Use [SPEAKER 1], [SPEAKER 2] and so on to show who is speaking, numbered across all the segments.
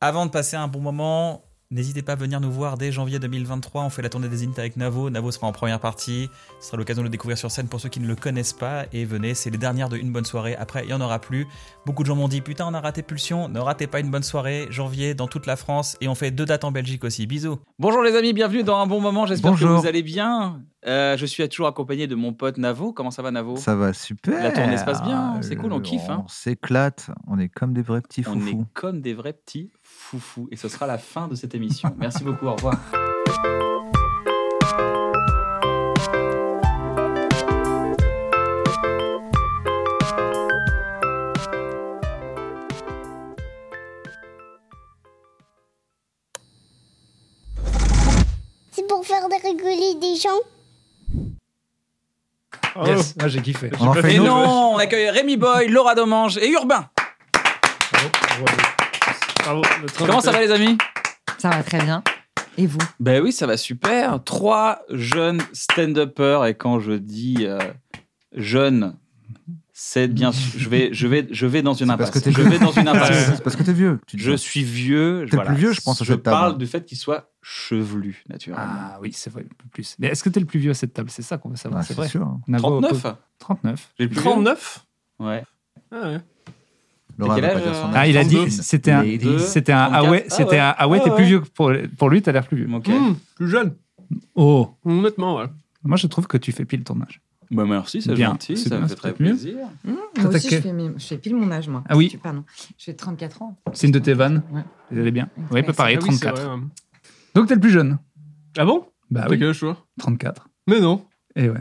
[SPEAKER 1] Avant de passer un bon moment, n'hésitez pas à venir nous voir dès janvier 2023. On fait la tournée des Zéniths avec Navo. Navo sera en première partie. Ce sera l'occasion de le découvrir sur scène pour ceux qui ne le connaissent pas. Et venez, c'est les dernières de Une Bonne Soirée. Après, il n'y en aura plus. Beaucoup de gens m'ont dit Putain, on a raté Pulsion. Ne ratez pas Une Bonne Soirée. Janvier, dans toute la France. Et on fait deux dates en Belgique aussi. Bisous. Bonjour les amis, bienvenue dans un bon moment. J'espère que
[SPEAKER 2] Bonjour.
[SPEAKER 1] vous allez bien. Euh, je suis toujours accompagné de mon pote Navo. Comment ça va, Navo
[SPEAKER 2] Ça va super.
[SPEAKER 1] La tournée se passe bien, c'est cool, on kiffe, hein.
[SPEAKER 2] On s'éclate, on est comme des vrais petits
[SPEAKER 1] On est
[SPEAKER 2] foufous.
[SPEAKER 1] comme des vrais petits foufous. Et ce sera la fin de cette émission. Merci beaucoup, au revoir.
[SPEAKER 3] C'est pour faire de rigoler des gens.
[SPEAKER 4] Yes, ah, j'ai kiffé.
[SPEAKER 2] On en fait
[SPEAKER 1] Et
[SPEAKER 2] une autre
[SPEAKER 1] non, on accueille Rémi Boy, Laura Domange et Urbain.
[SPEAKER 4] Bravo, bravo. Bravo, notre
[SPEAKER 1] Comment ça va les amis
[SPEAKER 5] Ça va très bien. Et vous
[SPEAKER 1] Ben oui, ça va super. Trois jeunes stand-uppers et quand je dis euh, jeunes, c'est bien. sûr- Je vais, je vais, je vais dans une
[SPEAKER 2] C'est parce
[SPEAKER 1] impasse.
[SPEAKER 2] que t'es
[SPEAKER 1] Je
[SPEAKER 2] vieux.
[SPEAKER 1] vais dans une impasse.
[SPEAKER 2] C'est parce que t'es vieux. Tu te
[SPEAKER 1] Je
[SPEAKER 2] dis.
[SPEAKER 1] suis vieux.
[SPEAKER 2] T'es plus vieux, je pense, au
[SPEAKER 1] Je
[SPEAKER 2] jeu de table.
[SPEAKER 1] parle du fait qu'il soit chevelu, naturellement.
[SPEAKER 4] Ah oui, c'est vrai, le plus. Mais est-ce que t'es le plus vieux à cette table C'est ça qu'on veut savoir,
[SPEAKER 2] Ah,
[SPEAKER 4] c'est
[SPEAKER 2] c'est
[SPEAKER 4] vrai.
[SPEAKER 2] sûr.
[SPEAKER 4] Navo,
[SPEAKER 1] 39
[SPEAKER 4] 39.
[SPEAKER 1] J'ai le plus vieux
[SPEAKER 6] 39
[SPEAKER 1] Ouais.
[SPEAKER 6] ah ouais.
[SPEAKER 2] Laura
[SPEAKER 1] quel
[SPEAKER 2] va pas
[SPEAKER 1] âge,
[SPEAKER 2] dire son
[SPEAKER 1] euh,
[SPEAKER 2] âge.
[SPEAKER 4] Ah, il a dit,
[SPEAKER 6] 32.
[SPEAKER 4] c'était un,
[SPEAKER 2] Il est
[SPEAKER 1] deux.
[SPEAKER 4] c'était un, ah
[SPEAKER 1] 34.
[SPEAKER 4] ouais,
[SPEAKER 1] Ah
[SPEAKER 4] c'était
[SPEAKER 1] ouais.
[SPEAKER 4] un, ah ouais, t'es
[SPEAKER 6] Ah
[SPEAKER 4] plus
[SPEAKER 6] ouais.
[SPEAKER 4] vieux que pour, pour lui, t'as l'air plus vieux.
[SPEAKER 1] Ok.
[SPEAKER 6] Mmh, plus jeune.
[SPEAKER 4] Oh,
[SPEAKER 6] Honnêtement, ouais.
[SPEAKER 4] moi je trouve que tu fais pile ton âge.
[SPEAKER 1] Bah merci, c'est
[SPEAKER 4] Bien,
[SPEAKER 1] gentil,
[SPEAKER 4] c'est
[SPEAKER 1] ça me
[SPEAKER 4] bien,
[SPEAKER 1] fait
[SPEAKER 4] c'est
[SPEAKER 1] très
[SPEAKER 4] peut-être mieux.
[SPEAKER 1] plaisir.
[SPEAKER 5] Mmh, Moi
[SPEAKER 4] t'as
[SPEAKER 5] aussi,
[SPEAKER 4] que-
[SPEAKER 5] je fais, mes- je fais pile mon âge, moi.
[SPEAKER 4] Ah oui.
[SPEAKER 5] Je- Pardon. Je fais 34 ans.
[SPEAKER 4] C'est une de tes vannes,
[SPEAKER 5] Ouais.
[SPEAKER 4] vous allez bien.
[SPEAKER 5] Ouais,
[SPEAKER 4] Oui,
[SPEAKER 5] c'est
[SPEAKER 4] pareil,
[SPEAKER 6] Ah oui, c'est
[SPEAKER 4] 34.
[SPEAKER 6] vrai, ouais.
[SPEAKER 4] Donc t'es le plus jeune.
[SPEAKER 6] Ah bon
[SPEAKER 4] Bah
[SPEAKER 6] T'as
[SPEAKER 4] oui,
[SPEAKER 6] quel âge, toi
[SPEAKER 4] 34.
[SPEAKER 6] Mais non.
[SPEAKER 4] Et ouais.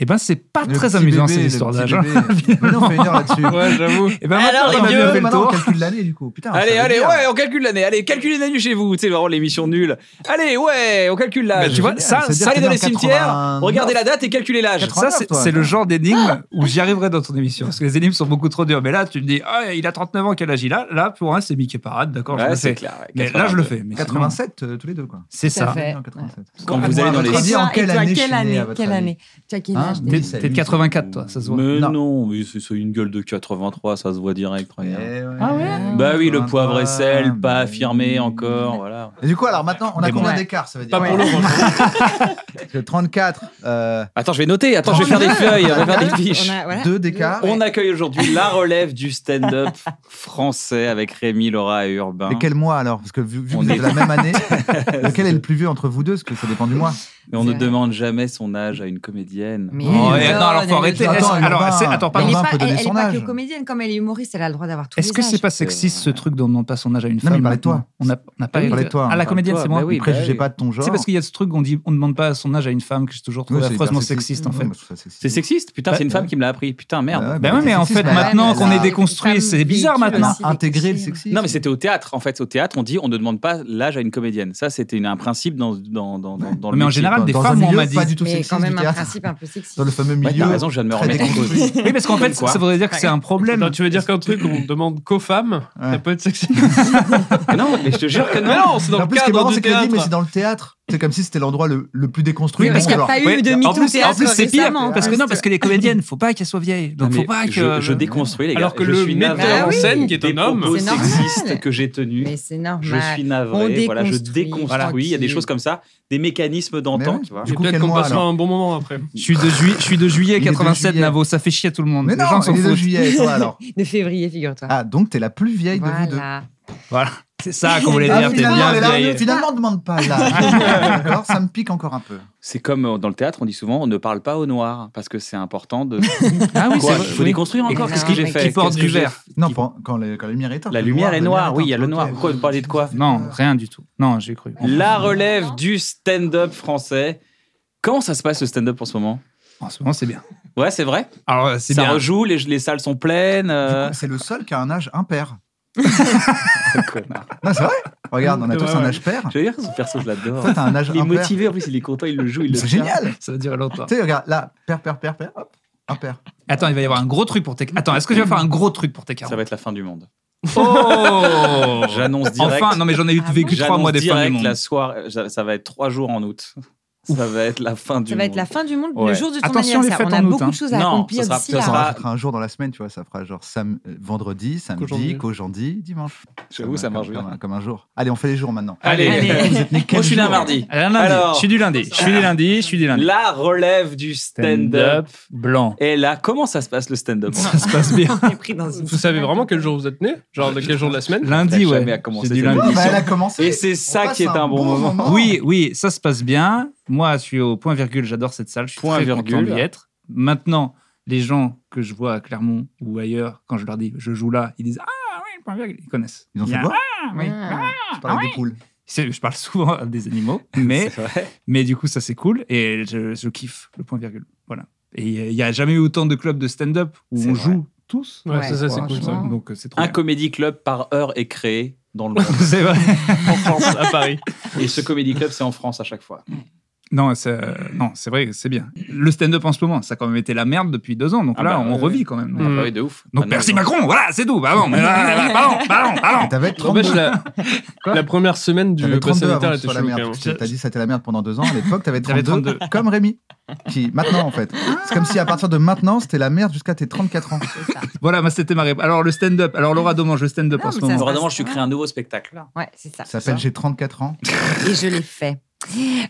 [SPEAKER 4] Et ben c'est pas
[SPEAKER 2] Le
[SPEAKER 4] très
[SPEAKER 2] petit
[SPEAKER 4] amusant
[SPEAKER 2] bébé,
[SPEAKER 4] ces
[SPEAKER 2] le
[SPEAKER 4] histoires
[SPEAKER 2] petit
[SPEAKER 4] d'âge. hein.
[SPEAKER 2] bébé. Mais non, on fait une heure là-dessus.
[SPEAKER 6] Ouais, j'avoue.
[SPEAKER 4] Et ben
[SPEAKER 1] Alors,
[SPEAKER 4] maintenant,
[SPEAKER 1] les
[SPEAKER 4] on a
[SPEAKER 1] vieux,
[SPEAKER 4] bien fait le
[SPEAKER 2] Maintenant, on
[SPEAKER 4] tour.
[SPEAKER 2] calcule l'année du coup. Putain,
[SPEAKER 1] allez,
[SPEAKER 2] ça veut
[SPEAKER 1] allez,
[SPEAKER 2] dire-
[SPEAKER 1] ouais, on calcule l'année. Allez, calculez l'année chez vous. Tu sais, vraiment, l'émission nulle. Allez, ouais, on calcule l'âge.
[SPEAKER 2] Bah,
[SPEAKER 1] tu vois,
[SPEAKER 2] génial,
[SPEAKER 1] ça,
[SPEAKER 2] ça veut dire
[SPEAKER 1] ça, allez
[SPEAKER 2] qu'on
[SPEAKER 1] dans
[SPEAKER 2] est
[SPEAKER 1] les
[SPEAKER 2] en
[SPEAKER 1] cimetières.
[SPEAKER 2] 89.
[SPEAKER 1] Regardez la date et calculez l'âge.
[SPEAKER 2] Quatre-
[SPEAKER 4] Ça,
[SPEAKER 2] 39,
[SPEAKER 4] c'est
[SPEAKER 2] toi,
[SPEAKER 5] hein.
[SPEAKER 4] c'est le
[SPEAKER 2] toi.
[SPEAKER 4] genre d'énigme où j'y arriverai dans ton émission. Parce que les énigmes sont beaucoup trop dures. Mais là, tu me dis, ah, il a 39 ans, quel âge il a Là, pour un, c'est Mickey Parade, d'accord, je
[SPEAKER 1] Ouais,
[SPEAKER 4] le
[SPEAKER 1] c'est
[SPEAKER 4] fais.
[SPEAKER 1] clair. ouais,
[SPEAKER 4] Mais là, je
[SPEAKER 1] 82.
[SPEAKER 4] le fais. Mais sinon,
[SPEAKER 2] 87 euh, tous les deux quoi.
[SPEAKER 4] C'est
[SPEAKER 5] Tout à
[SPEAKER 4] ça.
[SPEAKER 5] fait.
[SPEAKER 2] Non, 87.
[SPEAKER 1] Quand vous allez dans les-
[SPEAKER 2] On va
[SPEAKER 5] Et
[SPEAKER 2] dire en
[SPEAKER 5] toi, et
[SPEAKER 2] quelle
[SPEAKER 5] toi,
[SPEAKER 2] année je suis
[SPEAKER 5] quelle
[SPEAKER 2] né,
[SPEAKER 5] année,
[SPEAKER 2] à votre
[SPEAKER 5] quelle
[SPEAKER 2] avis.
[SPEAKER 5] année Tu as quel
[SPEAKER 2] Hein,
[SPEAKER 5] âge
[SPEAKER 4] T'es
[SPEAKER 5] déjà
[SPEAKER 4] t'es de 84, toi, ça se voit.
[SPEAKER 1] Mais non,
[SPEAKER 2] Non.
[SPEAKER 1] mais c'est c'est une gueule de 83, ça se voit direct.
[SPEAKER 2] Eh
[SPEAKER 1] regarde.
[SPEAKER 2] ouais.
[SPEAKER 5] Ah ouais
[SPEAKER 1] Bah oui, le poivre et
[SPEAKER 2] 83,
[SPEAKER 1] sel, pas
[SPEAKER 2] bah
[SPEAKER 1] affirmé
[SPEAKER 2] oui.
[SPEAKER 1] encore, voilà.
[SPEAKER 2] Et du coup, alors maintenant, on a
[SPEAKER 4] Mais bon.
[SPEAKER 2] combien
[SPEAKER 5] Ouais.
[SPEAKER 2] d'écart Ça veut dire
[SPEAKER 1] Pas pour
[SPEAKER 2] Ouais.
[SPEAKER 1] l'eau,
[SPEAKER 2] Parce que 34, euh,
[SPEAKER 1] Attends, je vais noter, attends,
[SPEAKER 2] Oh,
[SPEAKER 1] je vais faire des feuilles, on va faire des fiches.
[SPEAKER 5] Ah, On a- voilà.
[SPEAKER 2] 2 d'écart.
[SPEAKER 1] On accueille aujourd'hui la relève du stand-up français avec Rémi, Laura et Urbain.
[SPEAKER 2] Mais quel mois alors Parce que vu, vu que
[SPEAKER 1] On
[SPEAKER 2] vous
[SPEAKER 1] est-
[SPEAKER 2] êtes de la même année, lequel est le plus vieux entre vous deux Parce que ça dépend du mois.
[SPEAKER 1] Mais on ne
[SPEAKER 5] C'est vrai.
[SPEAKER 1] demande jamais son âge à une comédienne.
[SPEAKER 5] Mais-
[SPEAKER 4] Oh, et
[SPEAKER 5] Mais
[SPEAKER 4] non, alors
[SPEAKER 5] non,
[SPEAKER 4] faut arrêter.
[SPEAKER 2] mais
[SPEAKER 4] Est-ce-
[SPEAKER 2] attends,
[SPEAKER 4] Alors,
[SPEAKER 2] Urbain.
[SPEAKER 4] c'est- attends,
[SPEAKER 5] Elle
[SPEAKER 2] Urbain.
[SPEAKER 4] pardon.
[SPEAKER 5] n'est
[SPEAKER 2] Pardon,
[SPEAKER 5] pas,
[SPEAKER 2] on peut
[SPEAKER 5] elle-
[SPEAKER 2] donner
[SPEAKER 5] elle est
[SPEAKER 2] son
[SPEAKER 5] pas que
[SPEAKER 2] âge.
[SPEAKER 5] comédienne, comme elle est humoriste, elle a le droit d'avoir tous
[SPEAKER 4] Est-ce
[SPEAKER 5] les
[SPEAKER 4] que c'est
[SPEAKER 5] âges.
[SPEAKER 4] pas sexiste ce truc d'on ne demande pas son âge à une
[SPEAKER 2] mais
[SPEAKER 4] femme
[SPEAKER 2] parlez de toi.
[SPEAKER 4] maintenant On n'a on n'a pas
[SPEAKER 2] Parlez de toi.
[SPEAKER 4] Ah, la
[SPEAKER 2] Parle-toi.
[SPEAKER 4] comédienne, c'est moi.
[SPEAKER 1] Bah oui,
[SPEAKER 2] Ne préjugez
[SPEAKER 1] oui.
[SPEAKER 2] pas de ton genre.
[SPEAKER 4] C'est parce qu'il y a ce truc qu'on dit on ne demande pas son âge à une femme que j'ai toujours trouvé
[SPEAKER 2] Ouais, c'est hyper
[SPEAKER 4] affreusement sexiste en fait.
[SPEAKER 2] Ouais, je trouve ça sexiste.
[SPEAKER 1] C'est sexiste Putain,
[SPEAKER 4] Bah,
[SPEAKER 1] c'est une
[SPEAKER 2] Ouais.
[SPEAKER 1] femme qui me l'a appris. Putain, merde.
[SPEAKER 2] Bah Ouais,
[SPEAKER 4] Ben oui, euh, mais en
[SPEAKER 2] sexiste,
[SPEAKER 4] fait,
[SPEAKER 2] mais elle a-
[SPEAKER 4] maintenant
[SPEAKER 2] elle
[SPEAKER 4] qu'on
[SPEAKER 2] a-
[SPEAKER 4] est déconstruit, c'est bizarre
[SPEAKER 2] elle a
[SPEAKER 4] maintenant.
[SPEAKER 2] intégré le sexisme.
[SPEAKER 1] Non, mais c'était au théâtre. En fait, au théâtre, on dit on ne demande pas l'âge à une comédienne. Ça, c'était une- un principe dans, dans, dans, dans, dans le
[SPEAKER 4] Mais en
[SPEAKER 1] métier.
[SPEAKER 4] général, des
[SPEAKER 2] Dans un
[SPEAKER 4] femmes, on
[SPEAKER 2] milieu
[SPEAKER 4] m'a dit.
[SPEAKER 2] Pas du tout
[SPEAKER 5] Mais
[SPEAKER 2] sexiste
[SPEAKER 5] quand
[SPEAKER 2] du
[SPEAKER 5] même un
[SPEAKER 2] théâtre.
[SPEAKER 5] principe un peu sexiste.
[SPEAKER 2] Dans le fameux
[SPEAKER 1] Ouais,
[SPEAKER 2] milieu.
[SPEAKER 1] t'as raison, je viens de me
[SPEAKER 2] très
[SPEAKER 1] remettre en
[SPEAKER 2] déconstruit.
[SPEAKER 1] cause.
[SPEAKER 4] Oui, parce qu'en fait,
[SPEAKER 1] Quoi
[SPEAKER 4] ça voudrait dire que c'est un problème.
[SPEAKER 6] Attends, tu veux dire qu'un truc, on demande qu'aux femmes,
[SPEAKER 2] Ouais.
[SPEAKER 6] ça peut être sexy
[SPEAKER 1] Ah non, mais je te jure que non.
[SPEAKER 6] Mais non, c'est dans
[SPEAKER 2] En
[SPEAKER 6] le
[SPEAKER 2] plus, ce qui est marrant,
[SPEAKER 6] cadre du
[SPEAKER 2] c'est que dit, mais
[SPEAKER 6] théâtre.
[SPEAKER 2] c'est dans le théâtre. C'est comme si c'était l'endroit le, le plus déconstruit.
[SPEAKER 5] Oui, parce
[SPEAKER 2] du
[SPEAKER 5] qu'il n'y a
[SPEAKER 2] monde,
[SPEAKER 5] pas
[SPEAKER 4] Ouais,
[SPEAKER 5] eu de
[SPEAKER 4] en
[SPEAKER 5] mytho
[SPEAKER 4] plus, en
[SPEAKER 5] théâtre
[SPEAKER 4] plus, c'est hein. pire.
[SPEAKER 5] récemment.
[SPEAKER 4] Parce que non, parce que les comédiennes, faut pas qu'elles soient vieilles. Donc
[SPEAKER 1] Non,
[SPEAKER 4] faut
[SPEAKER 1] mais
[SPEAKER 4] pas que.
[SPEAKER 1] je, je déconstruis les gars.
[SPEAKER 6] Alors que
[SPEAKER 1] Je
[SPEAKER 6] le
[SPEAKER 1] suis navré.
[SPEAKER 5] metteur en Bah oui.
[SPEAKER 6] scène, qui est
[SPEAKER 1] Des
[SPEAKER 6] un homme.
[SPEAKER 1] propos
[SPEAKER 5] C'est normal.
[SPEAKER 1] sexistes que j'ai tenus.
[SPEAKER 5] Mais c'est
[SPEAKER 1] Je
[SPEAKER 5] normal.
[SPEAKER 1] suis
[SPEAKER 5] On
[SPEAKER 1] navré. Voilà, je
[SPEAKER 5] déconstruit,
[SPEAKER 1] déconstruis. Il y a des
[SPEAKER 5] tranquille.
[SPEAKER 1] choses comme ça, des mécanismes d'antan,
[SPEAKER 2] Mais
[SPEAKER 1] tu vois.
[SPEAKER 2] Du
[SPEAKER 6] Et
[SPEAKER 2] coup,
[SPEAKER 6] peut-être
[SPEAKER 2] quel
[SPEAKER 6] qu'on
[SPEAKER 2] mois,
[SPEAKER 6] passera
[SPEAKER 2] alors
[SPEAKER 6] un bon moment après.
[SPEAKER 4] Je suis de, juillet- je suis de juillet
[SPEAKER 2] Il est de
[SPEAKER 4] 87,
[SPEAKER 2] juillet.
[SPEAKER 4] Navo. Ça fait chier à tout le monde.
[SPEAKER 2] Mais
[SPEAKER 4] les gens
[SPEAKER 2] non,
[SPEAKER 4] s'en
[SPEAKER 2] il est de
[SPEAKER 4] foutent.
[SPEAKER 2] juillet, toi alors.
[SPEAKER 5] De février, figure-toi.
[SPEAKER 2] Ah, donc t'es la plus vieille de vous deux.
[SPEAKER 5] Voilà.
[SPEAKER 4] Voilà. C'est ça qu'on voulait
[SPEAKER 2] Ah,
[SPEAKER 1] hein,
[SPEAKER 4] dire. T'es
[SPEAKER 2] finalement,
[SPEAKER 4] bien
[SPEAKER 2] elle est là.
[SPEAKER 4] vieille.
[SPEAKER 2] Finalement, demande pas là. Alors, ça me pique encore un peu.
[SPEAKER 1] C'est comme euh, dans le théâtre, on dit souvent on ne parle pas aux noirs parce que c'est important de.
[SPEAKER 4] Ah oui,
[SPEAKER 1] Quoi
[SPEAKER 4] c'est
[SPEAKER 1] Il faut
[SPEAKER 4] vrai.
[SPEAKER 1] déconstruire
[SPEAKER 4] Et
[SPEAKER 5] non,
[SPEAKER 1] encore. Qu'est-ce que j'ai
[SPEAKER 5] mais
[SPEAKER 1] fait
[SPEAKER 4] Qui porte
[SPEAKER 1] Qu'est-ce
[SPEAKER 4] du
[SPEAKER 1] que j'ai-
[SPEAKER 4] verre.
[SPEAKER 2] Non,
[SPEAKER 1] Qui-
[SPEAKER 2] pas- quand, le- quand la lumière est éteinte.
[SPEAKER 1] La
[SPEAKER 2] le
[SPEAKER 1] lumière, elle est noire,
[SPEAKER 2] la lumière
[SPEAKER 1] oui, il y a le
[SPEAKER 2] éteinte,
[SPEAKER 1] noir.
[SPEAKER 2] ok.
[SPEAKER 1] Pourquoi vous parlez de quoi
[SPEAKER 4] Non, rien du tout. Non, j'ai cru.
[SPEAKER 1] La relève du stand-up français. Comment ça se passe le stand-up en ce moment
[SPEAKER 4] En ce moment, c'est bien.
[SPEAKER 1] Ouais, c'est vrai.
[SPEAKER 4] Alors, c'est
[SPEAKER 1] ça
[SPEAKER 4] bien.
[SPEAKER 1] rejoue, les, les salles sont pleines. euh,
[SPEAKER 2] Du coup, C'est le seul qui a un âge impair.
[SPEAKER 1] connard.
[SPEAKER 2] Non, c'est vrai Regarde, on a
[SPEAKER 6] Ouais,
[SPEAKER 2] tous un
[SPEAKER 6] ouais.
[SPEAKER 2] âge pair.
[SPEAKER 1] Je veux dire, ce perso, je l'adore.
[SPEAKER 2] Toi, t'as un âge
[SPEAKER 1] Il est
[SPEAKER 2] impair.
[SPEAKER 1] motivé, en plus, il est content, il le joue, il le
[SPEAKER 2] C'est génial
[SPEAKER 4] Ça va durer longtemps.
[SPEAKER 2] Tu sais, regarde, là, pair, pair, pair, pair, hop, impair.
[SPEAKER 4] Attends, il va y avoir un gros truc pour tes. Attends, est-ce que je vais faire un gros truc pour tes
[SPEAKER 1] Ça
[SPEAKER 4] 40
[SPEAKER 1] va être la fin du monde.
[SPEAKER 4] Oh
[SPEAKER 1] J'annonce direct.
[SPEAKER 4] Enfin, non, mais j'en ai eu-
[SPEAKER 5] Ah bon
[SPEAKER 4] vécu trois
[SPEAKER 1] J'annonce
[SPEAKER 4] mois des fins du
[SPEAKER 1] direct
[SPEAKER 4] monde.
[SPEAKER 1] la soirée. Ça, ça va être trois jours en août. Ça va être la fin du
[SPEAKER 5] Ça
[SPEAKER 1] monde.
[SPEAKER 5] va être la fin du monde
[SPEAKER 1] Ouais.
[SPEAKER 5] le jour de ton
[SPEAKER 4] Attention, les
[SPEAKER 5] anniversaire.
[SPEAKER 4] fêtes
[SPEAKER 5] On a
[SPEAKER 4] en août,
[SPEAKER 5] beaucoup
[SPEAKER 4] hein.
[SPEAKER 5] de choses à
[SPEAKER 1] Non,
[SPEAKER 5] accomplir
[SPEAKER 1] ça sera-
[SPEAKER 5] d'ici
[SPEAKER 1] ça
[SPEAKER 5] là.
[SPEAKER 2] Ça
[SPEAKER 1] sera-
[SPEAKER 2] rajoutera un jour dans la semaine, tu vois, ça fera genre sam- euh, vendredi, samedi,
[SPEAKER 6] Qu'aujourd'hui.
[SPEAKER 2] qu'aujourd'hui, dimanche.
[SPEAKER 1] J'avoue,
[SPEAKER 2] Comme-
[SPEAKER 1] ça marche
[SPEAKER 2] comme-
[SPEAKER 1] bien.
[SPEAKER 2] Comme, un- comme un jour. Allez, on fait les jours maintenant.
[SPEAKER 1] Allez,
[SPEAKER 5] Allez.
[SPEAKER 2] Vous êtes nés
[SPEAKER 1] moi
[SPEAKER 2] quel
[SPEAKER 1] je suis là
[SPEAKER 2] jour
[SPEAKER 1] lundi.
[SPEAKER 4] Lundi,
[SPEAKER 1] Alors-
[SPEAKER 4] je suis du lundi, je suis du lundi, je suis du lundi.
[SPEAKER 1] La relève du stand-up.
[SPEAKER 4] Stand-up blanc.
[SPEAKER 1] Et là, comment ça se passe le stand-up
[SPEAKER 4] Ça se passe bien.
[SPEAKER 5] On est pris dans une
[SPEAKER 6] Vous savez vraiment quel jour vous êtes né Genre de quel jour de la semaine
[SPEAKER 4] Lundi,
[SPEAKER 1] T'as
[SPEAKER 4] ouais.
[SPEAKER 1] jamais à commencer
[SPEAKER 4] C'est du
[SPEAKER 1] cette
[SPEAKER 4] lundi.
[SPEAKER 2] Ouais, bah, elle a commencé.
[SPEAKER 1] Et c'est
[SPEAKER 2] On
[SPEAKER 1] ça
[SPEAKER 2] passe
[SPEAKER 1] qui est un bon moment.
[SPEAKER 4] Oui, oui, ça se passe bien. Moi, je suis au point virgule, j'adore cette salle, je suis
[SPEAKER 1] Point
[SPEAKER 4] très content
[SPEAKER 1] virgule.
[SPEAKER 4] d'y être. Maintenant, les gens que je vois à Clermont ou ailleurs, quand je leur dis je joue là, ils disent Ah oui, le point virgule, ils connaissent.
[SPEAKER 2] Ils ont
[SPEAKER 4] Il y
[SPEAKER 2] fait
[SPEAKER 4] a-
[SPEAKER 2] quoi
[SPEAKER 4] Ah, oui.
[SPEAKER 2] Je
[SPEAKER 5] Ah
[SPEAKER 2] parlais des poules.
[SPEAKER 4] C'est- Je parle souvent à des animaux, mais,
[SPEAKER 1] C'est vrai.
[SPEAKER 4] mais du coup, ça c'est cool et je, je kiffe le point virgule. Voilà. Et il n'y a jamais eu autant de clubs de stand-up où
[SPEAKER 1] C'est
[SPEAKER 4] on
[SPEAKER 1] vrai.
[SPEAKER 4] joue tous.
[SPEAKER 6] Ouais,
[SPEAKER 5] Ouais,
[SPEAKER 6] ça, ça, c'est
[SPEAKER 4] Voilà,
[SPEAKER 6] cool ça.
[SPEAKER 5] franchement.
[SPEAKER 4] Donc euh, c'est trop
[SPEAKER 1] Un
[SPEAKER 4] bien.
[SPEAKER 1] comédie club par heure est créé dans le monde.
[SPEAKER 4] C'est vrai.
[SPEAKER 6] En France, à Paris.
[SPEAKER 1] Et ce comédie club, c'est en France à chaque fois.
[SPEAKER 4] Non, c'est euh, non, c'est vrai, c'est bien. Le stand-up en ce moment, ça a quand même été la merde depuis deux ans, donc
[SPEAKER 1] Ah
[SPEAKER 4] là,
[SPEAKER 1] bah,
[SPEAKER 4] on
[SPEAKER 1] ouais.
[SPEAKER 4] revit quand même.
[SPEAKER 1] Ah
[SPEAKER 6] Mm.
[SPEAKER 1] bah oui, de ouf.
[SPEAKER 4] Donc
[SPEAKER 1] Maintenant,
[SPEAKER 4] merci
[SPEAKER 1] ils ont-
[SPEAKER 4] Macron, voilà, c'est tout. Bah non, mais là, là, là, pardon, pardon,
[SPEAKER 2] Et
[SPEAKER 4] pardon.
[SPEAKER 2] T'avais 32,
[SPEAKER 6] N'empêche, la, la première semaine du
[SPEAKER 2] t'avais
[SPEAKER 6] pass
[SPEAKER 2] 32 avant
[SPEAKER 6] sanitaire
[SPEAKER 2] que
[SPEAKER 6] était
[SPEAKER 2] ce soit la
[SPEAKER 6] chelou,
[SPEAKER 2] merde.
[SPEAKER 6] quand
[SPEAKER 2] parce
[SPEAKER 6] même.
[SPEAKER 2] que T'as dit que c'était la merde pendant deux ans. À l'époque, t'avais
[SPEAKER 4] J'avais
[SPEAKER 2] 32, Comme Rémi. Qui, maintenant, en fait. C'est comme si à partir de maintenant, c'était la merde jusqu'à tes 34 ans.
[SPEAKER 5] C'est ça.
[SPEAKER 4] Voilà, moi c'était ma réponse. Alors le stand-up, alors Laura Domange, le stand-up
[SPEAKER 5] Non,
[SPEAKER 4] en ce
[SPEAKER 5] mais ça
[SPEAKER 4] moment.
[SPEAKER 1] Laura Domange, tu crées un nouveau spectacle.
[SPEAKER 5] Ouais, c'est ça.
[SPEAKER 2] Ça s'appelle J'ai 34 ans.
[SPEAKER 5] Et je l'ai fait.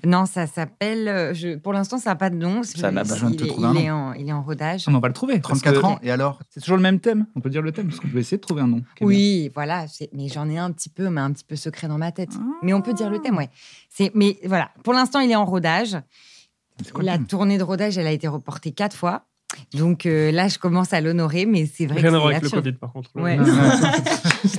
[SPEAKER 5] Non, ça s'appelle. euh, je- Pour l'instant, ça n'a pas de nom. C'est-
[SPEAKER 1] Ça n'a pas-
[SPEAKER 2] bah, je viens de
[SPEAKER 5] il
[SPEAKER 2] te
[SPEAKER 5] est-
[SPEAKER 2] trouver un
[SPEAKER 5] il
[SPEAKER 2] nom.
[SPEAKER 5] est en- Il est en rodage.
[SPEAKER 4] On va le trouver. parce
[SPEAKER 2] 34
[SPEAKER 4] que
[SPEAKER 2] ans, et alors
[SPEAKER 4] C'est toujours le même thème. On peut dire le thème parce qu'on peut essayer de trouver un nom.
[SPEAKER 5] Oui, voilà. c'est- Mais j'en ai un petit peu, mais un petit peu secret dans ma tête.
[SPEAKER 4] Ah.
[SPEAKER 5] Mais on peut dire le thème, ouais. C'est. Mais voilà. Pour l'instant, il est en rodage.
[SPEAKER 2] C'est quoi le
[SPEAKER 5] La
[SPEAKER 2] thème
[SPEAKER 5] tournée de rodage, elle a été reportée quatre fois. Donc euh, là, je commence à l'honorer, mais c'est vrai
[SPEAKER 6] Rien
[SPEAKER 5] que
[SPEAKER 6] à
[SPEAKER 5] c'est
[SPEAKER 6] voir avec le
[SPEAKER 5] absurde.
[SPEAKER 6] Covid, par contre.
[SPEAKER 5] Ouais.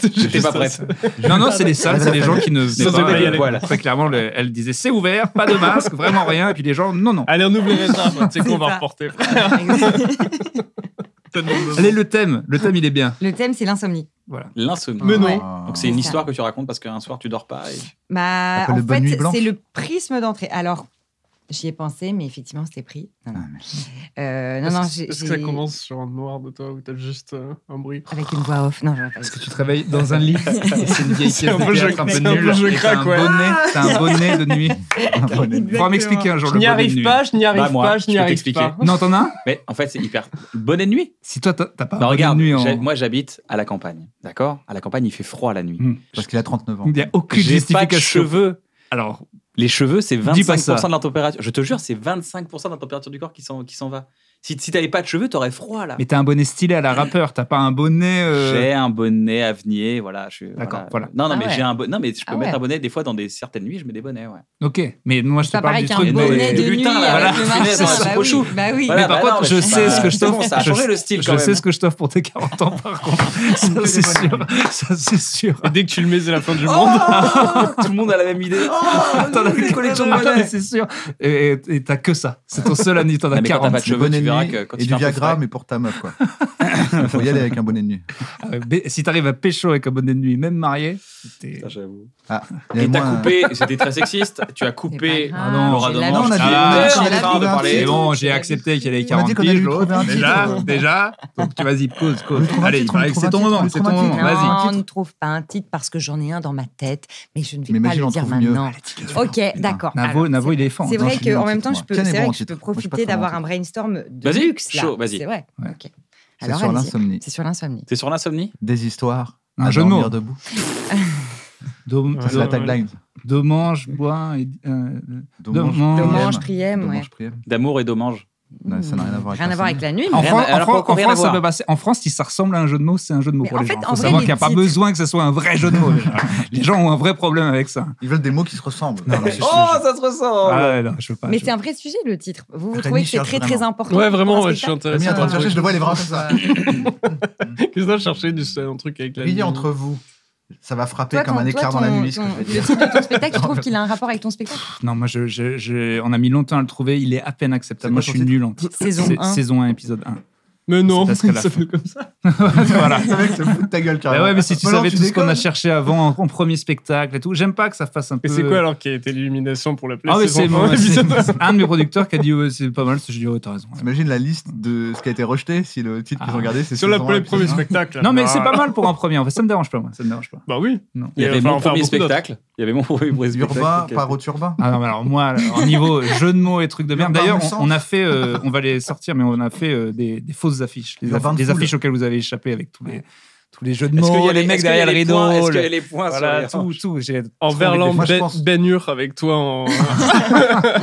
[SPEAKER 1] J'étais pas prête.
[SPEAKER 4] Non, non, c'est les salles, c'est les gens qui ne venaient
[SPEAKER 6] Sans
[SPEAKER 4] pas.
[SPEAKER 6] aimer,
[SPEAKER 4] Euh,
[SPEAKER 6] allez.
[SPEAKER 4] voilà. Très clairement, le- elle disait c'est ouvert, pas de masque, vraiment rien. Et puis les gens, non, non.
[SPEAKER 6] Allez, on oublie les arbres, c'est qu'on
[SPEAKER 5] C'est
[SPEAKER 6] va
[SPEAKER 5] ça.
[SPEAKER 6] reporter.
[SPEAKER 4] Allez, le thème, le thème, il est bien. Ah.
[SPEAKER 5] le thème, c'est l'insomnie.
[SPEAKER 4] Voilà.
[SPEAKER 1] L'insomnie.
[SPEAKER 6] Mais non.
[SPEAKER 1] Donc c'est une
[SPEAKER 5] C'est ça.
[SPEAKER 1] histoire que tu racontes parce qu'un soir tu dors pas. et-
[SPEAKER 5] Bah,
[SPEAKER 2] Appelle
[SPEAKER 5] en
[SPEAKER 2] le Bonne Nuit
[SPEAKER 5] fait,
[SPEAKER 2] Blanche.
[SPEAKER 5] c'est le prisme d'entrée. Alors, j'y ai pensé, mais effectivement, c'était pris. Non, non. Euh, non, non,
[SPEAKER 6] Est-ce
[SPEAKER 5] j'ai-
[SPEAKER 6] est-ce que ça
[SPEAKER 5] j'ai-
[SPEAKER 6] commence sur un noir de toi ou t'as juste euh, un bruit
[SPEAKER 5] avec une voix off. Non, je
[SPEAKER 4] Parce que tu travailles dans un lit. et C'est une vieille
[SPEAKER 6] C'est
[SPEAKER 4] pièce
[SPEAKER 6] un
[SPEAKER 4] de
[SPEAKER 6] peu
[SPEAKER 4] théâtre
[SPEAKER 6] je-
[SPEAKER 4] un peu
[SPEAKER 6] c'est un peu Ah.
[SPEAKER 4] nulle.
[SPEAKER 6] je
[SPEAKER 4] et t'as
[SPEAKER 6] craque,
[SPEAKER 4] un
[SPEAKER 6] ouais.
[SPEAKER 4] bonnet, t'as un bonnet de nuit.
[SPEAKER 2] prête.
[SPEAKER 4] Faudra m'expliquer un jour.
[SPEAKER 6] Je
[SPEAKER 4] le
[SPEAKER 6] n'y
[SPEAKER 4] bonnet de
[SPEAKER 6] arrive
[SPEAKER 4] nuit.
[SPEAKER 6] pas, je n'y arrive
[SPEAKER 1] Bah, moi,
[SPEAKER 6] pas, je
[SPEAKER 1] je
[SPEAKER 6] n'y
[SPEAKER 1] peux
[SPEAKER 6] arrive
[SPEAKER 1] t'expliquer.
[SPEAKER 6] pas.
[SPEAKER 4] Non, t'en as un
[SPEAKER 1] Mais en fait, c'est hyper. Bonne nuit.
[SPEAKER 4] Si toi, t'as t'as pas
[SPEAKER 1] Bah,
[SPEAKER 4] bonne
[SPEAKER 1] regarde,
[SPEAKER 4] nuit en...
[SPEAKER 1] j'ai- moi j'habite à la campagne, d'accord À la campagne, il fait froid la nuit.
[SPEAKER 4] Mm.
[SPEAKER 2] Parce qu'il a 39 ans.
[SPEAKER 4] il n'y a aucune
[SPEAKER 1] J'ai pas de
[SPEAKER 4] justification.
[SPEAKER 1] cheveux.
[SPEAKER 4] Alors,
[SPEAKER 1] Les cheveux, c'est
[SPEAKER 4] Dis pas ça.
[SPEAKER 1] 25% de la température. Je te jure, c'est 25% de la température du corps qui s'en qui s'en va. Si, si t'avais pas de cheveux, t'aurais froid là.
[SPEAKER 4] mais t'as un bonnet stylé à la rappeur, t'as pas un bonnet. euh,
[SPEAKER 1] J'ai un bonnet à venir, voilà. je suis-
[SPEAKER 4] D'accord, voilà.
[SPEAKER 1] Non, non,
[SPEAKER 5] Ah
[SPEAKER 1] mais
[SPEAKER 5] ouais.
[SPEAKER 1] j'ai un bonnet. Non, mais je peux
[SPEAKER 5] Ah
[SPEAKER 1] mettre
[SPEAKER 5] ouais.
[SPEAKER 1] un bonnet des fois dans des certaines nuits, je mets des bonnets, ouais.
[SPEAKER 4] Ok, mais moi je te
[SPEAKER 5] pas
[SPEAKER 4] parle
[SPEAKER 5] pareil
[SPEAKER 4] du
[SPEAKER 5] qu'un
[SPEAKER 4] truc.
[SPEAKER 1] bonnet
[SPEAKER 5] bonnet
[SPEAKER 1] de
[SPEAKER 5] de
[SPEAKER 1] lutin,
[SPEAKER 5] nuit
[SPEAKER 1] là, voilà,
[SPEAKER 5] avec le
[SPEAKER 1] punaise,
[SPEAKER 5] marchand.
[SPEAKER 1] ouais, c'est
[SPEAKER 5] Bah
[SPEAKER 1] trop
[SPEAKER 5] oui,
[SPEAKER 1] chaud.
[SPEAKER 5] Bah oui.
[SPEAKER 1] Voilà,
[SPEAKER 4] mais par
[SPEAKER 1] bah
[SPEAKER 4] contre,
[SPEAKER 1] non, mais
[SPEAKER 4] je
[SPEAKER 1] c'est
[SPEAKER 4] sais
[SPEAKER 1] pas-
[SPEAKER 4] ce que je
[SPEAKER 1] c'est bon,
[SPEAKER 4] t'offre.
[SPEAKER 1] ça a changé
[SPEAKER 4] Je-
[SPEAKER 1] le style
[SPEAKER 4] Je
[SPEAKER 1] quand
[SPEAKER 4] sais
[SPEAKER 1] même.
[SPEAKER 4] ce que je t'offre pour tes 40 ans, par contre. ça, c'est sûr. Ça, c'est sûr.
[SPEAKER 6] Et dès que tu le mets, c'est la fin du
[SPEAKER 1] Oh
[SPEAKER 6] monde.
[SPEAKER 1] Tout le monde a la même
[SPEAKER 5] Oh,
[SPEAKER 1] idée.
[SPEAKER 4] T'en as une collection de bonnets, c'est sûr. Et et- et t'as que ça. C'est ton seul ami, t'en
[SPEAKER 1] Ah,
[SPEAKER 4] as
[SPEAKER 1] mais quand t'as
[SPEAKER 4] 40.
[SPEAKER 1] pas de cheveux,
[SPEAKER 2] bonnet
[SPEAKER 1] tu
[SPEAKER 2] de
[SPEAKER 1] verras
[SPEAKER 2] nuit
[SPEAKER 1] que quand
[SPEAKER 2] et
[SPEAKER 1] il
[SPEAKER 2] du
[SPEAKER 1] fait un peu
[SPEAKER 2] Viagra,
[SPEAKER 1] froid-
[SPEAKER 2] mais pour ta meuf, quoi. Faut y aller avec un bonnet de nuit.
[SPEAKER 4] Ah ouais, mais Si t'arrives à pécho avec un bonnet de nuit, même marié, t'es-
[SPEAKER 1] Putain, j'avoue.
[SPEAKER 2] Ah, il y avait
[SPEAKER 1] Et t'as
[SPEAKER 2] moins-
[SPEAKER 1] coupé, c'était très sexiste, tu as coupé
[SPEAKER 5] C'est pas
[SPEAKER 4] Ah
[SPEAKER 5] grave,
[SPEAKER 1] non, Laura
[SPEAKER 5] j'ai la
[SPEAKER 1] Domange.
[SPEAKER 2] vie. Non, on a dit-
[SPEAKER 1] Ah,
[SPEAKER 2] on a
[SPEAKER 1] j'ai
[SPEAKER 2] dit-
[SPEAKER 1] pas
[SPEAKER 2] on a
[SPEAKER 1] de
[SPEAKER 2] dit-
[SPEAKER 1] parler.
[SPEAKER 4] Mais
[SPEAKER 2] Et
[SPEAKER 4] bon, j'ai accepté qu'elle ait
[SPEAKER 2] On a
[SPEAKER 4] 40
[SPEAKER 2] dit qu'on allait lui
[SPEAKER 4] piges,
[SPEAKER 2] trouver un titre.
[SPEAKER 4] déjà, déjà. Donc tu vas-y, pause,
[SPEAKER 2] On lui
[SPEAKER 4] pause.
[SPEAKER 2] trouve un
[SPEAKER 4] Allez,
[SPEAKER 2] titre, on lui
[SPEAKER 4] Alex,
[SPEAKER 2] trouve
[SPEAKER 4] c'est
[SPEAKER 2] un
[SPEAKER 4] ton
[SPEAKER 2] titre, on
[SPEAKER 4] moment,
[SPEAKER 2] lui
[SPEAKER 4] c'est
[SPEAKER 2] trouve
[SPEAKER 4] ton
[SPEAKER 2] un
[SPEAKER 4] moment.
[SPEAKER 2] titre.
[SPEAKER 4] Vas-y.
[SPEAKER 5] Non,
[SPEAKER 2] Vas-y.
[SPEAKER 5] on ne trouve pas un titre parce que j'en ai un dans ma tête, mais je ne vais
[SPEAKER 2] Mais
[SPEAKER 5] pas
[SPEAKER 2] imagine,
[SPEAKER 5] le
[SPEAKER 2] on
[SPEAKER 5] dire
[SPEAKER 2] trouve mieux.
[SPEAKER 5] maintenant. Ok,
[SPEAKER 2] putain.
[SPEAKER 5] d'accord.
[SPEAKER 4] Navo,
[SPEAKER 5] Alors,
[SPEAKER 4] Navo,
[SPEAKER 5] c'est-
[SPEAKER 4] il est fort.
[SPEAKER 5] C'est
[SPEAKER 2] Non,
[SPEAKER 5] vrai
[SPEAKER 2] je suis nul en
[SPEAKER 5] qu'en même
[SPEAKER 2] titre,
[SPEAKER 5] temps,
[SPEAKER 2] moi.
[SPEAKER 5] je peux,
[SPEAKER 2] Ken est
[SPEAKER 5] c'est
[SPEAKER 2] bon
[SPEAKER 5] vrai
[SPEAKER 2] en
[SPEAKER 5] que je peux
[SPEAKER 2] titre. Moi, je suis pas
[SPEAKER 5] profiter
[SPEAKER 2] très bon en
[SPEAKER 5] d'avoir un brainstorm de
[SPEAKER 1] Vas-y,
[SPEAKER 5] luxe. là.
[SPEAKER 1] chaud, vas-y.
[SPEAKER 5] C'est vrai. Ok.
[SPEAKER 2] C'est
[SPEAKER 5] Alors,
[SPEAKER 2] sur
[SPEAKER 5] allez-y.
[SPEAKER 2] l'insomnie.
[SPEAKER 5] C'est sur l'insomnie.
[SPEAKER 1] T'es sur l'insomnie
[SPEAKER 2] Des histoires.
[SPEAKER 4] Un
[SPEAKER 2] à
[SPEAKER 4] jeu de mots.
[SPEAKER 2] dormir debout.
[SPEAKER 4] Dom-
[SPEAKER 6] Ouais.
[SPEAKER 2] Ça, C'est la
[SPEAKER 6] Ouais.
[SPEAKER 2] tagline.
[SPEAKER 4] Domange, bois et. euh,
[SPEAKER 2] Domange,
[SPEAKER 4] Domange,
[SPEAKER 5] Domange,
[SPEAKER 2] prième.
[SPEAKER 5] prième, ouais.
[SPEAKER 2] Domange, prième.
[SPEAKER 1] D'amour et d'hommage.
[SPEAKER 2] Non, ça n'a rien à voir avec
[SPEAKER 5] Rien à voir avec
[SPEAKER 2] l'insomnie.
[SPEAKER 5] la nuit.
[SPEAKER 4] En,
[SPEAKER 5] mais-
[SPEAKER 1] Rien
[SPEAKER 4] Fran-
[SPEAKER 1] à-
[SPEAKER 4] en
[SPEAKER 1] alors,
[SPEAKER 4] Fran-
[SPEAKER 1] pourquoi
[SPEAKER 4] en
[SPEAKER 1] rien à
[SPEAKER 4] France, ça
[SPEAKER 1] voir
[SPEAKER 4] peut passer. En France, si ça ressemble à un jeu de mots, c'est un jeu de mots
[SPEAKER 5] Mais
[SPEAKER 4] pour
[SPEAKER 5] en
[SPEAKER 4] les
[SPEAKER 5] fait,
[SPEAKER 4] gens.
[SPEAKER 5] en
[SPEAKER 4] faut
[SPEAKER 5] vrai,
[SPEAKER 4] savoir
[SPEAKER 5] les
[SPEAKER 4] qu'il n'y a pas
[SPEAKER 5] titres-
[SPEAKER 4] besoin que ce soit un vrai jeu de mots. déjà. les gens ont un vrai problème avec ça.
[SPEAKER 2] Ils veulent des mots qui se ressemblent. Non, mais c'est-
[SPEAKER 1] ça se ressent
[SPEAKER 4] Ah ouais, non, je veux pas.
[SPEAKER 5] Mais
[SPEAKER 4] je-
[SPEAKER 5] c'est un vrai sujet, le titre. Vous, vous
[SPEAKER 2] Rémi
[SPEAKER 5] trouvez que c'est
[SPEAKER 2] cherche
[SPEAKER 5] très, très
[SPEAKER 2] vraiment.
[SPEAKER 5] important
[SPEAKER 6] Ouais, vraiment,
[SPEAKER 5] pour un
[SPEAKER 6] ouais, je suis
[SPEAKER 5] spectacle
[SPEAKER 2] Rémi est
[SPEAKER 6] intéressé
[SPEAKER 2] en
[SPEAKER 6] par
[SPEAKER 2] train
[SPEAKER 6] le
[SPEAKER 2] de chercher, je le vois, il est vraiment comme ça.
[SPEAKER 6] truc. Qu'est-ce que je cherchais du- un truc avec la
[SPEAKER 2] Qui est
[SPEAKER 6] nuit
[SPEAKER 2] entre vous ça va frapper
[SPEAKER 5] Toi,
[SPEAKER 2] comme
[SPEAKER 5] ton-
[SPEAKER 2] un éclair
[SPEAKER 5] toi,
[SPEAKER 2] dans la
[SPEAKER 5] ton-
[SPEAKER 2] nuit, ce que
[SPEAKER 5] ton-
[SPEAKER 2] je vais
[SPEAKER 5] Le
[SPEAKER 2] dire.
[SPEAKER 5] titre de ton spectacle, tu trouves qu'il a un rapport avec ton spectacle
[SPEAKER 4] Non, moi, je, je- je- on a mis longtemps à le trouver. Il est à peine acceptable. Moi,
[SPEAKER 2] C'est
[SPEAKER 4] je
[SPEAKER 2] quoi
[SPEAKER 4] suis
[SPEAKER 2] ton
[SPEAKER 4] nul en titre.
[SPEAKER 5] Saison
[SPEAKER 4] C'est-
[SPEAKER 5] 1.
[SPEAKER 4] Saison 1, épisode 1.
[SPEAKER 6] Mais non,
[SPEAKER 4] parce qu'à la
[SPEAKER 6] ça
[SPEAKER 4] fin.
[SPEAKER 6] fait comme ça.
[SPEAKER 4] voilà.
[SPEAKER 2] Le mec se fout de ta gueule,
[SPEAKER 4] Bah
[SPEAKER 2] carrément.
[SPEAKER 4] ouais, mais si tu
[SPEAKER 2] Bon, alors,
[SPEAKER 4] savais tout ce qu'on a
[SPEAKER 2] déconnes.
[SPEAKER 4] cherché avant, en, en premier spectacle et tout, j'aime pas que ça fasse un peu.
[SPEAKER 6] Et c'est quoi alors qui a été l'illumination pour la
[SPEAKER 4] Ah oui,
[SPEAKER 6] PlayStation
[SPEAKER 4] c'est
[SPEAKER 6] saison
[SPEAKER 4] moi,
[SPEAKER 6] épisode
[SPEAKER 4] c'est- un de mes producteurs qui a dit ouais, c'est pas mal, je dis ouais, t'as raison.
[SPEAKER 2] T'imagines la liste de ce qui a été rejeté si le titre qu'ils
[SPEAKER 4] Ah.
[SPEAKER 2] ont hein. Ah. gardé, c'est
[SPEAKER 6] Sur la
[SPEAKER 2] saison
[SPEAKER 6] pour les
[SPEAKER 2] un,
[SPEAKER 6] premiers
[SPEAKER 2] épisode un.
[SPEAKER 6] spectacles.
[SPEAKER 4] Non mais c'est pas
[SPEAKER 6] Bah,
[SPEAKER 4] mal pour un premier. En fait, ça me dérange pas moi, ça me dérange pas.
[SPEAKER 6] Bah oui.
[SPEAKER 4] Non.
[SPEAKER 1] Il
[SPEAKER 6] Il
[SPEAKER 1] y
[SPEAKER 6] va
[SPEAKER 1] avait
[SPEAKER 6] falloir
[SPEAKER 1] mon
[SPEAKER 6] en faire
[SPEAKER 1] premier
[SPEAKER 6] beaucoup d'autres.
[SPEAKER 1] spectacle. Il y avait mon premier spectacle.
[SPEAKER 2] Urbain
[SPEAKER 1] qui a-
[SPEAKER 2] par Auturbain.
[SPEAKER 4] Ah non, mais alors moi, alors, au niveau jeu de mots et trucs de merde,
[SPEAKER 2] Urbain
[SPEAKER 4] d'ailleurs,
[SPEAKER 2] Moussant.
[SPEAKER 4] on, on a fait, euh, on va les sortir, mais on a fait euh, des, des fausses affiches, des,
[SPEAKER 2] Urbain
[SPEAKER 4] aff-
[SPEAKER 2] de
[SPEAKER 4] des
[SPEAKER 2] foule.
[SPEAKER 4] affiches auxquelles vous avez échappé avec tous les, tous les jeux de mots.
[SPEAKER 1] Est-ce qu'il y a les mecs
[SPEAKER 4] est-ce qu'il y a
[SPEAKER 1] derrière le
[SPEAKER 4] les
[SPEAKER 1] rideau
[SPEAKER 4] points,
[SPEAKER 1] Est-ce
[SPEAKER 4] le-
[SPEAKER 1] qu'il y a les points
[SPEAKER 4] Voilà,
[SPEAKER 1] sur
[SPEAKER 4] tout, tout. j'ai trop
[SPEAKER 6] En
[SPEAKER 4] envie de-
[SPEAKER 6] verlan
[SPEAKER 2] Moi, je
[SPEAKER 6] Ben-
[SPEAKER 2] pense-
[SPEAKER 6] Benhur avec toi en,
[SPEAKER 2] Moi,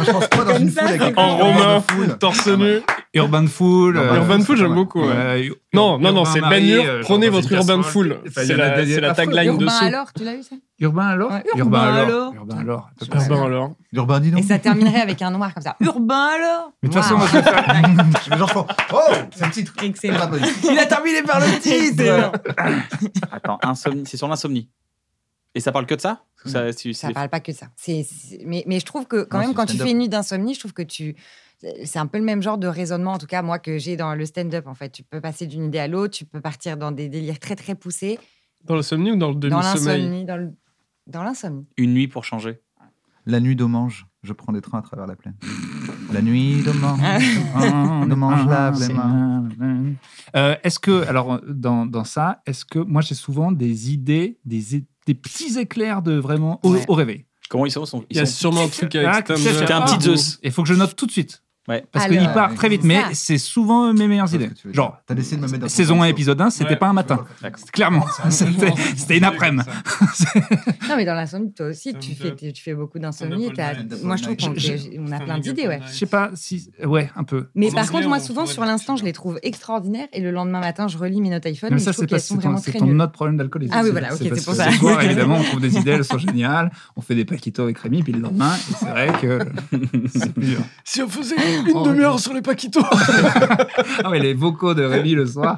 [SPEAKER 2] je pense pas dans
[SPEAKER 5] Comme
[SPEAKER 2] une
[SPEAKER 5] ça,
[SPEAKER 2] foule avec
[SPEAKER 5] c'est
[SPEAKER 2] un
[SPEAKER 6] en
[SPEAKER 5] En
[SPEAKER 6] romain,
[SPEAKER 2] de foule.
[SPEAKER 6] torse nu.
[SPEAKER 4] Ah, Urban Euh, de Fool.
[SPEAKER 2] Urban
[SPEAKER 6] Urban Fool, j'aime beaucoup, ouais. Non, non, non, c'est Ben Hur,
[SPEAKER 4] euh,
[SPEAKER 6] prenez votre urban fool. C'est la, c'est la tagline
[SPEAKER 5] Urbain
[SPEAKER 6] dessous.
[SPEAKER 5] alors, tu l'as eu ça
[SPEAKER 4] Urbain alors
[SPEAKER 5] Ouais,
[SPEAKER 4] Urbain
[SPEAKER 5] Urbain
[SPEAKER 4] alors
[SPEAKER 5] alors.
[SPEAKER 4] Urbain alors. à peu près.
[SPEAKER 6] Urbain alors.
[SPEAKER 2] Urbain, dis
[SPEAKER 5] Et
[SPEAKER 2] donc.
[SPEAKER 5] ça terminerait avec un noir comme ça. Urbain alors
[SPEAKER 4] Mais de toute façon,
[SPEAKER 5] Waouh.
[SPEAKER 4] moi, je vais faire-
[SPEAKER 2] Je vais genre faire, Oh, c'est le titre. C'est
[SPEAKER 5] Excellent.
[SPEAKER 2] pas bon.
[SPEAKER 7] Il a terminé par le titre
[SPEAKER 1] Attends, insomnie. C'est sur l'insomnie. Et ça parle que de ça Parce que ça, c'est-
[SPEAKER 5] Ça
[SPEAKER 1] c'est-
[SPEAKER 5] parle pas que de ça. C'est- c'est- mais, mais je trouve que quand
[SPEAKER 2] Non,
[SPEAKER 5] même,
[SPEAKER 2] c'est
[SPEAKER 5] quand tu
[SPEAKER 2] stand-up.
[SPEAKER 5] fais une nuit d'insomnie, je trouve que tu. C'est un peu le même genre de raisonnement, en tout cas, moi, que j'ai dans le stand-up. En fait, tu peux passer d'une idée à l'autre, tu peux partir dans des délires très, très poussés,
[SPEAKER 6] Dans l'insomnie ou dans le
[SPEAKER 5] dans
[SPEAKER 6] demi-sommeil
[SPEAKER 5] l'insomnie, dans le- dans l'insomnie.
[SPEAKER 1] une nuit pour changer.
[SPEAKER 2] La nuit d'Omange, je prends des trains à travers la plaine. La nuit d'Omange.
[SPEAKER 5] Ah.
[SPEAKER 2] On mange
[SPEAKER 4] Ah,
[SPEAKER 2] la flemme.
[SPEAKER 4] Euh, Est-ce que, alors, dans, dans ça, est-ce que moi j'ai souvent des idées, des, é- des petits éclairs de vraiment au,
[SPEAKER 5] Ouais.
[SPEAKER 4] au réveil
[SPEAKER 1] Comment ils sont, ils sont-
[SPEAKER 6] Il y a
[SPEAKER 1] ils sont-
[SPEAKER 6] sûrement un truc
[SPEAKER 4] Ah,
[SPEAKER 6] avec
[SPEAKER 4] tu sais,
[SPEAKER 1] C'était un
[SPEAKER 4] ah,
[SPEAKER 1] petit euh, Zeus.
[SPEAKER 4] Il faut que je note tout de suite.
[SPEAKER 1] Ouais.
[SPEAKER 4] Parce
[SPEAKER 5] Alors,
[SPEAKER 4] qu'il part très vite, mais
[SPEAKER 5] ça.
[SPEAKER 4] c'est souvent mes meilleures
[SPEAKER 2] Je vois ce
[SPEAKER 4] idées.
[SPEAKER 2] que tu veux dire.
[SPEAKER 4] Genre,
[SPEAKER 2] T'as essayé de me mettre dans ton
[SPEAKER 4] saison 1,
[SPEAKER 2] pancho.
[SPEAKER 4] épisode 1, c'était
[SPEAKER 6] Ouais.
[SPEAKER 4] pas un matin. C'était- Clairement, c'était c'était une après-midi.
[SPEAKER 5] Non, mais dans l'insomnie, toi aussi,
[SPEAKER 6] Ça
[SPEAKER 5] tu
[SPEAKER 6] me
[SPEAKER 5] fais,
[SPEAKER 6] donne-
[SPEAKER 5] tu fais beaucoup d'insomnie.
[SPEAKER 6] donne
[SPEAKER 5] t'as-
[SPEAKER 2] Paul Knight.
[SPEAKER 5] Moi, je trouve qu'on
[SPEAKER 4] Je-
[SPEAKER 5] on a plein d'idées, ouais.
[SPEAKER 4] Je sais pas si. Ouais, un peu.
[SPEAKER 5] Mais
[SPEAKER 6] On
[SPEAKER 5] par
[SPEAKER 6] en
[SPEAKER 5] contre,
[SPEAKER 6] vient,
[SPEAKER 5] moi,
[SPEAKER 6] on
[SPEAKER 5] souvent,
[SPEAKER 6] pourrait
[SPEAKER 5] sur
[SPEAKER 6] les
[SPEAKER 5] l'instant, je
[SPEAKER 6] sortir.
[SPEAKER 5] les trouve extraordinaires. Et le lendemain matin, je relis mes notes iPhone.
[SPEAKER 4] Non, mais
[SPEAKER 5] et
[SPEAKER 4] ça,
[SPEAKER 5] je trouve
[SPEAKER 4] c'est
[SPEAKER 5] qu'elles
[SPEAKER 4] pas-
[SPEAKER 5] sont
[SPEAKER 4] c'est ton,
[SPEAKER 5] vraiment
[SPEAKER 4] c'est
[SPEAKER 5] très
[SPEAKER 4] ton
[SPEAKER 5] nulles.
[SPEAKER 4] autre problème d'alcoolisme.
[SPEAKER 5] Ah oui,
[SPEAKER 4] C'est-
[SPEAKER 5] voilà, ok,
[SPEAKER 4] parce
[SPEAKER 5] c'est pour
[SPEAKER 4] que
[SPEAKER 5] ça.
[SPEAKER 4] ce soir, évidemment, on trouve des idées, elles sont géniales. On fait des paquitos avec Rémi, puis le lendemain, et c'est vrai que c'est plus dur.
[SPEAKER 6] Si on faisait une demi-heure sur les paquitos
[SPEAKER 4] Ah ouais, les vocaux de Rémi le soir.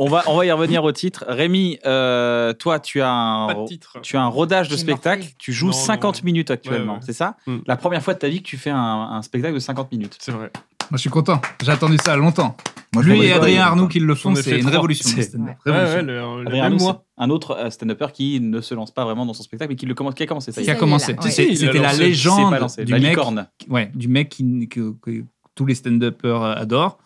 [SPEAKER 1] On va, on va y revenir au titre. Rémi, euh, toi, tu as
[SPEAKER 6] Pas de
[SPEAKER 1] un,
[SPEAKER 6] titre.
[SPEAKER 1] tu as un rodage de
[SPEAKER 5] J'ai
[SPEAKER 1] spectacle.
[SPEAKER 5] morflé.
[SPEAKER 1] Tu joues
[SPEAKER 6] Non, non,
[SPEAKER 1] 50
[SPEAKER 6] ouais.
[SPEAKER 1] minutes actuellement,
[SPEAKER 6] Ouais, ouais.
[SPEAKER 1] c'est ça
[SPEAKER 6] Hmm.
[SPEAKER 1] La première fois de ta vie que tu fais un, un spectacle de 50 minutes.
[SPEAKER 6] C'est vrai.
[SPEAKER 4] Moi, je suis content. J'ai attendu ça longtemps.
[SPEAKER 2] Moi, je
[SPEAKER 4] Lui
[SPEAKER 2] vois
[SPEAKER 4] et
[SPEAKER 2] les
[SPEAKER 4] Adrien
[SPEAKER 2] oreilles.
[SPEAKER 4] Arnoux qui le font,
[SPEAKER 6] J'en ai
[SPEAKER 4] c'est
[SPEAKER 6] fait
[SPEAKER 4] une
[SPEAKER 6] trois.
[SPEAKER 4] révolution.
[SPEAKER 1] C'est-
[SPEAKER 4] C'est une
[SPEAKER 5] Ouais.
[SPEAKER 6] Ouais,
[SPEAKER 4] révolution.
[SPEAKER 6] ouais, le, le
[SPEAKER 1] Adrien
[SPEAKER 6] même
[SPEAKER 1] Arnaud,
[SPEAKER 6] mois.
[SPEAKER 1] c'est Un autre euh, stand-upper qui ne se lance pas vraiment dans son spectacle, mais qui, le commence, qui a commencé. ça y
[SPEAKER 4] Qui
[SPEAKER 1] est.
[SPEAKER 4] a commencé.
[SPEAKER 5] Ouais.
[SPEAKER 4] Tu sais,
[SPEAKER 6] Si, il a
[SPEAKER 4] C'était la
[SPEAKER 1] Il
[SPEAKER 6] lancé,
[SPEAKER 1] s'est pas
[SPEAKER 4] légende
[SPEAKER 1] lancé,
[SPEAKER 4] du
[SPEAKER 1] la
[SPEAKER 4] mec,
[SPEAKER 1] licorne.
[SPEAKER 4] ouais, du mec qui, que, que tous les stand-uppers adorent.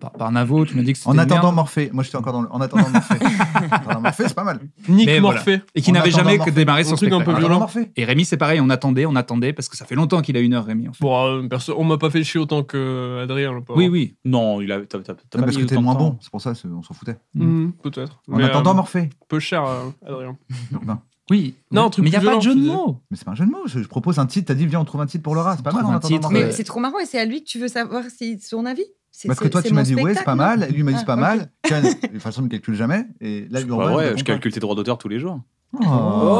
[SPEAKER 4] Par, par Navo, tu m'as dit que c'était
[SPEAKER 2] En
[SPEAKER 4] une
[SPEAKER 2] attendant
[SPEAKER 4] merde.
[SPEAKER 2] Morphée, moi j'étais encore dans le. En attendant Morphée. En attendant Morphée, c'est pas mal.
[SPEAKER 6] Nick
[SPEAKER 4] Mais voilà.
[SPEAKER 6] Morphée.
[SPEAKER 4] et qui
[SPEAKER 2] En
[SPEAKER 4] n'avait
[SPEAKER 2] attendant
[SPEAKER 4] jamais que
[SPEAKER 2] Morphée.
[SPEAKER 4] démarré son
[SPEAKER 6] Un truc un peu
[SPEAKER 4] spectacle.
[SPEAKER 2] En
[SPEAKER 6] violent.
[SPEAKER 2] attendant Morphée.
[SPEAKER 4] Et Rémi, c'est pareil, on attendait, on attendait, parce que ça fait longtemps qu'il a une heure, Rémi. en fait.
[SPEAKER 6] Bon, euh, perso, on m'a pas fait chier autant que Adrien, le pauvre.
[SPEAKER 4] Oui, oui.
[SPEAKER 1] Non, il a. t'as- t'as- t'as
[SPEAKER 2] Non,
[SPEAKER 1] pas
[SPEAKER 2] Ah,
[SPEAKER 1] mis
[SPEAKER 2] parce que t'es
[SPEAKER 1] autant de
[SPEAKER 2] moins
[SPEAKER 1] temps.
[SPEAKER 2] bon, c'est pour ça, c'est- on s'en foutait.
[SPEAKER 6] Hmm,
[SPEAKER 4] Mm.
[SPEAKER 6] Peut-être.
[SPEAKER 2] En
[SPEAKER 6] Mais,
[SPEAKER 2] attendant
[SPEAKER 6] euh,
[SPEAKER 2] Morphée,
[SPEAKER 6] peu cher, euh, Adrien.
[SPEAKER 2] Urbain.
[SPEAKER 4] Oui.
[SPEAKER 6] Non, un truc
[SPEAKER 4] mais il n'y a
[SPEAKER 6] plus
[SPEAKER 4] pas
[SPEAKER 6] violent,
[SPEAKER 4] de jeu
[SPEAKER 6] tu
[SPEAKER 4] de
[SPEAKER 6] disais.
[SPEAKER 4] mots.
[SPEAKER 2] Mais c'est pas un jeu de mots, je, je propose un titre, t'as dit viens on trouve un titre pour Laura, c'est pas mal
[SPEAKER 4] Trouve
[SPEAKER 2] en
[SPEAKER 4] un
[SPEAKER 2] attendant
[SPEAKER 4] titre,
[SPEAKER 2] Morphée.
[SPEAKER 5] Mais c'est trop marrant et c'est à lui que tu veux savoir si son avis. C'est-
[SPEAKER 4] Bah,
[SPEAKER 2] Parce que
[SPEAKER 5] c'est-
[SPEAKER 2] toi
[SPEAKER 5] c'est
[SPEAKER 2] tu m'as
[SPEAKER 5] mon
[SPEAKER 2] dit ouais c'est pas
[SPEAKER 5] spectacle,
[SPEAKER 2] mal, et lui m'a dit c'est pas
[SPEAKER 5] Ah,
[SPEAKER 2] mal, Tiens, de toute façon il ne calcule jamais, et
[SPEAKER 1] Bah
[SPEAKER 2] là Urbain. il
[SPEAKER 1] ouais,
[SPEAKER 2] répond
[SPEAKER 1] je
[SPEAKER 2] pas.
[SPEAKER 1] calcule tes droits d'auteur tous les jours.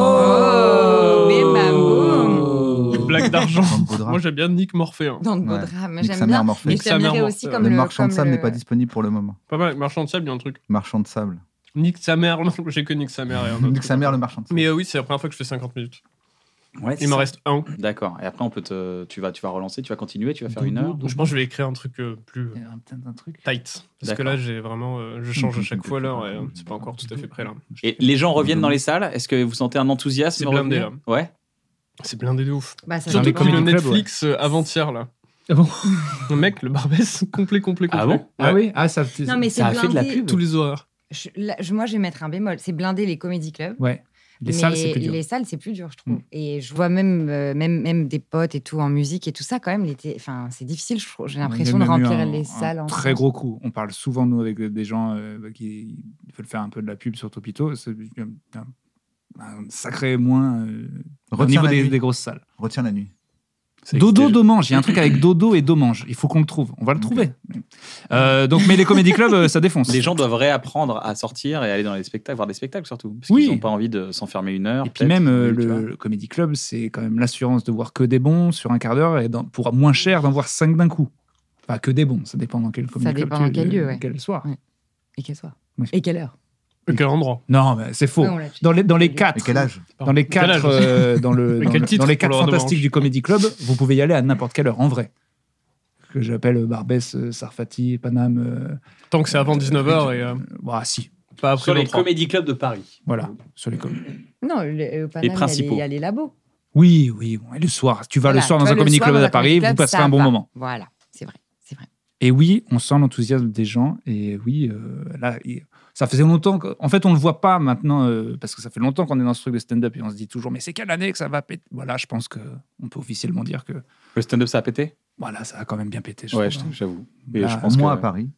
[SPEAKER 5] Oh, mais ma boum.
[SPEAKER 6] Blague d'argent.
[SPEAKER 2] Dans le beau drap.
[SPEAKER 6] Moi, j'aime bien Nick Morphée. hein.
[SPEAKER 5] Dans le beau
[SPEAKER 2] Ouais.
[SPEAKER 5] drame.
[SPEAKER 2] Nique sa
[SPEAKER 5] J'aime
[SPEAKER 2] mère
[SPEAKER 5] bien.
[SPEAKER 2] Morphée.
[SPEAKER 5] Mais
[SPEAKER 6] Nique sa mère
[SPEAKER 5] j'aimerais
[SPEAKER 6] Morphée.
[SPEAKER 5] aussi comme
[SPEAKER 2] Le
[SPEAKER 5] le.
[SPEAKER 2] marchand de
[SPEAKER 5] comme
[SPEAKER 2] sable
[SPEAKER 5] le-
[SPEAKER 2] n'est pas disponible pour le moment.
[SPEAKER 6] Pas mal. Marchand de sable, il y a un truc.
[SPEAKER 2] Marchand de sable.
[SPEAKER 6] Nick sa mère. Non, j'ai que Nick sa mère. et un autre.
[SPEAKER 2] Donc sa mère le marchand de sable.
[SPEAKER 6] Mais euh, oui, c'est la première fois que je fais 50 minutes.
[SPEAKER 1] Ouais, c'est
[SPEAKER 6] Il m'en
[SPEAKER 1] ça.
[SPEAKER 6] reste un.
[SPEAKER 1] D'accord. Et après, on peut te, tu vas, tu vas relancer, tu vas continuer, tu vas faire une heure.
[SPEAKER 6] Je pense que je vais écrire un truc euh, plus euh,
[SPEAKER 4] Un truc.
[SPEAKER 6] tight. Parce que
[SPEAKER 1] D'accord.
[SPEAKER 6] là, j'ai vraiment. euh, je change à chaque fois l'heure et euh, c'est pas encore tout à fait prêt là.
[SPEAKER 1] Et les gens reviennent dans les salles. Est-ce que vous sentez un enthousiasme
[SPEAKER 6] C'est
[SPEAKER 1] de
[SPEAKER 6] blindé,
[SPEAKER 1] revenir Ouais.
[SPEAKER 6] C'est blindé de ouf.
[SPEAKER 5] Bah, ça
[SPEAKER 4] Dans
[SPEAKER 6] Surtout
[SPEAKER 4] les
[SPEAKER 6] que le
[SPEAKER 4] comedy clubs,
[SPEAKER 6] Netflix euh, avant-hier là.
[SPEAKER 4] Ah bon
[SPEAKER 6] Le mec, le barbès, complet, complet, complet.
[SPEAKER 1] Ah bon
[SPEAKER 4] Ah oui, ah, ça,
[SPEAKER 5] Non, mais
[SPEAKER 4] ça
[SPEAKER 5] c'est
[SPEAKER 4] a fait de la
[SPEAKER 5] blindé.
[SPEAKER 4] pub.
[SPEAKER 6] Tous les horaires.
[SPEAKER 5] Je- là, je- moi, je vais mettre un bémol. C'est blinder les comédie clubs.
[SPEAKER 4] Ouais. Les
[SPEAKER 5] mais
[SPEAKER 4] salles, c'est plus dur.
[SPEAKER 5] Les salles, c'est plus dur, je trouve.
[SPEAKER 4] Mm.
[SPEAKER 5] Et je vois même, euh, même, même des potes et tout en musique et tout ça, quand même. les té- Enfin, c'est difficile, je trouve. J'ai l'impression
[SPEAKER 4] Il y
[SPEAKER 5] de
[SPEAKER 4] a même eu
[SPEAKER 5] remplir
[SPEAKER 4] un-
[SPEAKER 5] les
[SPEAKER 4] un
[SPEAKER 5] salles. en
[SPEAKER 4] Très
[SPEAKER 5] France.
[SPEAKER 4] gros coup. On parle souvent, nous, avec des gens euh, qui veulent faire un peu de la pub sur Topito. C'est un, un sacré moins euh, au
[SPEAKER 2] Retiens
[SPEAKER 4] niveau
[SPEAKER 2] la
[SPEAKER 4] des,
[SPEAKER 2] nuit.
[SPEAKER 4] des grosses salles.
[SPEAKER 2] Retiens la nuit.
[SPEAKER 4] Dodo Domange, il y a un truc avec Dodo et Domange. Il faut qu'on le trouve. On va le
[SPEAKER 2] Ok.
[SPEAKER 4] trouver. Euh, donc, mais les comédie clubs, euh, ça défonce.
[SPEAKER 1] Les gens doivent réapprendre à sortir et aller dans les spectacles, voir des spectacles surtout. Parce
[SPEAKER 4] Oui.
[SPEAKER 1] qu'ils n'ont pas envie de s'enfermer une heure.
[SPEAKER 4] Et puis
[SPEAKER 1] peut-être,
[SPEAKER 4] même euh,
[SPEAKER 1] tu vois.
[SPEAKER 4] le, le comedy club, c'est quand même l'assurance de voir que des bons sur un quart d'heure et dans- pour moins cher d'en voir cinq d'un coup. Enfin, que des bons, ça dépend dans quel comedy club.
[SPEAKER 5] dépend
[SPEAKER 4] tu-
[SPEAKER 5] dans quel lieu,
[SPEAKER 4] euh,
[SPEAKER 5] ouais.
[SPEAKER 4] Quel soir.
[SPEAKER 5] Et quelle soir
[SPEAKER 4] Oui.
[SPEAKER 5] Et quelle heure
[SPEAKER 6] À quel endroit
[SPEAKER 4] Non, mais c'est faux.
[SPEAKER 5] Oui, on l'a tué.
[SPEAKER 4] dans les, dans les
[SPEAKER 5] Mais
[SPEAKER 4] quatre,
[SPEAKER 2] Mais quel âge
[SPEAKER 4] dans les
[SPEAKER 6] Quel âge
[SPEAKER 4] quatre, euh, dans le,
[SPEAKER 6] Mais
[SPEAKER 4] dans,
[SPEAKER 6] quel
[SPEAKER 4] le-
[SPEAKER 6] titre
[SPEAKER 4] dans les
[SPEAKER 6] pour
[SPEAKER 4] quatre
[SPEAKER 6] l'heure de
[SPEAKER 4] fantastiques
[SPEAKER 6] manche
[SPEAKER 4] du Comedy Club, vous pouvez y aller à n'importe quelle heure en vrai. Que j'appelle Barbès, euh, Sarfati, Paname. euh,
[SPEAKER 6] Tant que c'est avant 19h et euh,
[SPEAKER 4] Bah, si,
[SPEAKER 6] pas après
[SPEAKER 1] Sur les
[SPEAKER 6] 23.
[SPEAKER 1] comédie clubs de Paris.
[SPEAKER 4] voilà, sur les com-
[SPEAKER 5] Non, le, au Paname, il y a les-
[SPEAKER 1] principaux.
[SPEAKER 5] il y a les labos.
[SPEAKER 4] Oui, oui, bon, et le soir, tu vas
[SPEAKER 5] Voilà,
[SPEAKER 4] le soir
[SPEAKER 5] tu
[SPEAKER 4] dans
[SPEAKER 5] vois,
[SPEAKER 4] un Comedy
[SPEAKER 5] soir
[SPEAKER 4] Club
[SPEAKER 5] dans
[SPEAKER 4] à Paris,
[SPEAKER 5] club,
[SPEAKER 4] vous passerez
[SPEAKER 5] ça
[SPEAKER 4] un bon
[SPEAKER 5] va.
[SPEAKER 4] moment.
[SPEAKER 5] Voilà, c'est vrai, c'est vrai.
[SPEAKER 4] Et oui, on sent l'enthousiasme des gens. Et oui, euh, là, il- ça faisait longtemps. que- En fait, on ne le voit pas maintenant, euh, parce que ça fait longtemps qu'on est dans ce truc de stand-up et on se dit toujours, mais c'est quelle année que ça va péter Voilà, je pense qu'on peut officiellement dire que
[SPEAKER 1] Le stand-up, ça a pété
[SPEAKER 4] voilà, ça a quand même bien pété. je
[SPEAKER 1] Ouais,
[SPEAKER 4] trouve, hein.
[SPEAKER 1] j'avoue. je
[SPEAKER 4] Bah,
[SPEAKER 1] pense
[SPEAKER 4] Parce
[SPEAKER 2] Moi
[SPEAKER 1] que-
[SPEAKER 2] à Paris.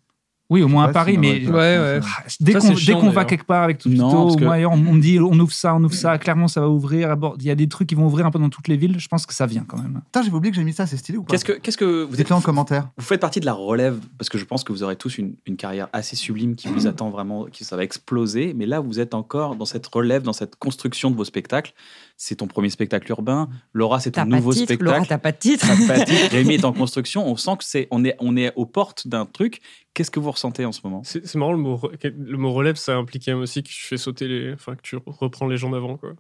[SPEAKER 4] Oui, au moins
[SPEAKER 2] Je
[SPEAKER 4] à
[SPEAKER 2] sais pas
[SPEAKER 4] Paris,
[SPEAKER 2] si
[SPEAKER 4] mais
[SPEAKER 2] on aurait
[SPEAKER 6] Ouais,
[SPEAKER 2] fait
[SPEAKER 6] ouais.
[SPEAKER 2] ça.
[SPEAKER 4] Ah, Dès
[SPEAKER 6] Ça,
[SPEAKER 4] qu'on
[SPEAKER 6] c'est chiant,
[SPEAKER 4] dès qu'on va
[SPEAKER 6] d'ailleurs.
[SPEAKER 4] quelque part avec tout
[SPEAKER 1] Non, parce
[SPEAKER 4] Pito,
[SPEAKER 1] que-
[SPEAKER 4] ou ailleurs, on on me dit on ouvre ça, on ouvre ça, clairement ça va ouvrir. à Bordeaux. Il y a des trucs qui vont ouvrir un peu dans toutes les villes. Je pense que ça vient quand même.
[SPEAKER 2] Putain, j'ai oublié que j'ai mis ça, c'est stylé ou pas
[SPEAKER 1] Qu'est-ce que, qu'est-ce que vous êtes
[SPEAKER 2] Dites-le en commentaire.
[SPEAKER 1] Vous faites partie de la relève parce que je pense que vous aurez tous une, une carrière assez sublime qui
[SPEAKER 5] Mmh.
[SPEAKER 1] vous attend vraiment, qui ça va exploser. Mais là, vous êtes encore dans cette relève, dans cette construction de vos spectacles. C'est ton premier spectacle urbain. Laura, c'est
[SPEAKER 5] T'as
[SPEAKER 1] ton
[SPEAKER 5] pas de
[SPEAKER 1] nouveau
[SPEAKER 5] titre, Laura,
[SPEAKER 1] spectacle.
[SPEAKER 5] t'as pas de titre.
[SPEAKER 1] T'as pas de titre. Rémi est en construction. On sent que c'est, on est, on est aux portes d'un truc. Qu'est-ce que vous ressentez en ce moment
[SPEAKER 6] C'est c'est marrant, le mot, re- le mot relève, ça implique quand même aussi que tu fais sauter les. Enfin, que tu reprends les gens d'avant, quoi.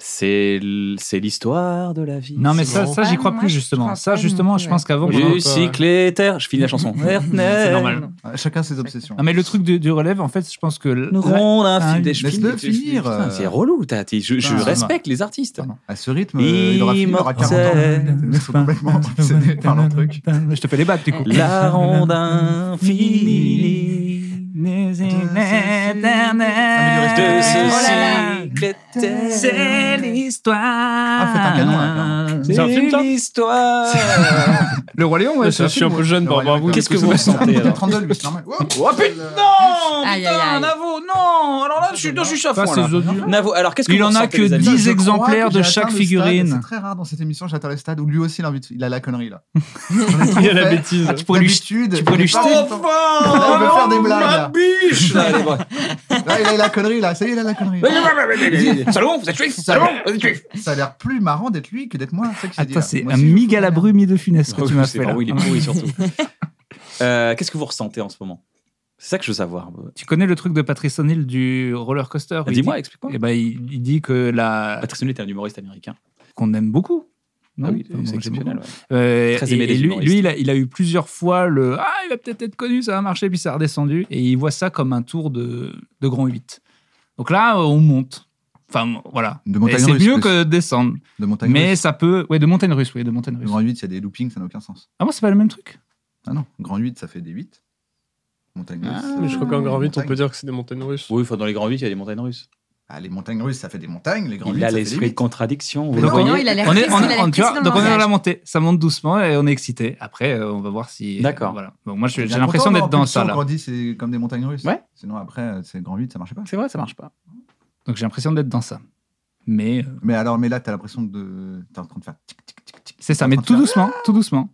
[SPEAKER 1] C'est, l- c'est l'histoire de la vie.
[SPEAKER 4] Non, mais
[SPEAKER 6] C'est
[SPEAKER 4] ça,
[SPEAKER 6] marrant.
[SPEAKER 4] ça j'y crois
[SPEAKER 5] Ouais, moi,
[SPEAKER 4] plus
[SPEAKER 5] je
[SPEAKER 4] justement.
[SPEAKER 5] crois
[SPEAKER 4] Ça,
[SPEAKER 5] pas non
[SPEAKER 4] justement,
[SPEAKER 5] plus,
[SPEAKER 4] je pense
[SPEAKER 5] ouais.
[SPEAKER 4] qu'avant. on en-
[SPEAKER 1] Bicyclétaire. Je finis la chanson.
[SPEAKER 4] C'est normal.
[SPEAKER 2] Euh, Chacun ses obsessions.
[SPEAKER 4] Non, Ah, mais le truc du, du relève, en fait, je pense que.
[SPEAKER 1] Nous
[SPEAKER 4] là-
[SPEAKER 1] rond un
[SPEAKER 4] Ah,
[SPEAKER 1] fil des
[SPEAKER 2] laisse-le
[SPEAKER 1] chemins.
[SPEAKER 2] finir.
[SPEAKER 1] Putain,
[SPEAKER 4] Euh,
[SPEAKER 1] C'est relou, Tati. Je, je
[SPEAKER 2] Putain,
[SPEAKER 1] respecte les artistes.
[SPEAKER 2] Pardon. À ce rythme, euh, il aura fini, il aura 40 ans.
[SPEAKER 1] Immortel.
[SPEAKER 2] Ils sont complètement obsédés par leur truc.
[SPEAKER 4] Je te fais les battes, du coup.
[SPEAKER 1] La ronde infinie de
[SPEAKER 5] là là.
[SPEAKER 1] ce cycle éternel.
[SPEAKER 4] C'est l'histoire.
[SPEAKER 2] Ah, faites un canon, là,
[SPEAKER 6] C'est un film, ça
[SPEAKER 1] l'histoire.
[SPEAKER 4] Le Roi Léon, ouais, hein.
[SPEAKER 6] Je suis un peu jeune
[SPEAKER 2] Le
[SPEAKER 6] par rapport à
[SPEAKER 2] Royaume
[SPEAKER 6] vous.
[SPEAKER 1] Qu'est-ce
[SPEAKER 2] Écossais.
[SPEAKER 1] que vous ressentez, alors
[SPEAKER 2] 32, lui, c'est normal. Oh,
[SPEAKER 1] Oh putain Non
[SPEAKER 5] Aïe, aïe,
[SPEAKER 1] Putain,
[SPEAKER 5] aïe.
[SPEAKER 1] Navo, non Alors là, je suis, non, je suis à
[SPEAKER 4] Ça,
[SPEAKER 1] fond,
[SPEAKER 4] c'est
[SPEAKER 1] là.
[SPEAKER 4] odieux.
[SPEAKER 1] Navo, alors qu'est-ce que
[SPEAKER 4] Il
[SPEAKER 1] vous
[SPEAKER 4] en a
[SPEAKER 1] ressentez,
[SPEAKER 4] que
[SPEAKER 1] les amis
[SPEAKER 4] 10
[SPEAKER 2] Je crois
[SPEAKER 4] exemplaires
[SPEAKER 2] que
[SPEAKER 4] de
[SPEAKER 2] j'ai
[SPEAKER 4] chaque
[SPEAKER 2] atteint le
[SPEAKER 4] figurine.
[SPEAKER 2] stade- C'est très rare dans cette émission, j'atteins le stade où lui aussi, il a envie de- il a la connerie, là.
[SPEAKER 6] Il y a la
[SPEAKER 1] Ah,
[SPEAKER 6] bêtise.
[SPEAKER 4] Tu pourrais lui jeter- tu pourrais lui jeter.
[SPEAKER 1] Enfin
[SPEAKER 2] On veut faire des blagues,
[SPEAKER 1] Ma
[SPEAKER 2] là.
[SPEAKER 1] biche Là, allez, bon.
[SPEAKER 2] Là, il a la connerie, là. Ça y est, il a la connerie.
[SPEAKER 1] Salomon, vous êtes juif
[SPEAKER 2] Ça-
[SPEAKER 1] Salomon, vous êtes juif
[SPEAKER 2] Ça a l'air plus marrant d'être lui que d'être moi. c'est ça que j'ai dit,
[SPEAKER 4] Attends,
[SPEAKER 2] là.
[SPEAKER 4] Ah, c'est
[SPEAKER 2] Moi
[SPEAKER 4] un
[SPEAKER 2] aussi, je hein.
[SPEAKER 4] mig à
[SPEAKER 2] trouve
[SPEAKER 4] la
[SPEAKER 2] que-
[SPEAKER 4] brumie de funeste que tu m'as
[SPEAKER 1] Ah C'est
[SPEAKER 4] fait
[SPEAKER 1] pas
[SPEAKER 4] là.
[SPEAKER 1] où il est pourri, surtout. Euh, Qu'est-ce que vous ressentez en ce moment C'est ça que je veux savoir.
[SPEAKER 4] Tu connais le truc de Patrice O'Neill du roller coaster où il
[SPEAKER 1] Dis-moi,
[SPEAKER 4] dit-
[SPEAKER 1] explique-moi.
[SPEAKER 4] Eh ben, il, il dit que la
[SPEAKER 1] Patrick O'Neill est un humoriste américain.
[SPEAKER 4] qu'on aime beaucoup. Non,
[SPEAKER 1] Ah oui,
[SPEAKER 4] Enfin, moi,
[SPEAKER 1] c'est
[SPEAKER 4] j'aime
[SPEAKER 1] exceptionnel.
[SPEAKER 4] beaucoup.
[SPEAKER 1] ouais.
[SPEAKER 4] Euh,
[SPEAKER 1] Très
[SPEAKER 4] et,
[SPEAKER 1] aimé des
[SPEAKER 4] et lui,
[SPEAKER 1] humoristes.
[SPEAKER 4] lui, il, a, il a eu plusieurs fois le ah il va peut-être être connu, ça va marcher, puis ça a redescendu. Et il voit ça comme un tour de, de grand 8. Donc là, on monte. Enfin voilà.
[SPEAKER 2] De
[SPEAKER 4] Et
[SPEAKER 2] montagne
[SPEAKER 4] c'est
[SPEAKER 2] russe.
[SPEAKER 4] mieux
[SPEAKER 2] plus.
[SPEAKER 4] que descendre.
[SPEAKER 2] De montagne
[SPEAKER 4] Mais
[SPEAKER 2] russe.
[SPEAKER 4] ça peut. Ouais, de montagne russe, oui, de montagne
[SPEAKER 2] Le
[SPEAKER 4] russe.
[SPEAKER 2] Grand 8, il y a des loopings, ça n'a aucun sens.
[SPEAKER 4] Ah, moi, c'est pas le même truc.
[SPEAKER 2] Ah non, Grand 8, ça fait des 8. Montagne russe. euh,
[SPEAKER 1] Ah,
[SPEAKER 2] ça
[SPEAKER 6] Je
[SPEAKER 2] fait
[SPEAKER 6] crois qu'en
[SPEAKER 2] des
[SPEAKER 6] grand 8, on
[SPEAKER 2] montagnes.
[SPEAKER 6] peut dire que c'est des montagnes russes.
[SPEAKER 1] Oui, enfin, dans les grands villes, il y a des montagnes russes.
[SPEAKER 2] Ah, les montagnes russes, ça fait des montagnes. Les Grands 8,
[SPEAKER 1] Il a
[SPEAKER 2] ça fait des
[SPEAKER 1] l'esprit de
[SPEAKER 2] 8.
[SPEAKER 1] contradiction. vous
[SPEAKER 2] Mais
[SPEAKER 1] le
[SPEAKER 4] on,
[SPEAKER 5] non,
[SPEAKER 1] voyez
[SPEAKER 5] il a l'air
[SPEAKER 4] on est,
[SPEAKER 5] triste,
[SPEAKER 4] on-
[SPEAKER 5] il a l'air
[SPEAKER 4] on- tu vois,
[SPEAKER 5] triste dans
[SPEAKER 4] donc on est
[SPEAKER 5] le
[SPEAKER 4] dans la
[SPEAKER 5] langage.
[SPEAKER 4] montée, ça monte doucement et on est excité. Après, euh, on va voir si.
[SPEAKER 1] D'accord.
[SPEAKER 4] Voilà. Bon, moi, je-
[SPEAKER 2] Il y
[SPEAKER 4] j'ai
[SPEAKER 2] a
[SPEAKER 4] l'impression
[SPEAKER 2] pourtant,
[SPEAKER 4] d'être
[SPEAKER 2] non,
[SPEAKER 4] dans
[SPEAKER 2] Pulsion,
[SPEAKER 4] ça là.
[SPEAKER 2] Grand 10, c'est comme des montagnes russes.
[SPEAKER 1] Ouais.
[SPEAKER 2] Sinon, après, euh, c'est Grand 8, ça marchait pas.
[SPEAKER 1] C'est vrai, ça marche pas.
[SPEAKER 4] Donc j'ai l'impression d'être dans ça. Mais euh,
[SPEAKER 2] Mais alors, mais là, t'as l'impression de. T'es en train de faire. tic, tic, tic, tic.
[SPEAKER 4] c'est ça, mais tout doucement, tout doucement.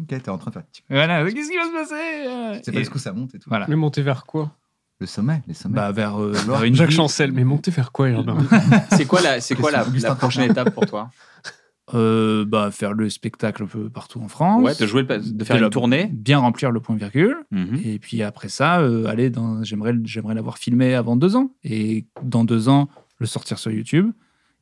[SPEAKER 2] Ok, t'es en train de faire. tic.
[SPEAKER 4] Voilà, qu'est-ce qui va se passer euh
[SPEAKER 2] Tu sais pas
[SPEAKER 4] Et-
[SPEAKER 2] jusqu'où ça monte et tout.
[SPEAKER 4] Voilà.
[SPEAKER 6] Mais monter vers quoi
[SPEAKER 2] Le sommet, les sommets.
[SPEAKER 4] Bah, vers, euh,
[SPEAKER 2] Alors,
[SPEAKER 4] vers une
[SPEAKER 6] Jacques
[SPEAKER 4] vie,
[SPEAKER 6] Chancel, mais monter vers quoi, Urbain
[SPEAKER 1] C'est quoi la, c'est quoi la,
[SPEAKER 2] Question, Augustin
[SPEAKER 1] la prochaine étape pour toi
[SPEAKER 4] euh, bah, faire le spectacle un peu partout en France.
[SPEAKER 1] Ouais, de jouer, le- de faire
[SPEAKER 4] De la-
[SPEAKER 1] une tournée.
[SPEAKER 4] Bien remplir le point virgule.
[SPEAKER 1] Mhm.
[SPEAKER 4] Et puis après ça, euh, aller dans. J'aimerais, j'aimerais l'avoir filmé avant deux ans. Et dans deux ans, le sortir sur YouTube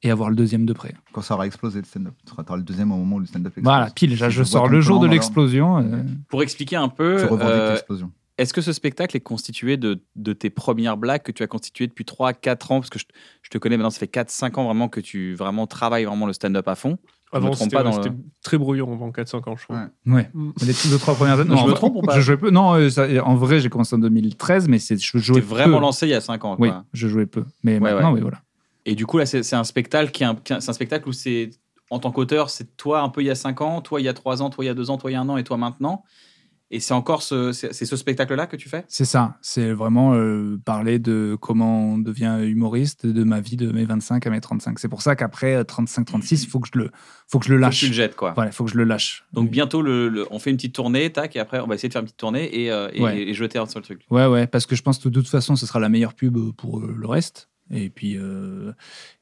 [SPEAKER 4] et avoir le deuxième de près.
[SPEAKER 2] Quand ça aura explosé le stand-up. Tu seras t'auras le deuxième au moment où le stand-up explose.
[SPEAKER 4] Voilà, pile. Je,
[SPEAKER 2] Si
[SPEAKER 4] je
[SPEAKER 2] tu vois
[SPEAKER 4] sors
[SPEAKER 2] ton
[SPEAKER 4] le jour
[SPEAKER 2] plan
[SPEAKER 4] de
[SPEAKER 2] dans
[SPEAKER 4] l'explosion. euh,
[SPEAKER 1] Pour expliquer un peu,
[SPEAKER 2] Tu revendiques
[SPEAKER 1] euh,
[SPEAKER 2] l'explosion.
[SPEAKER 1] est-ce que ce spectacle est constitué de, de tes premières blagues que tu as constituées depuis 3-4 ans Parce que je, je te connais maintenant, ça fait 4-5 ans vraiment que tu vraiment travailles vraiment le stand-up à fond.
[SPEAKER 6] Avant,
[SPEAKER 1] me trompe
[SPEAKER 6] c'était
[SPEAKER 1] pas dans
[SPEAKER 6] c'était très brouillon avant 4-5 ans, je trouve.
[SPEAKER 2] Ouais.
[SPEAKER 4] Ouais.
[SPEAKER 6] Mm.
[SPEAKER 4] Les deux, trois premières années.
[SPEAKER 1] Je
[SPEAKER 4] Non,
[SPEAKER 1] me
[SPEAKER 4] en-
[SPEAKER 1] trompe ou pas
[SPEAKER 4] je jouais peu. Non, euh, ça- en vrai, j'ai commencé en 2013, mais c'est, je
[SPEAKER 1] Tu
[SPEAKER 4] jouais
[SPEAKER 1] t'es vraiment
[SPEAKER 4] peu.
[SPEAKER 1] lancé il y a 5 ans.
[SPEAKER 4] Oui,
[SPEAKER 1] quoi.
[SPEAKER 4] je jouais peu. Mais
[SPEAKER 1] Ouais,
[SPEAKER 4] maintenant,
[SPEAKER 1] ouais.
[SPEAKER 4] oui, voilà.
[SPEAKER 1] Et du coup, là, c'est c'est un spectacle qui est un, qui est un- c'est un spectacle où c'est, en tant qu'auteur, c'est toi un peu il y a 5 ans, toi il y a 3 ans, toi il y a 2 ans, toi il y a 1 an et toi maintenant. Et c'est encore ce, c'est c'est ce spectacle-là que tu fais
[SPEAKER 4] C'est ça. C'est vraiment euh, parler de comment on devient humoriste, de ma vie de mes 25 à mes 35. C'est pour ça qu'après 35-36, il faut que je le, faut que Ah, je le
[SPEAKER 1] Faut que Tu
[SPEAKER 4] lâche.
[SPEAKER 1] le jettes, quoi.
[SPEAKER 4] Voilà, il faut que je le lâche.
[SPEAKER 1] Donc bientôt, le, le- on fait une petite tournée, tac, et après, on va essayer de faire une petite tournée et, euh, et,
[SPEAKER 4] Ouais.
[SPEAKER 1] et jeter un seul truc.
[SPEAKER 4] Ouais, ouais, parce que je pense que de toute façon, ce sera la meilleure pub pour euh, le reste. Et puis, euh,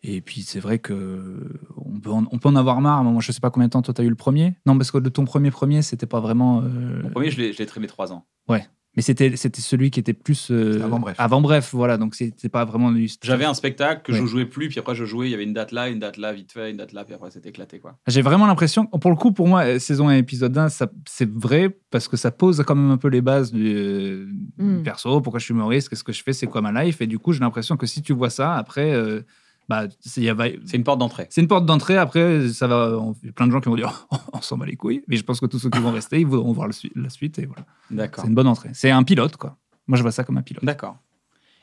[SPEAKER 4] et puis c'est vrai que on peut, en, on peut en avoir marre. Moi, je sais pas combien de temps toi t'as eu le premier. Non, parce que de ton premier premier, c'était pas vraiment. euh,
[SPEAKER 1] Mon premier, je l'ai je l'ai traîné trois ans.
[SPEAKER 4] Mais c'était c'était celui qui était plus euh,
[SPEAKER 2] Avant Bref.
[SPEAKER 4] Avant bref, voilà. Donc c'était pas vraiment du.
[SPEAKER 1] J'avais un spectacle que je
[SPEAKER 4] Ouais.
[SPEAKER 1] jouais plus, puis après je jouais, il y avait une date là, une date là, vite fait, une date là, puis après c'était éclaté quoi.
[SPEAKER 4] J'ai vraiment l'impression, pour le coup, pour moi, euh, saison 1, épisode 1, ça- c'est vrai parce que ça pose quand même un peu les bases du, euh, du
[SPEAKER 5] Mm.
[SPEAKER 4] perso. Pourquoi je suis humoriste Qu'est-ce que je fais C'est quoi ma life Et du coup, j'ai l'impression que si tu vois ça, après, euh, bah, c'est il y a va-
[SPEAKER 1] C'est une porte d'entrée.
[SPEAKER 4] c'est une porte d'entrée. Après, ça va. on- il y a plein de gens qui vont dire, Oh, on s'en bat les couilles. Mais je pense que tous ceux qui vont rester, ils vont voir le sui- la suite. Et voilà.
[SPEAKER 1] D'accord.
[SPEAKER 4] C'est une bonne entrée. C'est un pilote, quoi. Moi, je vois ça comme un pilote.
[SPEAKER 1] D'accord.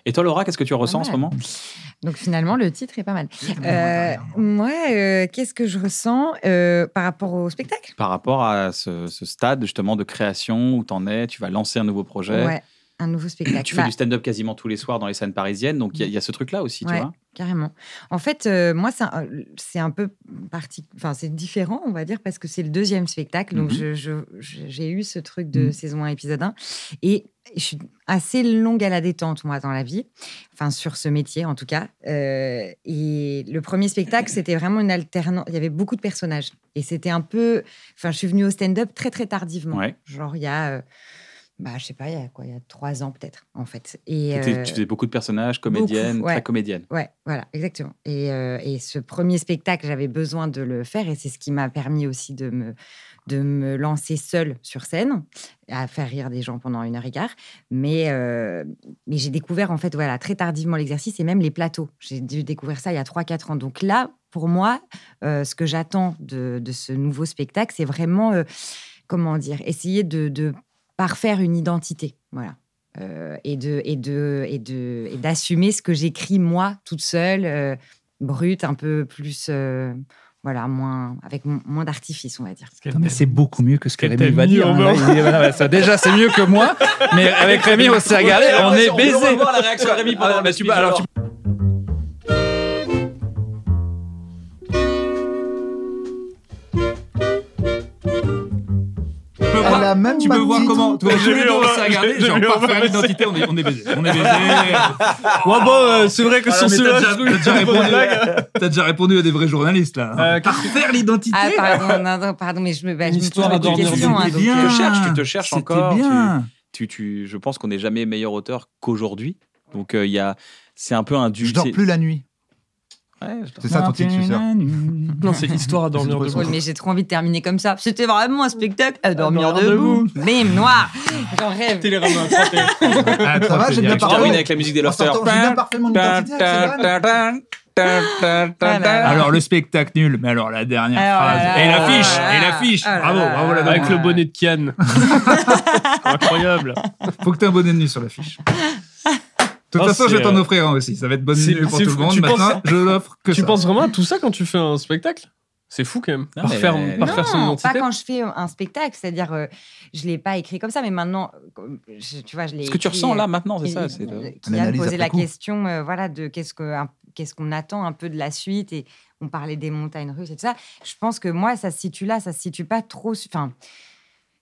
[SPEAKER 1] Et toi Laura, qu'est-ce que tu ressens en
[SPEAKER 5] mal.
[SPEAKER 1] ce moment
[SPEAKER 5] Donc finalement, le titre est pas mal.
[SPEAKER 2] comment
[SPEAKER 5] Euh,
[SPEAKER 1] hein.
[SPEAKER 2] on
[SPEAKER 5] moi, euh, qu'est-ce que je ressens euh, par rapport au spectacle
[SPEAKER 1] Par rapport à ce, ce stade justement de création où t'en es, tu vas lancer un nouveau projet.
[SPEAKER 5] Ouais, un nouveau spectacle.
[SPEAKER 1] Tu fais
[SPEAKER 5] Bah,
[SPEAKER 1] du stand-up quasiment tous les soirs dans les scènes parisiennes, donc il y a- il y, a ce truc-là aussi, tu
[SPEAKER 5] Ouais.
[SPEAKER 1] vois.
[SPEAKER 5] Carrément. En fait, euh, moi, c'est un- c'est un peu parti. Enfin, c'est différent, on va dire, parce que c'est le deuxième spectacle. Donc,
[SPEAKER 1] Mhm.
[SPEAKER 5] je- je- je- j'ai eu ce truc de saison 1, épisode 1. Et je suis assez longue à la détente, moi, dans la vie. Enfin, sur ce métier, en tout cas. Euh, et le premier spectacle, c'était vraiment une alternance. Il y avait beaucoup de personnages. Et c'était un peu. Enfin, je suis venue au stand-up très, très tardivement.
[SPEAKER 1] Ouais.
[SPEAKER 5] Genre, il y a. euh, bah, je sais pas, il y a quoi Il y a trois ans, peut-être, en fait. Et,
[SPEAKER 1] T'étais-
[SPEAKER 5] euh,
[SPEAKER 1] Tu faisais beaucoup de personnages, comédienne,
[SPEAKER 5] beaucoup, ouais.
[SPEAKER 1] très comédienne.
[SPEAKER 5] Ouais, voilà, exactement. Et, euh, et ce premier spectacle, j'avais besoin de le faire et c'est ce qui m'a permis aussi de me, de me lancer seule sur scène, à faire rire des gens pendant une heure et quart. Mais, euh, mais j'ai découvert en fait voilà, très tardivement l'exercice et même les plateaux. J'ai dû découvrir ça il y a 3-4 ans. Donc là, pour moi, euh, ce que j'attends de, de ce nouveau spectacle, c'est vraiment, euh, comment dire, essayer de, de parfaire une identité. Voilà. Euh, et de et de et de et d'assumer ce que j'écris moi toute seule euh, brute un peu plus euh, voilà moins avec mo- moins d'artifice on va dire
[SPEAKER 4] Putain, mais c'est beaucoup mieux que ce que
[SPEAKER 6] Qu'elle
[SPEAKER 4] Rémi
[SPEAKER 6] t'aime
[SPEAKER 4] va dire.
[SPEAKER 6] mieux,
[SPEAKER 4] hein.
[SPEAKER 6] Robert.
[SPEAKER 4] Il dit, voilà, voilà, ça, déjà, c'est mieux que moi. Mais avec Rémi, on s'est regardé, on est baisé. Ah,
[SPEAKER 1] voir la réaction de Rémi
[SPEAKER 6] Ah, bah,
[SPEAKER 4] pendant le speech, alors.
[SPEAKER 2] Elle a même
[SPEAKER 4] Tu
[SPEAKER 2] pas
[SPEAKER 4] peux
[SPEAKER 2] de
[SPEAKER 4] voir
[SPEAKER 2] titre.
[SPEAKER 4] comment. Tu vois,
[SPEAKER 6] J'ai
[SPEAKER 4] tous les
[SPEAKER 6] vu,
[SPEAKER 4] deux,
[SPEAKER 6] on
[SPEAKER 4] on
[SPEAKER 6] va-
[SPEAKER 4] s'est regardé.
[SPEAKER 6] j'ai
[SPEAKER 4] Genre,
[SPEAKER 6] vu, on va
[SPEAKER 4] parfait
[SPEAKER 6] baisser.
[SPEAKER 4] identité, on est, on est baisé. On est baisé.
[SPEAKER 6] Ouais, bon, euh, c'est vrai que sur
[SPEAKER 4] t'as
[SPEAKER 6] celui-là,
[SPEAKER 4] déjà,
[SPEAKER 6] je-
[SPEAKER 4] t'as déjà
[SPEAKER 6] je-
[SPEAKER 4] répondu, t'as déjà répondu à des vrais journalistes, là.
[SPEAKER 6] Euh, qu'est-ce
[SPEAKER 4] Parfaire l'identité.
[SPEAKER 5] ah pardon non, non, pardon mais je me bah, je me pose
[SPEAKER 6] histoire à
[SPEAKER 5] des
[SPEAKER 6] dormir
[SPEAKER 5] questions,
[SPEAKER 6] debout.
[SPEAKER 5] hein,
[SPEAKER 4] C'était
[SPEAKER 5] donc,
[SPEAKER 1] Tu
[SPEAKER 4] bien.
[SPEAKER 1] te cherches, tu te cherches
[SPEAKER 4] C'était
[SPEAKER 1] encore.
[SPEAKER 4] bien.
[SPEAKER 1] Tu, tu- je pense qu'on n'est jamais meilleur auteur qu'aujourd'hui. Donc euh, il y a, c'est un peu un du.
[SPEAKER 2] Je dors
[SPEAKER 1] c'est-
[SPEAKER 2] plus la nuit.
[SPEAKER 1] Ouais, je dors-
[SPEAKER 2] C'est ça ton titre, suceur.
[SPEAKER 6] Non, c'est histoire à dormir
[SPEAKER 2] C'est
[SPEAKER 6] debout.
[SPEAKER 5] Drôle, mais j'ai trop envie de terminer comme ça. C'était vraiment un spectacle à dormir,
[SPEAKER 6] dormir
[SPEAKER 5] debout. Bim, noir. J'en rêve.
[SPEAKER 6] Télérama, 31.
[SPEAKER 2] Ah, Ça va, j'ai bien
[SPEAKER 1] Je termine
[SPEAKER 2] parlé.
[SPEAKER 1] avec la musique des
[SPEAKER 2] En
[SPEAKER 1] Lofters.
[SPEAKER 2] sortant, J'ai bien parfait mon identité. Axel Red.
[SPEAKER 4] Alors, le spectacle nul, mais alors la dernière
[SPEAKER 5] Alors,
[SPEAKER 4] phrase.
[SPEAKER 5] là,
[SPEAKER 4] et
[SPEAKER 5] là,
[SPEAKER 4] l'affiche,
[SPEAKER 5] là,
[SPEAKER 4] et
[SPEAKER 5] là.
[SPEAKER 4] l'affiche.
[SPEAKER 5] Ah, là,
[SPEAKER 4] bravo,
[SPEAKER 5] là,
[SPEAKER 4] bravo la
[SPEAKER 5] là,
[SPEAKER 4] dame.
[SPEAKER 6] Avec le bonnet de Kian. Incroyable.
[SPEAKER 4] Faut que t'aies un bonnet de nuit sur l'affiche. De toute
[SPEAKER 5] Oh,
[SPEAKER 6] Non,
[SPEAKER 4] façon, je vais
[SPEAKER 6] c'est,
[SPEAKER 4] t'en
[SPEAKER 6] euh,
[SPEAKER 4] offrir un aussi. Ça va être bonne
[SPEAKER 6] c'est-
[SPEAKER 4] nuit pour
[SPEAKER 6] c'est
[SPEAKER 4] tout le
[SPEAKER 6] fou.
[SPEAKER 4] monde.
[SPEAKER 6] Tu penses-
[SPEAKER 4] Maintenant, je l'offre que
[SPEAKER 6] Tu
[SPEAKER 4] ça.
[SPEAKER 6] penses vraiment à tout ça quand tu fais un spectacle C'est fou quand même.
[SPEAKER 1] Non, mais-
[SPEAKER 6] Parfaire
[SPEAKER 1] Non,
[SPEAKER 6] parfaire son
[SPEAKER 5] Non, pas
[SPEAKER 6] identité.
[SPEAKER 5] quand je fais un spectacle, c'est-à-dire euh, je l'ai pas écrit comme ça, mais maintenant, euh, je- tu vois, je l'ai.
[SPEAKER 1] Ce que tu
[SPEAKER 5] écrit,
[SPEAKER 1] ressens
[SPEAKER 5] euh,
[SPEAKER 1] là maintenant, c'est
[SPEAKER 5] Et-
[SPEAKER 1] ça.
[SPEAKER 5] et-
[SPEAKER 1] c'est le-
[SPEAKER 5] qui a
[SPEAKER 2] L'analyse
[SPEAKER 5] posé
[SPEAKER 2] après
[SPEAKER 5] la
[SPEAKER 2] coup.
[SPEAKER 5] question euh, voilà de qu'est-ce que un- qu'est-ce qu'on attend un peu de la suite et on parlait des montagnes russes et tout ça je pense que moi ça se situe là ça se situe pas trop su- enfin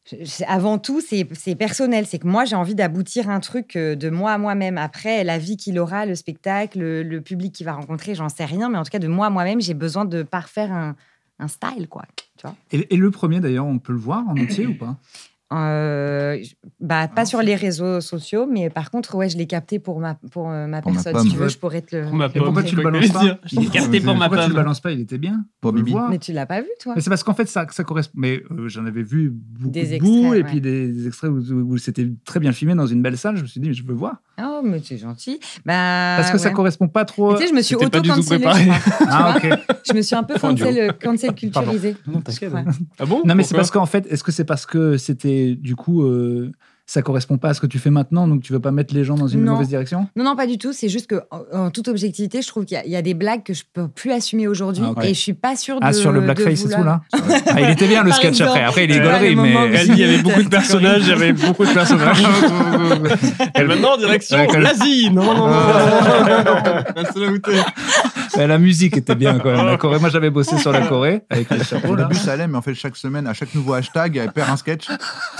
[SPEAKER 5] je- je- avant tout, c'est c'est personnel. C'est que moi, j'ai envie d'aboutir un truc euh, de moi à moi-même. Après, la vie qu'il aura, le spectacle, le, le public qu'il va rencontrer, j'en sais rien. Mais en tout cas, de moi à moi-même, j'ai besoin de parfaire un, un style, quoi. Tu vois
[SPEAKER 4] Et, et le premier, d'ailleurs, on peut le voir en entier ou pas
[SPEAKER 5] Euh, je- bah,
[SPEAKER 4] Ah,
[SPEAKER 5] pas sur les réseaux sociaux, mais par contre, ouais, je l'ai capté pour ma, pour, euh, ma
[SPEAKER 2] Pour ma
[SPEAKER 5] personne.
[SPEAKER 2] pomme.
[SPEAKER 5] si tu veux,
[SPEAKER 4] Ouais.
[SPEAKER 5] je pourrais te le.
[SPEAKER 6] Pour ma
[SPEAKER 4] Et pourquoi
[SPEAKER 6] pomme,
[SPEAKER 4] tu le
[SPEAKER 6] c'est quoi que
[SPEAKER 4] balances
[SPEAKER 6] je voulais
[SPEAKER 4] pas
[SPEAKER 6] dire. Il est capté pour ma
[SPEAKER 4] Pourquoi tu le
[SPEAKER 6] pomme.
[SPEAKER 4] balances pas Il était bien.
[SPEAKER 2] Pas
[SPEAKER 4] On peut le
[SPEAKER 2] bibi.
[SPEAKER 4] voir.
[SPEAKER 5] Mais tu l'as pas vu, toi
[SPEAKER 4] Mais c'est parce qu'en fait, ça, ça correspond. Mais euh, j'en avais vu beaucoup
[SPEAKER 5] Des
[SPEAKER 4] de bouts,
[SPEAKER 5] extraits,
[SPEAKER 4] et puis
[SPEAKER 5] ouais.
[SPEAKER 4] des, des extraits où, où c'était très bien filmé dans une belle salle. Je me suis dit, mais je veux voir.
[SPEAKER 5] Oh, mais tu es gentil. Bah,
[SPEAKER 4] Parce que ça
[SPEAKER 5] ouais.
[SPEAKER 4] correspond pas trop.
[SPEAKER 5] Mais Tu sais, je me suis
[SPEAKER 6] C'était pas du tout
[SPEAKER 5] auto-cancellée.
[SPEAKER 6] préparé.
[SPEAKER 5] je crois.
[SPEAKER 4] Ah, ok.
[SPEAKER 5] Je me suis un peu
[SPEAKER 1] Fondu.
[SPEAKER 5] cancel, cancel culturisée. Ouais.
[SPEAKER 6] Ah bon
[SPEAKER 4] Non, mais c'est
[SPEAKER 6] Pourquoi
[SPEAKER 4] parce qu'en fait, est-ce que c'est parce que c'était du coup. euh, ça correspond pas à ce que tu fais maintenant, donc tu veux pas mettre les gens dans une
[SPEAKER 5] Non.
[SPEAKER 4] mauvaise direction
[SPEAKER 5] Non, non, pas du tout. C'est juste que, en, en toute objectivité, je trouve qu'il y, a- il y a des blagues que je peux plus assumer aujourd'hui.
[SPEAKER 4] Ah, ok.
[SPEAKER 5] Et je suis pas sûre de.
[SPEAKER 4] Ah, sur le
[SPEAKER 5] de
[SPEAKER 4] blackface et tout,
[SPEAKER 5] vouloir-
[SPEAKER 4] là Ah, Il était bien le
[SPEAKER 5] Par
[SPEAKER 4] sketch
[SPEAKER 5] exemple.
[SPEAKER 4] après. Après, il
[SPEAKER 6] Ouais,
[SPEAKER 4] est
[SPEAKER 5] le
[SPEAKER 4] galerie,
[SPEAKER 5] moment où
[SPEAKER 4] mais.
[SPEAKER 6] Elle dit, il y avait beaucoup de personnages, il y avait beaucoup de personnages. Et maintenant, direction
[SPEAKER 4] Ouais,
[SPEAKER 6] l'Asie Non, non, non, non C'est là où t'es.
[SPEAKER 4] Ah. Mais La musique était bien quand même. La Corée, moi j'avais bossé sur la Corée avec les
[SPEAKER 2] Au
[SPEAKER 4] chapeaux là.
[SPEAKER 2] début, ça allait, mais en fait, chaque semaine, à chaque nouveau hashtag, elle perd un sketch.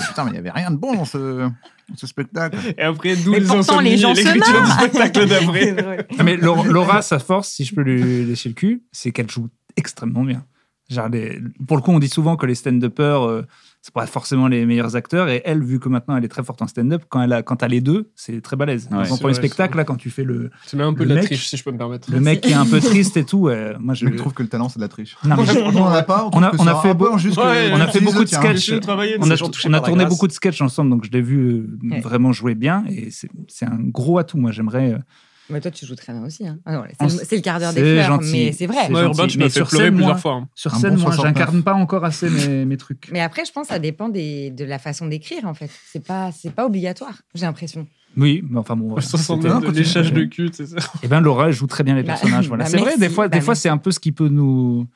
[SPEAKER 2] Putain, mais il n'y avait rien de bon dans ce, ce spectacle.
[SPEAKER 6] Et après, d'où
[SPEAKER 5] Mais
[SPEAKER 6] les
[SPEAKER 5] pourtant,
[SPEAKER 6] insomnies
[SPEAKER 5] les gens
[SPEAKER 6] et
[SPEAKER 5] se
[SPEAKER 6] l'écriture du
[SPEAKER 5] marrent.
[SPEAKER 6] spectacle d'après.
[SPEAKER 4] Ah, mais Laura, Laura, sa force, si je peux lui lécher le cul, c'est qu'elle joue extrêmement bien. Genre les- Pour le coup, on dit souvent que les stand-uppers euh, c'est pas forcément les meilleurs acteurs. Et elle, vu que maintenant elle est très forte en stand-up, quand elle a, quand t'as les deux, c'est très balèze.
[SPEAKER 1] Ouais.
[SPEAKER 4] Dans son
[SPEAKER 6] C'est
[SPEAKER 4] premier
[SPEAKER 6] vrai,
[SPEAKER 4] spectacle,
[SPEAKER 6] c'est
[SPEAKER 4] là, quand tu fais le,
[SPEAKER 6] C'est même un peu
[SPEAKER 4] Le
[SPEAKER 6] de la
[SPEAKER 4] mec-
[SPEAKER 6] triche, si je peux me permettre.
[SPEAKER 4] le mec qui est un peu triste et tout, euh, moi je.
[SPEAKER 2] Je trouve que le talent, c'est de la triche.
[SPEAKER 4] Non, mais je-
[SPEAKER 2] on en a pas. On,
[SPEAKER 4] On a-
[SPEAKER 2] trouve que
[SPEAKER 4] on a
[SPEAKER 2] c'est
[SPEAKER 4] fait
[SPEAKER 2] un peu
[SPEAKER 4] beau-
[SPEAKER 2] injuste que
[SPEAKER 6] Ouais,
[SPEAKER 2] tu
[SPEAKER 6] on a
[SPEAKER 4] fait
[SPEAKER 2] utilises
[SPEAKER 4] beaucoup
[SPEAKER 2] le
[SPEAKER 4] de
[SPEAKER 2] tien.
[SPEAKER 4] sketchs.
[SPEAKER 6] J'ai travaillé
[SPEAKER 4] on a,
[SPEAKER 1] gens touchés
[SPEAKER 4] on a
[SPEAKER 1] par la
[SPEAKER 4] tourné
[SPEAKER 1] grâce.
[SPEAKER 4] beaucoup de sketchs ensemble, donc je l'ai vu euh,
[SPEAKER 5] Ouais.
[SPEAKER 4] vraiment jouer bien. Et c'est c'est un gros atout. Moi, j'aimerais. euh,
[SPEAKER 5] Mais toi, tu joues très bien aussi. hein. Ah non,
[SPEAKER 4] On
[SPEAKER 5] c'est, le,
[SPEAKER 4] s-
[SPEAKER 5] c'est le quart d'heure
[SPEAKER 4] c'est
[SPEAKER 5] des fleurs,
[SPEAKER 4] gentil.
[SPEAKER 5] mais c'est vrai.
[SPEAKER 4] C'est-
[SPEAKER 6] Moi,
[SPEAKER 4] gentil,
[SPEAKER 6] Urban, tu
[SPEAKER 4] mais
[SPEAKER 6] m'as fait
[SPEAKER 4] sur
[SPEAKER 6] pleurer
[SPEAKER 4] scène,
[SPEAKER 6] plusieurs
[SPEAKER 4] moi-
[SPEAKER 6] fois. hein.
[SPEAKER 4] Sur
[SPEAKER 2] Un
[SPEAKER 4] scène,
[SPEAKER 2] bon
[SPEAKER 4] moi,
[SPEAKER 2] 69.
[SPEAKER 4] j'incarne pas encore assez mes, mes trucs.
[SPEAKER 5] Mais après, je pense que ça dépend des, de la façon d'écrire, en fait. C'est pas, c'est pas obligatoire, j'ai l'impression.
[SPEAKER 4] Oui, mais enfin bon. Voilà, c'était-
[SPEAKER 6] 69 de léchage de cul, c'est ça.
[SPEAKER 4] Eh ben Laura elle joue très bien les
[SPEAKER 5] Bah,
[SPEAKER 4] personnages. Voilà.
[SPEAKER 5] bah,
[SPEAKER 4] c'est vrai,
[SPEAKER 5] merci,
[SPEAKER 4] des fois,
[SPEAKER 5] bah,
[SPEAKER 4] des fois
[SPEAKER 5] merci.
[SPEAKER 4] c'est un peu ce qui peut nous.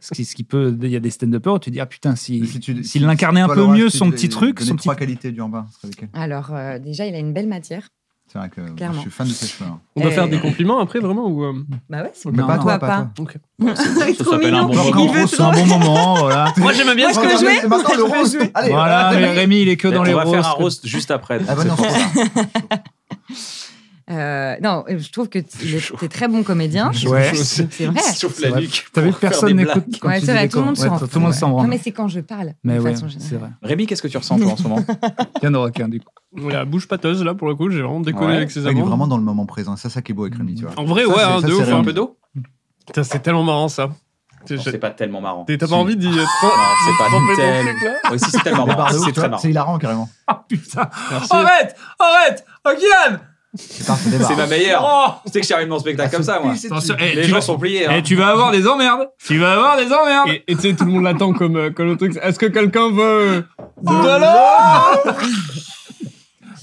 [SPEAKER 4] ce qui, ce qui peut. Il y a des stand-uppers où tu dis, ah putain, si.
[SPEAKER 2] Si tu-
[SPEAKER 4] S'il incarnait un
[SPEAKER 2] toi,
[SPEAKER 4] peu
[SPEAKER 2] Laura,
[SPEAKER 4] mieux
[SPEAKER 2] si tu
[SPEAKER 4] son
[SPEAKER 2] devais
[SPEAKER 4] petit truc,
[SPEAKER 2] donner
[SPEAKER 4] son
[SPEAKER 2] trois
[SPEAKER 4] petit-
[SPEAKER 2] qualités du Urbain, ce serait lesquelles
[SPEAKER 5] Alors, euh, déjà, il a une belle matière.
[SPEAKER 2] C'est vrai que moi, je
[SPEAKER 5] Clairement.
[SPEAKER 2] suis fan de ses cheveux. hein.
[SPEAKER 6] On doit
[SPEAKER 5] Euh,
[SPEAKER 6] faire des compliments après, vraiment ou, euh,
[SPEAKER 5] Bah ouais, c'est
[SPEAKER 4] Mais pas
[SPEAKER 5] pourquoi
[SPEAKER 2] toi, pas toi.
[SPEAKER 1] Ça s'appelle un bon
[SPEAKER 4] Genre, en
[SPEAKER 1] moment.
[SPEAKER 4] gros, c'est un bon moment, voilà.
[SPEAKER 1] Moi, j'aime bien.
[SPEAKER 5] Moi, je peux
[SPEAKER 2] Regardez,
[SPEAKER 5] jouer
[SPEAKER 2] C'est maintenant le
[SPEAKER 5] Moi, je peux
[SPEAKER 2] rose.
[SPEAKER 5] jouer. euh,
[SPEAKER 2] Allez,
[SPEAKER 4] Voilà, mais
[SPEAKER 2] Rémi.
[SPEAKER 4] Rémi, il est que dans
[SPEAKER 1] on
[SPEAKER 4] les
[SPEAKER 1] va faire un
[SPEAKER 4] roasts.
[SPEAKER 1] roast juste après. donc
[SPEAKER 2] Ah bah
[SPEAKER 1] c'est
[SPEAKER 2] non,
[SPEAKER 1] pour ça.
[SPEAKER 2] c'est ça.
[SPEAKER 5] Euh, non, euh, je trouve que t- il est- t'es très bon comédien.
[SPEAKER 4] Ouais.
[SPEAKER 5] Hein, C'est vrai.
[SPEAKER 1] Souffle
[SPEAKER 4] C'est
[SPEAKER 1] la
[SPEAKER 4] vrai.
[SPEAKER 1] nuque.
[SPEAKER 4] T'as vu,
[SPEAKER 1] pour faire
[SPEAKER 4] personne
[SPEAKER 1] des
[SPEAKER 4] n'écoute.
[SPEAKER 1] blagues.
[SPEAKER 4] quand
[SPEAKER 5] Ouais,
[SPEAKER 4] tu
[SPEAKER 5] c'est
[SPEAKER 4] dis
[SPEAKER 5] vrai,
[SPEAKER 4] les
[SPEAKER 5] tout le monde
[SPEAKER 4] cons. Ouais,
[SPEAKER 5] s'en
[SPEAKER 4] Tout le monde
[SPEAKER 5] fout,
[SPEAKER 4] s'en
[SPEAKER 5] ouais.
[SPEAKER 4] rend.
[SPEAKER 5] Non, mais c'est quand je parle,
[SPEAKER 4] Mais
[SPEAKER 5] de
[SPEAKER 4] ouais,
[SPEAKER 5] façon
[SPEAKER 4] c'est
[SPEAKER 5] générale.
[SPEAKER 4] vrai.
[SPEAKER 1] Rémi, qu'est-ce que tu ressens toi, en ce moment
[SPEAKER 4] Il y en aura qu'un hein, du coup.
[SPEAKER 6] La bouche pâteuse, là, pour le coup, j'ai vraiment décollé
[SPEAKER 1] Ouais. Ah,
[SPEAKER 6] avec ses
[SPEAKER 2] Ah, Il est vraiment
[SPEAKER 6] amandes.
[SPEAKER 2] dans le moment présent. C'est ça qui est beau avec Rémi, tu vois.
[SPEAKER 6] En vrai,
[SPEAKER 2] Ça,
[SPEAKER 6] ouais,
[SPEAKER 2] c'est-
[SPEAKER 6] hein,
[SPEAKER 2] ça,
[SPEAKER 6] de
[SPEAKER 2] c'est
[SPEAKER 6] ouf.
[SPEAKER 1] Faire
[SPEAKER 6] hein.
[SPEAKER 1] un peu d'eau
[SPEAKER 6] Putain, C'est tellement marrant, ça.
[SPEAKER 1] Non, C'est pas tellement marrant.
[SPEAKER 6] T'as pas envie d'y être
[SPEAKER 1] Non, c'est pas
[SPEAKER 6] tremper
[SPEAKER 1] tel.
[SPEAKER 6] dans le truc, là
[SPEAKER 1] Oui, si, c'est tellement
[SPEAKER 2] Les barres
[SPEAKER 1] marrant.
[SPEAKER 2] de ouf,
[SPEAKER 1] C'est
[SPEAKER 2] tu
[SPEAKER 1] très
[SPEAKER 2] vois,
[SPEAKER 1] marrant.
[SPEAKER 2] C'est hilarant carrément.
[SPEAKER 4] Ah putain
[SPEAKER 6] Merci.
[SPEAKER 4] Arrête Arrête Oh Kylian
[SPEAKER 2] C'est parfait, des
[SPEAKER 1] C'est ma
[SPEAKER 2] barres.
[SPEAKER 1] meilleure.
[SPEAKER 4] Oh
[SPEAKER 1] Tu sais que j'arrive mon spectacle comme ça, moi.
[SPEAKER 4] Attention, eh,
[SPEAKER 1] Les
[SPEAKER 4] tu
[SPEAKER 1] gens
[SPEAKER 4] vas-
[SPEAKER 1] sont pliés. hein.
[SPEAKER 4] Eh, tu vas avoir des emmerdes Tu vas avoir des emmerdes
[SPEAKER 6] Et et tu sais, tout le monde l'attend comme, euh, comme le truc. Est-ce que quelqu'un veut.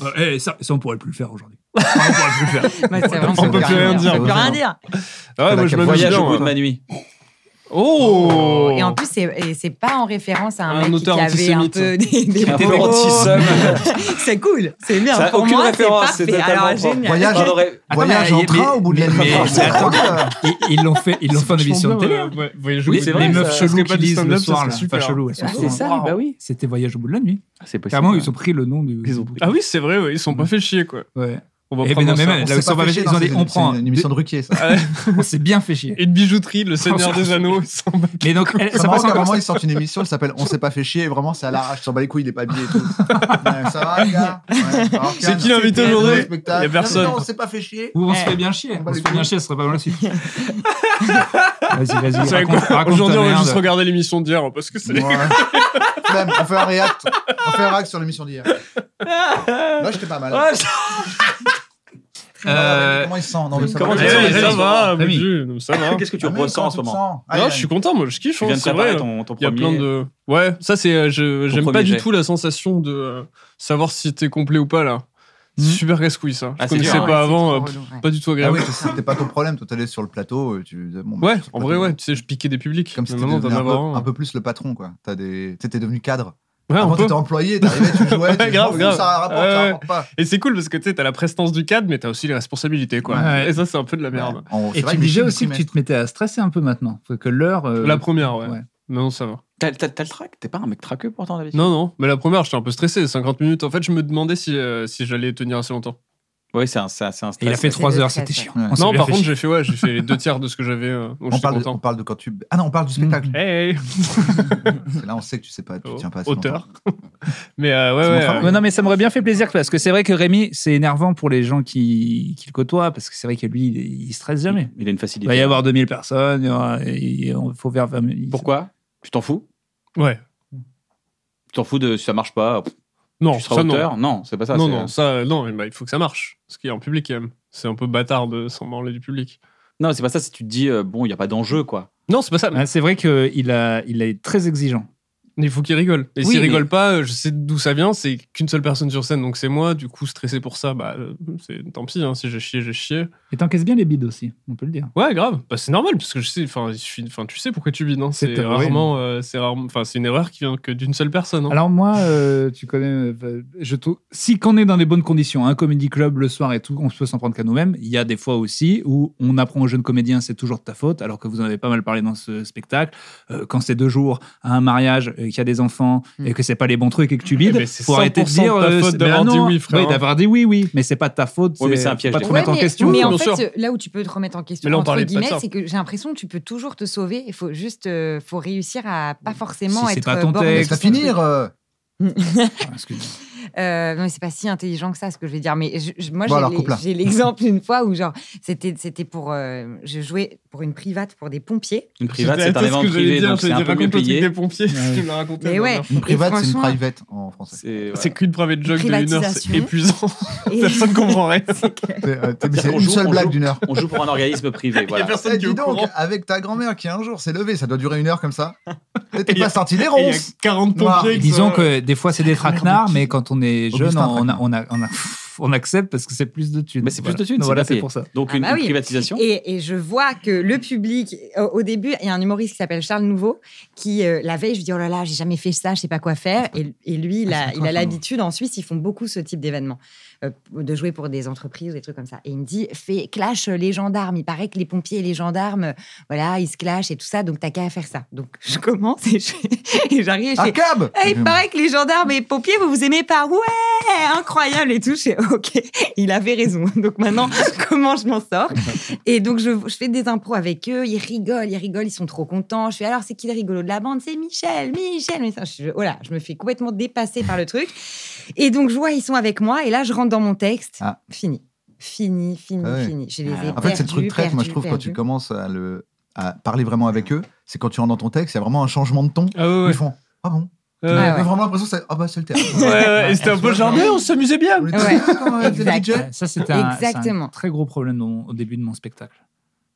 [SPEAKER 4] Euh, eh, ça, ça, on pourrait plus le faire aujourd'hui. Ça, on pourrait plus le faire.
[SPEAKER 5] Bah, c'est vraiment-
[SPEAKER 6] On peut plus rien dire.
[SPEAKER 5] On peut plus rien dire.
[SPEAKER 6] Ah ouais, moi je
[SPEAKER 2] T'as
[SPEAKER 6] me
[SPEAKER 1] Voyage au bout
[SPEAKER 6] bien.
[SPEAKER 1] de
[SPEAKER 6] hein.
[SPEAKER 1] ma nuit.
[SPEAKER 6] Oh
[SPEAKER 5] Et en plus, c'est, et c'est pas en référence à un,
[SPEAKER 6] Un
[SPEAKER 5] mec
[SPEAKER 6] auteur
[SPEAKER 5] qui avait un
[SPEAKER 6] antisémite.
[SPEAKER 5] peu des, des
[SPEAKER 1] Un peu
[SPEAKER 5] propos.
[SPEAKER 1] antisome.
[SPEAKER 5] C'est cool, c'est bien.
[SPEAKER 1] Ça a
[SPEAKER 5] Pour
[SPEAKER 1] aucune
[SPEAKER 5] moi,
[SPEAKER 1] référence, c'est
[SPEAKER 5] c'est parfait.
[SPEAKER 1] totalement
[SPEAKER 5] Alors,
[SPEAKER 1] propre.
[SPEAKER 5] génial.
[SPEAKER 2] Voyage,
[SPEAKER 1] On aurait-
[SPEAKER 2] voyage
[SPEAKER 4] mais-
[SPEAKER 2] en train
[SPEAKER 4] mais-
[SPEAKER 2] au bout de la
[SPEAKER 4] mais-
[SPEAKER 2] nuit.
[SPEAKER 4] mais-
[SPEAKER 2] C'est
[SPEAKER 4] attends.
[SPEAKER 2] incroyable, ça.
[SPEAKER 4] Ils- Ils l'ont fait, ils l'ont fait en émission de télé. hein.
[SPEAKER 6] Voyage au
[SPEAKER 1] Oui,
[SPEAKER 6] bout
[SPEAKER 1] c'est
[SPEAKER 6] de
[SPEAKER 1] vrai,
[SPEAKER 6] ma
[SPEAKER 4] les
[SPEAKER 6] nuit.
[SPEAKER 1] ça-
[SPEAKER 4] meufs
[SPEAKER 6] ça
[SPEAKER 4] cheloues
[SPEAKER 6] serait pas
[SPEAKER 4] qui
[SPEAKER 6] du
[SPEAKER 4] lisent le
[SPEAKER 6] stand-up,
[SPEAKER 4] soir,
[SPEAKER 6] ça
[SPEAKER 4] là.
[SPEAKER 6] serait
[SPEAKER 4] Pas
[SPEAKER 6] super.
[SPEAKER 4] chelou, elles sont
[SPEAKER 1] Ah,
[SPEAKER 4] souvent-
[SPEAKER 1] c'est ça, bah oui.
[SPEAKER 4] C'était Voyage au bout de la nuit.
[SPEAKER 1] C'est possible.
[SPEAKER 4] Clairement, ils ont pris le nom du.
[SPEAKER 1] Ils ont pris.
[SPEAKER 6] Ah oui, c'est vrai, ouais, ils sont pas fait chier quoi.
[SPEAKER 4] Ouais.
[SPEAKER 6] On va
[SPEAKER 4] Eh ben
[SPEAKER 6] prendre
[SPEAKER 4] non, mais
[SPEAKER 6] ça.
[SPEAKER 4] même-
[SPEAKER 2] On
[SPEAKER 4] Là où ils
[SPEAKER 2] s'est
[SPEAKER 4] sont
[SPEAKER 2] pas
[SPEAKER 4] pas
[SPEAKER 2] fait
[SPEAKER 4] fait-
[SPEAKER 2] chier,
[SPEAKER 4] ils ont
[SPEAKER 2] non,
[SPEAKER 4] dit,
[SPEAKER 2] c'est
[SPEAKER 4] on
[SPEAKER 2] une-
[SPEAKER 4] prend.
[SPEAKER 2] c'est une émission de Ruquier, ça.
[SPEAKER 4] On s'est bien fait chier.
[SPEAKER 6] Et de bijouterie, le Seigneur des Anneaux, ils sont pas-
[SPEAKER 4] Mais donc, elle- ça
[SPEAKER 2] Ça marche
[SPEAKER 4] passe
[SPEAKER 2] qu'à un
[SPEAKER 4] encore.
[SPEAKER 2] moment, ils sortent une émission, elle s'appelle On s'est pas fait chier, et vraiment, c'est à l'arrache. Sur bats les couilles, il est pas habillé et tout. Ouais, ça va, les gars Ouais, alors,
[SPEAKER 6] C'est qui
[SPEAKER 2] calme.
[SPEAKER 6] l'invité
[SPEAKER 2] C'est
[SPEAKER 6] aujourd'hui
[SPEAKER 2] le spectacle.
[SPEAKER 6] Il y a personne.
[SPEAKER 2] Non, mais non, On s'est pas fait chier.
[SPEAKER 4] Ou on se
[SPEAKER 5] Eh.
[SPEAKER 4] fait bien chier.
[SPEAKER 2] On bat
[SPEAKER 4] On se
[SPEAKER 2] les
[SPEAKER 4] fait bien
[SPEAKER 2] couilles.
[SPEAKER 4] chier, ce serait pas mal aussi. Vas-y,
[SPEAKER 6] Vous
[SPEAKER 4] vas-y.
[SPEAKER 6] savez
[SPEAKER 4] Ah, raconte-
[SPEAKER 6] quoi
[SPEAKER 4] raconte
[SPEAKER 6] Aujourd'hui,
[SPEAKER 4] ta
[SPEAKER 6] on va
[SPEAKER 4] merde.
[SPEAKER 6] juste regarder l'émission d'hier parce que c'est.
[SPEAKER 2] Ouais. Flemme, on fait un react. On fait un react sur l'émission d'hier. Là, j'étais pas mal.
[SPEAKER 1] Ah,
[SPEAKER 2] Non, non, mais
[SPEAKER 4] Euh,
[SPEAKER 2] Comment il se sent Non, mais ça
[SPEAKER 1] Comment
[SPEAKER 6] Eh,
[SPEAKER 2] va.
[SPEAKER 1] tu
[SPEAKER 6] ouais,
[SPEAKER 1] vas,
[SPEAKER 6] ça
[SPEAKER 1] Rémi
[SPEAKER 6] va, mon
[SPEAKER 4] Rémi.
[SPEAKER 6] Dieu, non, ça va.
[SPEAKER 1] Qu'est-ce que tu
[SPEAKER 2] Ah, mais
[SPEAKER 1] ressens en
[SPEAKER 2] comment
[SPEAKER 1] ce
[SPEAKER 2] tu te
[SPEAKER 1] moment
[SPEAKER 2] sens Allez,
[SPEAKER 6] Non, je suis content, moi, je kiffe.
[SPEAKER 1] Tu
[SPEAKER 6] hein,
[SPEAKER 1] viens de
[SPEAKER 6] c'est vrai.
[SPEAKER 1] préparer ton ton
[SPEAKER 6] Il y a
[SPEAKER 1] premier.
[SPEAKER 6] plein de. Ouais, ça c'est. euh, je- J'aime pas
[SPEAKER 1] premier
[SPEAKER 6] du
[SPEAKER 1] jet.
[SPEAKER 6] tout la sensation de euh, savoir si t'es complet ou pas là.
[SPEAKER 4] Mhm.
[SPEAKER 6] Super casse-couille ça. Je
[SPEAKER 1] Ah, c'est
[SPEAKER 6] connaissais
[SPEAKER 1] dur,
[SPEAKER 6] pas
[SPEAKER 1] ouais,
[SPEAKER 6] avant, euh,
[SPEAKER 5] c'est
[SPEAKER 6] pff,
[SPEAKER 5] trop relou, ouais.
[SPEAKER 6] pas du tout
[SPEAKER 2] Hmm. hein. Ah
[SPEAKER 6] agréable.
[SPEAKER 2] oui, c'était pas ton problème. Toi, t'allais sur le plateau. tu disais, bon, bah,
[SPEAKER 6] Ouais,
[SPEAKER 2] sur le
[SPEAKER 6] en vrai,
[SPEAKER 2] plateau,
[SPEAKER 6] ouais, tu sais, je piquais des publics.
[SPEAKER 2] Comme si
[SPEAKER 6] Mais
[SPEAKER 2] t'étais
[SPEAKER 6] maintenant,
[SPEAKER 2] devenu
[SPEAKER 6] t'en
[SPEAKER 2] un
[SPEAKER 6] as
[SPEAKER 2] peu,
[SPEAKER 6] vraiment-
[SPEAKER 2] un peu plus le patron, quoi. T'as des- T'étais devenu cadre.
[SPEAKER 6] Ouais, un
[SPEAKER 2] Avant,
[SPEAKER 6] peu.
[SPEAKER 2] t'étais employé, t'arrivais, tu jouais. tu disais,
[SPEAKER 6] hein. Grave,
[SPEAKER 2] je m'en
[SPEAKER 6] grave.
[SPEAKER 2] fous, Ça rapporte,
[SPEAKER 6] Ouais,
[SPEAKER 2] ça
[SPEAKER 6] ouais.
[SPEAKER 2] rapporte pas.
[SPEAKER 6] Et c'est cool parce que tu sais, t'as la prestance du cadre, mais t'as aussi les responsabilités, quoi.
[SPEAKER 4] Ouais.
[SPEAKER 6] Et ça, c'est un peu de la merde.
[SPEAKER 2] En- c'est vrai
[SPEAKER 4] Et tu
[SPEAKER 2] que
[SPEAKER 4] me
[SPEAKER 2] les
[SPEAKER 4] disais
[SPEAKER 2] chiffres
[SPEAKER 4] aussi
[SPEAKER 2] du
[SPEAKER 4] que tu te mettais à stresser un peu maintenant. Faut Que l'heure. euh,
[SPEAKER 6] La première, ouais.
[SPEAKER 4] ouais.
[SPEAKER 6] Non, ça va.
[SPEAKER 1] T'as t'as- t'as le trac T'es pas un mec traqueux pourtant, d'habitude
[SPEAKER 6] Non, non, mais la première, j'étais un peu stressé. 50 minutes, en fait, je me demandais si, euh, si j'allais tenir assez longtemps.
[SPEAKER 1] Oui, c'est un, c'est un, c'est un
[SPEAKER 4] Et il a
[SPEAKER 1] stress.
[SPEAKER 4] fait
[SPEAKER 5] c'est
[SPEAKER 4] 3
[SPEAKER 5] le
[SPEAKER 4] heures,
[SPEAKER 5] stress,
[SPEAKER 4] c'était
[SPEAKER 5] ouais.
[SPEAKER 4] chiant.
[SPEAKER 2] Ouais.
[SPEAKER 4] On s'est
[SPEAKER 6] non,
[SPEAKER 4] bien
[SPEAKER 6] par
[SPEAKER 4] fait
[SPEAKER 6] contre,
[SPEAKER 4] chier.
[SPEAKER 6] j'ai fait, ouais, j'ai fait les deux tiers de ce que j'avais. euh, donc
[SPEAKER 2] On
[SPEAKER 6] j'étais
[SPEAKER 2] parle, de, on
[SPEAKER 6] content.
[SPEAKER 2] parle de quand tu. Ah non, on parle du spectacle.
[SPEAKER 6] Mmh. Hey,
[SPEAKER 2] Parce que Là, on sait que tu sais pas, tu
[SPEAKER 6] Oh,
[SPEAKER 2] tiens pas assez
[SPEAKER 6] auteur.
[SPEAKER 2] longtemps.
[SPEAKER 6] mais euh, ouais,
[SPEAKER 2] C'est mon
[SPEAKER 6] ouais.
[SPEAKER 2] travail.
[SPEAKER 6] euh,
[SPEAKER 4] Ouais, non, mais ça m'aurait bien fait plaisir parce que c'est vrai que Rémi, c'est énervant pour les gens qui, qui le côtoient parce que c'est vrai que lui, il, il stresse jamais.
[SPEAKER 1] Il a une facilité.
[SPEAKER 4] Il va y avoir 2000 personnes, il y aura- il il faut faire 20 000.
[SPEAKER 1] Pourquoi Tu t'en fous
[SPEAKER 6] ouais.
[SPEAKER 1] Tu t'en fous de si ça marche pas
[SPEAKER 6] Non,
[SPEAKER 1] Tu seras
[SPEAKER 6] ça, non.
[SPEAKER 1] auteur Non, c'est pas ça.
[SPEAKER 6] non,
[SPEAKER 1] c'est-
[SPEAKER 6] non, ça, euh, non, mais bah, il faut que ça marche. Parce qu'il y a un public, quand même. C'est un peu bâtard de s'en branler du public.
[SPEAKER 1] Non, c'est pas ça si tu te dis, euh, bon, il n'y a pas d'enjeu, quoi.
[SPEAKER 6] Non, c'est pas ça. mais
[SPEAKER 4] Ah, C'est vrai qu'il a, il est très exigeant.
[SPEAKER 6] Il faut qu'il rigole. Et
[SPEAKER 4] Oui,
[SPEAKER 6] s'il
[SPEAKER 4] mais-
[SPEAKER 6] rigole pas, euh, je sais d'où ça vient, c'est qu'une seule personne sur scène, donc c'est moi. Du coup, stressé pour ça, bah, euh, c'est tant pis. hein, si j'ai chié, j'ai chié.
[SPEAKER 4] Et t'encaisses bien les bides aussi, on peut le dire.
[SPEAKER 6] Ouais, grave. Bah, c'est normal parce que je sais. Enfin, je suis. Enfin, tu sais pourquoi tu vides. Hein.
[SPEAKER 4] C'est
[SPEAKER 6] C'est
[SPEAKER 4] ta- ouais.
[SPEAKER 6] rarement. euh, c'est rarement. Enfin, c'est une erreur qui vient que d'une seule personne. hein.
[SPEAKER 4] Alors moi, euh, tu connais, euh, je trouve, si qu'on est dans des bonnes conditions, un comedy club le soir et tout, on peut s'en prendre qu'à nous-mêmes. Il y a des fois aussi où on apprend aux jeunes comédiens c'est toujours de ta faute, alors que vous en avez pas mal parlé dans ce spectacle. Euh, quand c'est deux jours à un mariage, et euh, qu'il y a des enfants
[SPEAKER 5] Mm.
[SPEAKER 4] et que c'est pas les bons trucs et que tu bides,
[SPEAKER 6] mais Eh ben, c'est
[SPEAKER 4] faut arrêter de
[SPEAKER 6] 100%
[SPEAKER 4] dire
[SPEAKER 6] de ta
[SPEAKER 4] euh,
[SPEAKER 6] faute
[SPEAKER 4] c'est-
[SPEAKER 6] d'avoir
[SPEAKER 4] bah
[SPEAKER 6] dit
[SPEAKER 4] non,
[SPEAKER 6] oui, frère. hein.
[SPEAKER 4] Oui, d'avoir dit oui, oui, mais c'est pas de ta faute.
[SPEAKER 1] Ouais, mais c'est un piège
[SPEAKER 4] Faut pas
[SPEAKER 1] des
[SPEAKER 4] te
[SPEAKER 1] gens.
[SPEAKER 4] remettre
[SPEAKER 5] Ouais,
[SPEAKER 4] en
[SPEAKER 5] mais-
[SPEAKER 4] question.
[SPEAKER 5] Mais en
[SPEAKER 6] bien sûr.
[SPEAKER 5] fait, euh, là où tu peux te remettre en question,
[SPEAKER 6] Mais là, on
[SPEAKER 5] entre
[SPEAKER 6] parlait pas de
[SPEAKER 5] guillemets,
[SPEAKER 6] ça.
[SPEAKER 5] c'est que j'ai l'impression que tu peux toujours te sauver. Il faut juste, euh, faut réussir à pas forcément
[SPEAKER 4] Si c'est
[SPEAKER 5] être. euh,
[SPEAKER 4] pas ton
[SPEAKER 5] borné
[SPEAKER 4] texte.
[SPEAKER 5] sur
[SPEAKER 2] Laisse ça
[SPEAKER 5] son truc.
[SPEAKER 2] finir. euh.
[SPEAKER 4] Ah, excuse-moi.
[SPEAKER 5] Euh, non, mais c'est pas si intelligent que ça, ce que je vais dire. Mais je- je- moi,
[SPEAKER 2] Bon,
[SPEAKER 5] j'ai
[SPEAKER 2] alors,
[SPEAKER 5] les-
[SPEAKER 2] coupe là.
[SPEAKER 5] j'ai l'exemple d'une fois où, genre, c'était c'était pour. euh, je jouais pour une private pour des pompiers.
[SPEAKER 1] Une private, c'est
[SPEAKER 6] C'était
[SPEAKER 1] un
[SPEAKER 6] ce
[SPEAKER 1] événement
[SPEAKER 6] que j'allais
[SPEAKER 1] privé,
[SPEAKER 6] dire,
[SPEAKER 1] donc c'est
[SPEAKER 6] j'allais
[SPEAKER 1] un
[SPEAKER 6] dire,
[SPEAKER 1] peu mieux
[SPEAKER 6] raconte le truc
[SPEAKER 1] payé.
[SPEAKER 6] des pompiers,
[SPEAKER 4] Ouais.
[SPEAKER 6] tu me l'as raconté.
[SPEAKER 5] Mais
[SPEAKER 6] la
[SPEAKER 5] ouais.
[SPEAKER 6] dernière fois.
[SPEAKER 2] Une private, c'est une
[SPEAKER 5] franchement-
[SPEAKER 2] private en français.
[SPEAKER 1] C'est
[SPEAKER 6] C'est qu'une private joke de une heure, c'est
[SPEAKER 5] Privatisation.
[SPEAKER 6] épuisant.
[SPEAKER 5] Et-
[SPEAKER 6] Personne comprend rien.
[SPEAKER 2] C'est euh, t'es- mais
[SPEAKER 1] C'est-à-dire
[SPEAKER 2] c'est
[SPEAKER 1] qu'on
[SPEAKER 2] une
[SPEAKER 1] joue-
[SPEAKER 2] seule
[SPEAKER 1] on
[SPEAKER 2] blague
[SPEAKER 1] joue-
[SPEAKER 2] d'une heure.
[SPEAKER 1] on joue pour un organisme privé.
[SPEAKER 6] Il y a
[SPEAKER 1] Voilà.
[SPEAKER 6] personne
[SPEAKER 2] Eh,
[SPEAKER 6] qui est au
[SPEAKER 2] dis donc,
[SPEAKER 6] courant.
[SPEAKER 2] avec ta grand-mère qui un jour s'est levée, ça doit durer une heure comme ça. Et T'es
[SPEAKER 6] Et y a-
[SPEAKER 2] pas sorti des
[SPEAKER 6] Et Il y a
[SPEAKER 2] ronces.
[SPEAKER 6] 40
[SPEAKER 2] Noir.
[SPEAKER 6] pompiers qui
[SPEAKER 4] Disons
[SPEAKER 6] sont-
[SPEAKER 4] que des fois c'est des traquenards, mais quand on est
[SPEAKER 2] Augustin,
[SPEAKER 4] jeune, on,
[SPEAKER 2] traquenard.
[SPEAKER 4] on, a- on a- on accepte parce que c'est plus de thunes.
[SPEAKER 1] Mais c'est plus
[SPEAKER 4] Voilà.
[SPEAKER 1] de thunes, c'est
[SPEAKER 4] Voilà,
[SPEAKER 1] bien
[SPEAKER 4] c'est
[SPEAKER 1] payé.
[SPEAKER 4] pour ça.
[SPEAKER 1] Donc
[SPEAKER 5] Ah
[SPEAKER 1] une,
[SPEAKER 5] bah
[SPEAKER 1] une
[SPEAKER 5] oui.
[SPEAKER 1] privatisation.
[SPEAKER 5] Et, et je vois que le public, au, au début, il y a un humoriste qui s'appelle Charles Nouveau, qui euh, la veille, je lui dis Oh là là, j'ai jamais fait ça, je sais pas quoi faire. Et, et lui, il
[SPEAKER 2] Ah,
[SPEAKER 5] a il
[SPEAKER 2] c'est toi,
[SPEAKER 5] a
[SPEAKER 2] Charles
[SPEAKER 5] l'habitude, en Suisse, ils font beaucoup ce type d'événement, euh, de jouer pour des entreprises, des trucs comme ça. Et il me dit Fais clash euh, les gendarmes. Il paraît que les pompiers et les gendarmes, euh, voilà, ils se clashent et tout ça, donc t'as qu'à faire ça. Donc je commence et je- et j'arrive et je
[SPEAKER 2] Un
[SPEAKER 5] fais
[SPEAKER 2] cab
[SPEAKER 5] ah, il paraît que les gendarmes et les pompiers, vous vous aimez pas. Ouais, incroyable et tout. Je fais, ok, il avait raison. Donc maintenant, comment je m'en sors Et donc, je, je fais des impros avec eux. Ils rigolent, ils rigolent, ils sont trop contents. Je fais, alors, c'est qui le rigolo de la bande C'est Michel, Michel. Mais ça, je, voilà, je me fais complètement dépasser par le truc. Et donc, je vois, ils sont avec moi. Et là, je rentre dans mon texte.
[SPEAKER 2] Ah.
[SPEAKER 5] Fini. Fini, fini,
[SPEAKER 2] Ah ouais.
[SPEAKER 5] fini. Je les ai
[SPEAKER 2] En fait, c'est
[SPEAKER 5] perdus,
[SPEAKER 2] le truc traite, moi
[SPEAKER 5] perdus,
[SPEAKER 2] je trouve, quand tu
[SPEAKER 5] perdus.
[SPEAKER 2] commences à, le, à parler vraiment avec eux, c'est quand tu rentres dans ton texte, il y a vraiment un changement de ton.
[SPEAKER 6] Ah ouais,
[SPEAKER 2] Ils
[SPEAKER 6] ouais.
[SPEAKER 2] font Ah bon
[SPEAKER 6] Euh,
[SPEAKER 5] Ouais,
[SPEAKER 2] J'ai vraiment l'impression que c'est Ah bah c'est le théâtre.
[SPEAKER 6] ouais, ouais, et c'était un peu genre, mais on s'amusait bien.
[SPEAKER 2] On est
[SPEAKER 5] Ouais.
[SPEAKER 2] tous comme, euh, des
[SPEAKER 5] Exact.
[SPEAKER 2] DJ.
[SPEAKER 4] Ouais, Ça, c'était un, c'est un
[SPEAKER 5] Exactement.
[SPEAKER 4] très gros problème dans mon- au début de mon spectacle.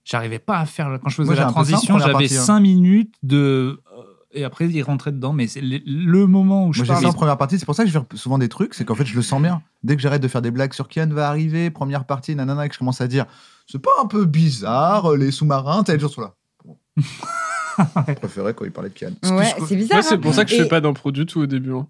[SPEAKER 4] J'arrivais pas à faire. Quand je faisais
[SPEAKER 2] Moi, j'ai
[SPEAKER 4] la
[SPEAKER 2] un peu ça en
[SPEAKER 4] transition,
[SPEAKER 2] première
[SPEAKER 4] j'avais
[SPEAKER 2] partie, hein.
[SPEAKER 4] 5 minutes de. euh, Et après, il rentrait dedans. Mais c'est le, le moment où je
[SPEAKER 2] Moi, j'ai
[SPEAKER 4] parle.
[SPEAKER 2] ça en première partie, c'est pour ça que je fais souvent des trucs, c'est qu'en fait, je le sens bien. Dès que j'arrête de faire des blagues sur Kian va arriver, première partie, nanana, et que je commence à dire c'est pas un peu bizarre, euh, les sous-marins, t'as les gens sont là. je préférais quand ils parlaient de Kian.
[SPEAKER 5] Ouais, c'est bizarre.
[SPEAKER 6] Moi, c'est
[SPEAKER 5] hein.
[SPEAKER 6] pour ça que je
[SPEAKER 5] Et-
[SPEAKER 6] fais pas d'impro du tout au début. hein.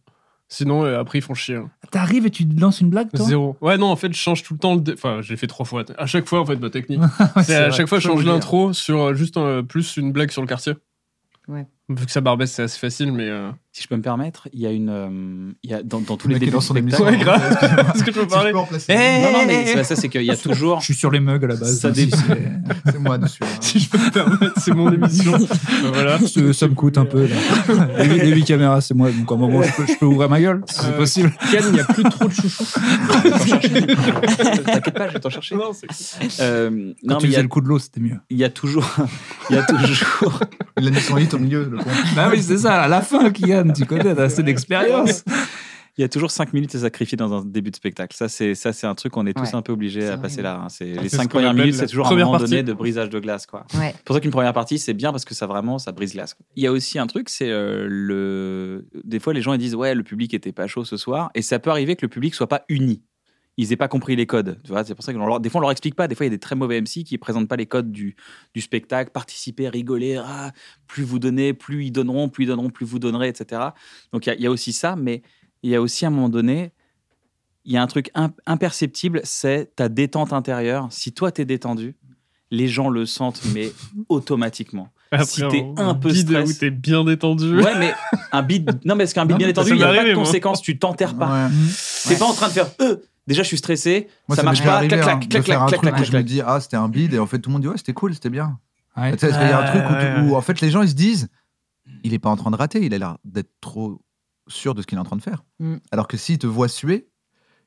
[SPEAKER 6] Sinon, euh, après, ils font chier. hein.
[SPEAKER 4] T'arrives et tu lances une blague, toi
[SPEAKER 6] Zéro. Ouais, non, en fait, je change tout le temps. Le dé- Enfin, j'ai fait trois fois. À chaque fois, en fait, ma technique.
[SPEAKER 4] Ouais,
[SPEAKER 6] C'est à
[SPEAKER 4] vrai.
[SPEAKER 6] chaque fois, je
[SPEAKER 2] Faut
[SPEAKER 6] change
[SPEAKER 2] le dire.
[SPEAKER 6] l'intro sur euh, juste euh, plus une blague sur le quartier.
[SPEAKER 5] Ouais.
[SPEAKER 6] Vu que ça barbesse, c'est assez facile, mais. euh,
[SPEAKER 1] Si je peux me permettre, il y a une, euh, il y a dans, dans tous
[SPEAKER 2] Le
[SPEAKER 1] les
[SPEAKER 2] mec est
[SPEAKER 1] débuts
[SPEAKER 2] dans
[SPEAKER 1] de
[SPEAKER 2] son
[SPEAKER 1] spectacle.
[SPEAKER 2] émission.
[SPEAKER 6] Ouais, grave.
[SPEAKER 4] hein.
[SPEAKER 6] Est-ce que je peux
[SPEAKER 2] Si je
[SPEAKER 6] parler
[SPEAKER 2] peux remplacer.
[SPEAKER 1] Eh, non, non, mais c'est pas ça, c'est qu'il y a toujours.
[SPEAKER 4] Je suis sur les mugs à la base.
[SPEAKER 1] Ça
[SPEAKER 4] Si,
[SPEAKER 1] dépend.
[SPEAKER 4] c'est-
[SPEAKER 2] C'est moi dessus. hein.
[SPEAKER 6] Si je peux me permettre, c'est mon émission.
[SPEAKER 4] Bah
[SPEAKER 6] Ben voilà.
[SPEAKER 4] ça, ça me coûte un peu. Là. Les, les huit caméras, c'est moi. Donc, à un moment, je peux, je peux ouvrir ma gueule. si C'est
[SPEAKER 6] Euh,
[SPEAKER 4] possible.
[SPEAKER 6] Yann, il n'y a plus trop de chouchous.
[SPEAKER 1] T'inquiète pas, je vais t'en chercher.
[SPEAKER 6] Non, c'est-
[SPEAKER 1] Euh,
[SPEAKER 4] Quand
[SPEAKER 1] non, mais il
[SPEAKER 4] tu
[SPEAKER 1] y,
[SPEAKER 4] faisais
[SPEAKER 1] a-
[SPEAKER 4] le coup de l'eau, c'était mieux.
[SPEAKER 1] il y a toujours, il y a toujours.
[SPEAKER 2] Il a mis son hit au milieu, le con.
[SPEAKER 4] Bah oui, c'est ça. À la fin, Kian, tu connais, t'as assez d'expérience.
[SPEAKER 1] Il y a toujours 5 minutes à sacrifier dans un début de spectacle. Ça, c'est ça, c'est un truc qu'on est tous
[SPEAKER 5] Ouais.
[SPEAKER 1] un peu obligés
[SPEAKER 5] C'est
[SPEAKER 1] à passer
[SPEAKER 5] horrible.
[SPEAKER 1] là. hein. C'est les
[SPEAKER 6] Ah, C'est
[SPEAKER 1] 5
[SPEAKER 6] ce qu'on
[SPEAKER 1] premières
[SPEAKER 6] appelle
[SPEAKER 1] minutes,
[SPEAKER 6] la
[SPEAKER 1] c'est toujours un
[SPEAKER 6] première
[SPEAKER 1] moment
[SPEAKER 6] partie.
[SPEAKER 1] donné de brisage de glace, quoi.
[SPEAKER 5] Ouais.
[SPEAKER 1] C'est pour ça qu'une première partie, c'est bien parce que ça vraiment, ça brise glace. Il y a aussi un truc, c'est euh, le. Des fois, les gens ils disent ouais, le public était pas chaud ce soir, et ça peut arriver que le public soit pas uni. Ils aient pas compris les codes. Tu vois, c'est pour ça que l'on leur- des fois on leur explique pas. Des fois, il y a des très mauvais MC qui présentent pas les codes du, du spectacle. Participer, rigoler, ah, plus vous donnez, plus ils donneront, plus ils donneront, plus vous donnerez, etc. Donc il y a- il y, a aussi ça, mais il y a aussi à un moment donné, il y a un truc im- imperceptible, c'est ta détente intérieure. Si toi t'es détendu, les gens le sentent, mais automatiquement.
[SPEAKER 6] Après,
[SPEAKER 1] Si t'es
[SPEAKER 6] on-
[SPEAKER 1] un
[SPEAKER 6] on
[SPEAKER 1] peu
[SPEAKER 6] bide
[SPEAKER 1] stress-
[SPEAKER 6] où t'es bien détendu.
[SPEAKER 1] Ouais, mais un beat. Non, mais parce qu'un beat
[SPEAKER 2] Non,
[SPEAKER 1] bien
[SPEAKER 2] mais
[SPEAKER 1] détendu,
[SPEAKER 6] ça
[SPEAKER 1] il n'y
[SPEAKER 6] m'est
[SPEAKER 1] a pas
[SPEAKER 6] arrivé,
[SPEAKER 1] de
[SPEAKER 6] moi.
[SPEAKER 1] conséquences, tu t'enterres pas.
[SPEAKER 2] Ouais.
[SPEAKER 1] T'es pas en train de faire euh, déjà je suis stressé,
[SPEAKER 2] Moi,
[SPEAKER 1] ça
[SPEAKER 2] m'est
[SPEAKER 1] marche
[SPEAKER 2] déjà
[SPEAKER 1] pas,
[SPEAKER 2] arrivé,
[SPEAKER 1] clac,
[SPEAKER 2] hein,
[SPEAKER 1] clac, clac,
[SPEAKER 2] de faire
[SPEAKER 1] clac,
[SPEAKER 2] un
[SPEAKER 1] clac,
[SPEAKER 2] truc où
[SPEAKER 1] clac,
[SPEAKER 2] je me
[SPEAKER 1] clac.
[SPEAKER 2] dis ah c'était un bide et en fait tout le monde dit ouais c'était cool c'était bien
[SPEAKER 4] Ouais.
[SPEAKER 2] Tu sais, est-ce qu'il y a un truc où,
[SPEAKER 4] Ouais,
[SPEAKER 2] tu-
[SPEAKER 4] ouais,
[SPEAKER 2] où, en fait les gens ils se disent il est pas en train de rater, il a l'air d'être trop sûr de ce qu'il est en train de faire.
[SPEAKER 5] Mm.
[SPEAKER 2] Alors que s'ils te voient suer,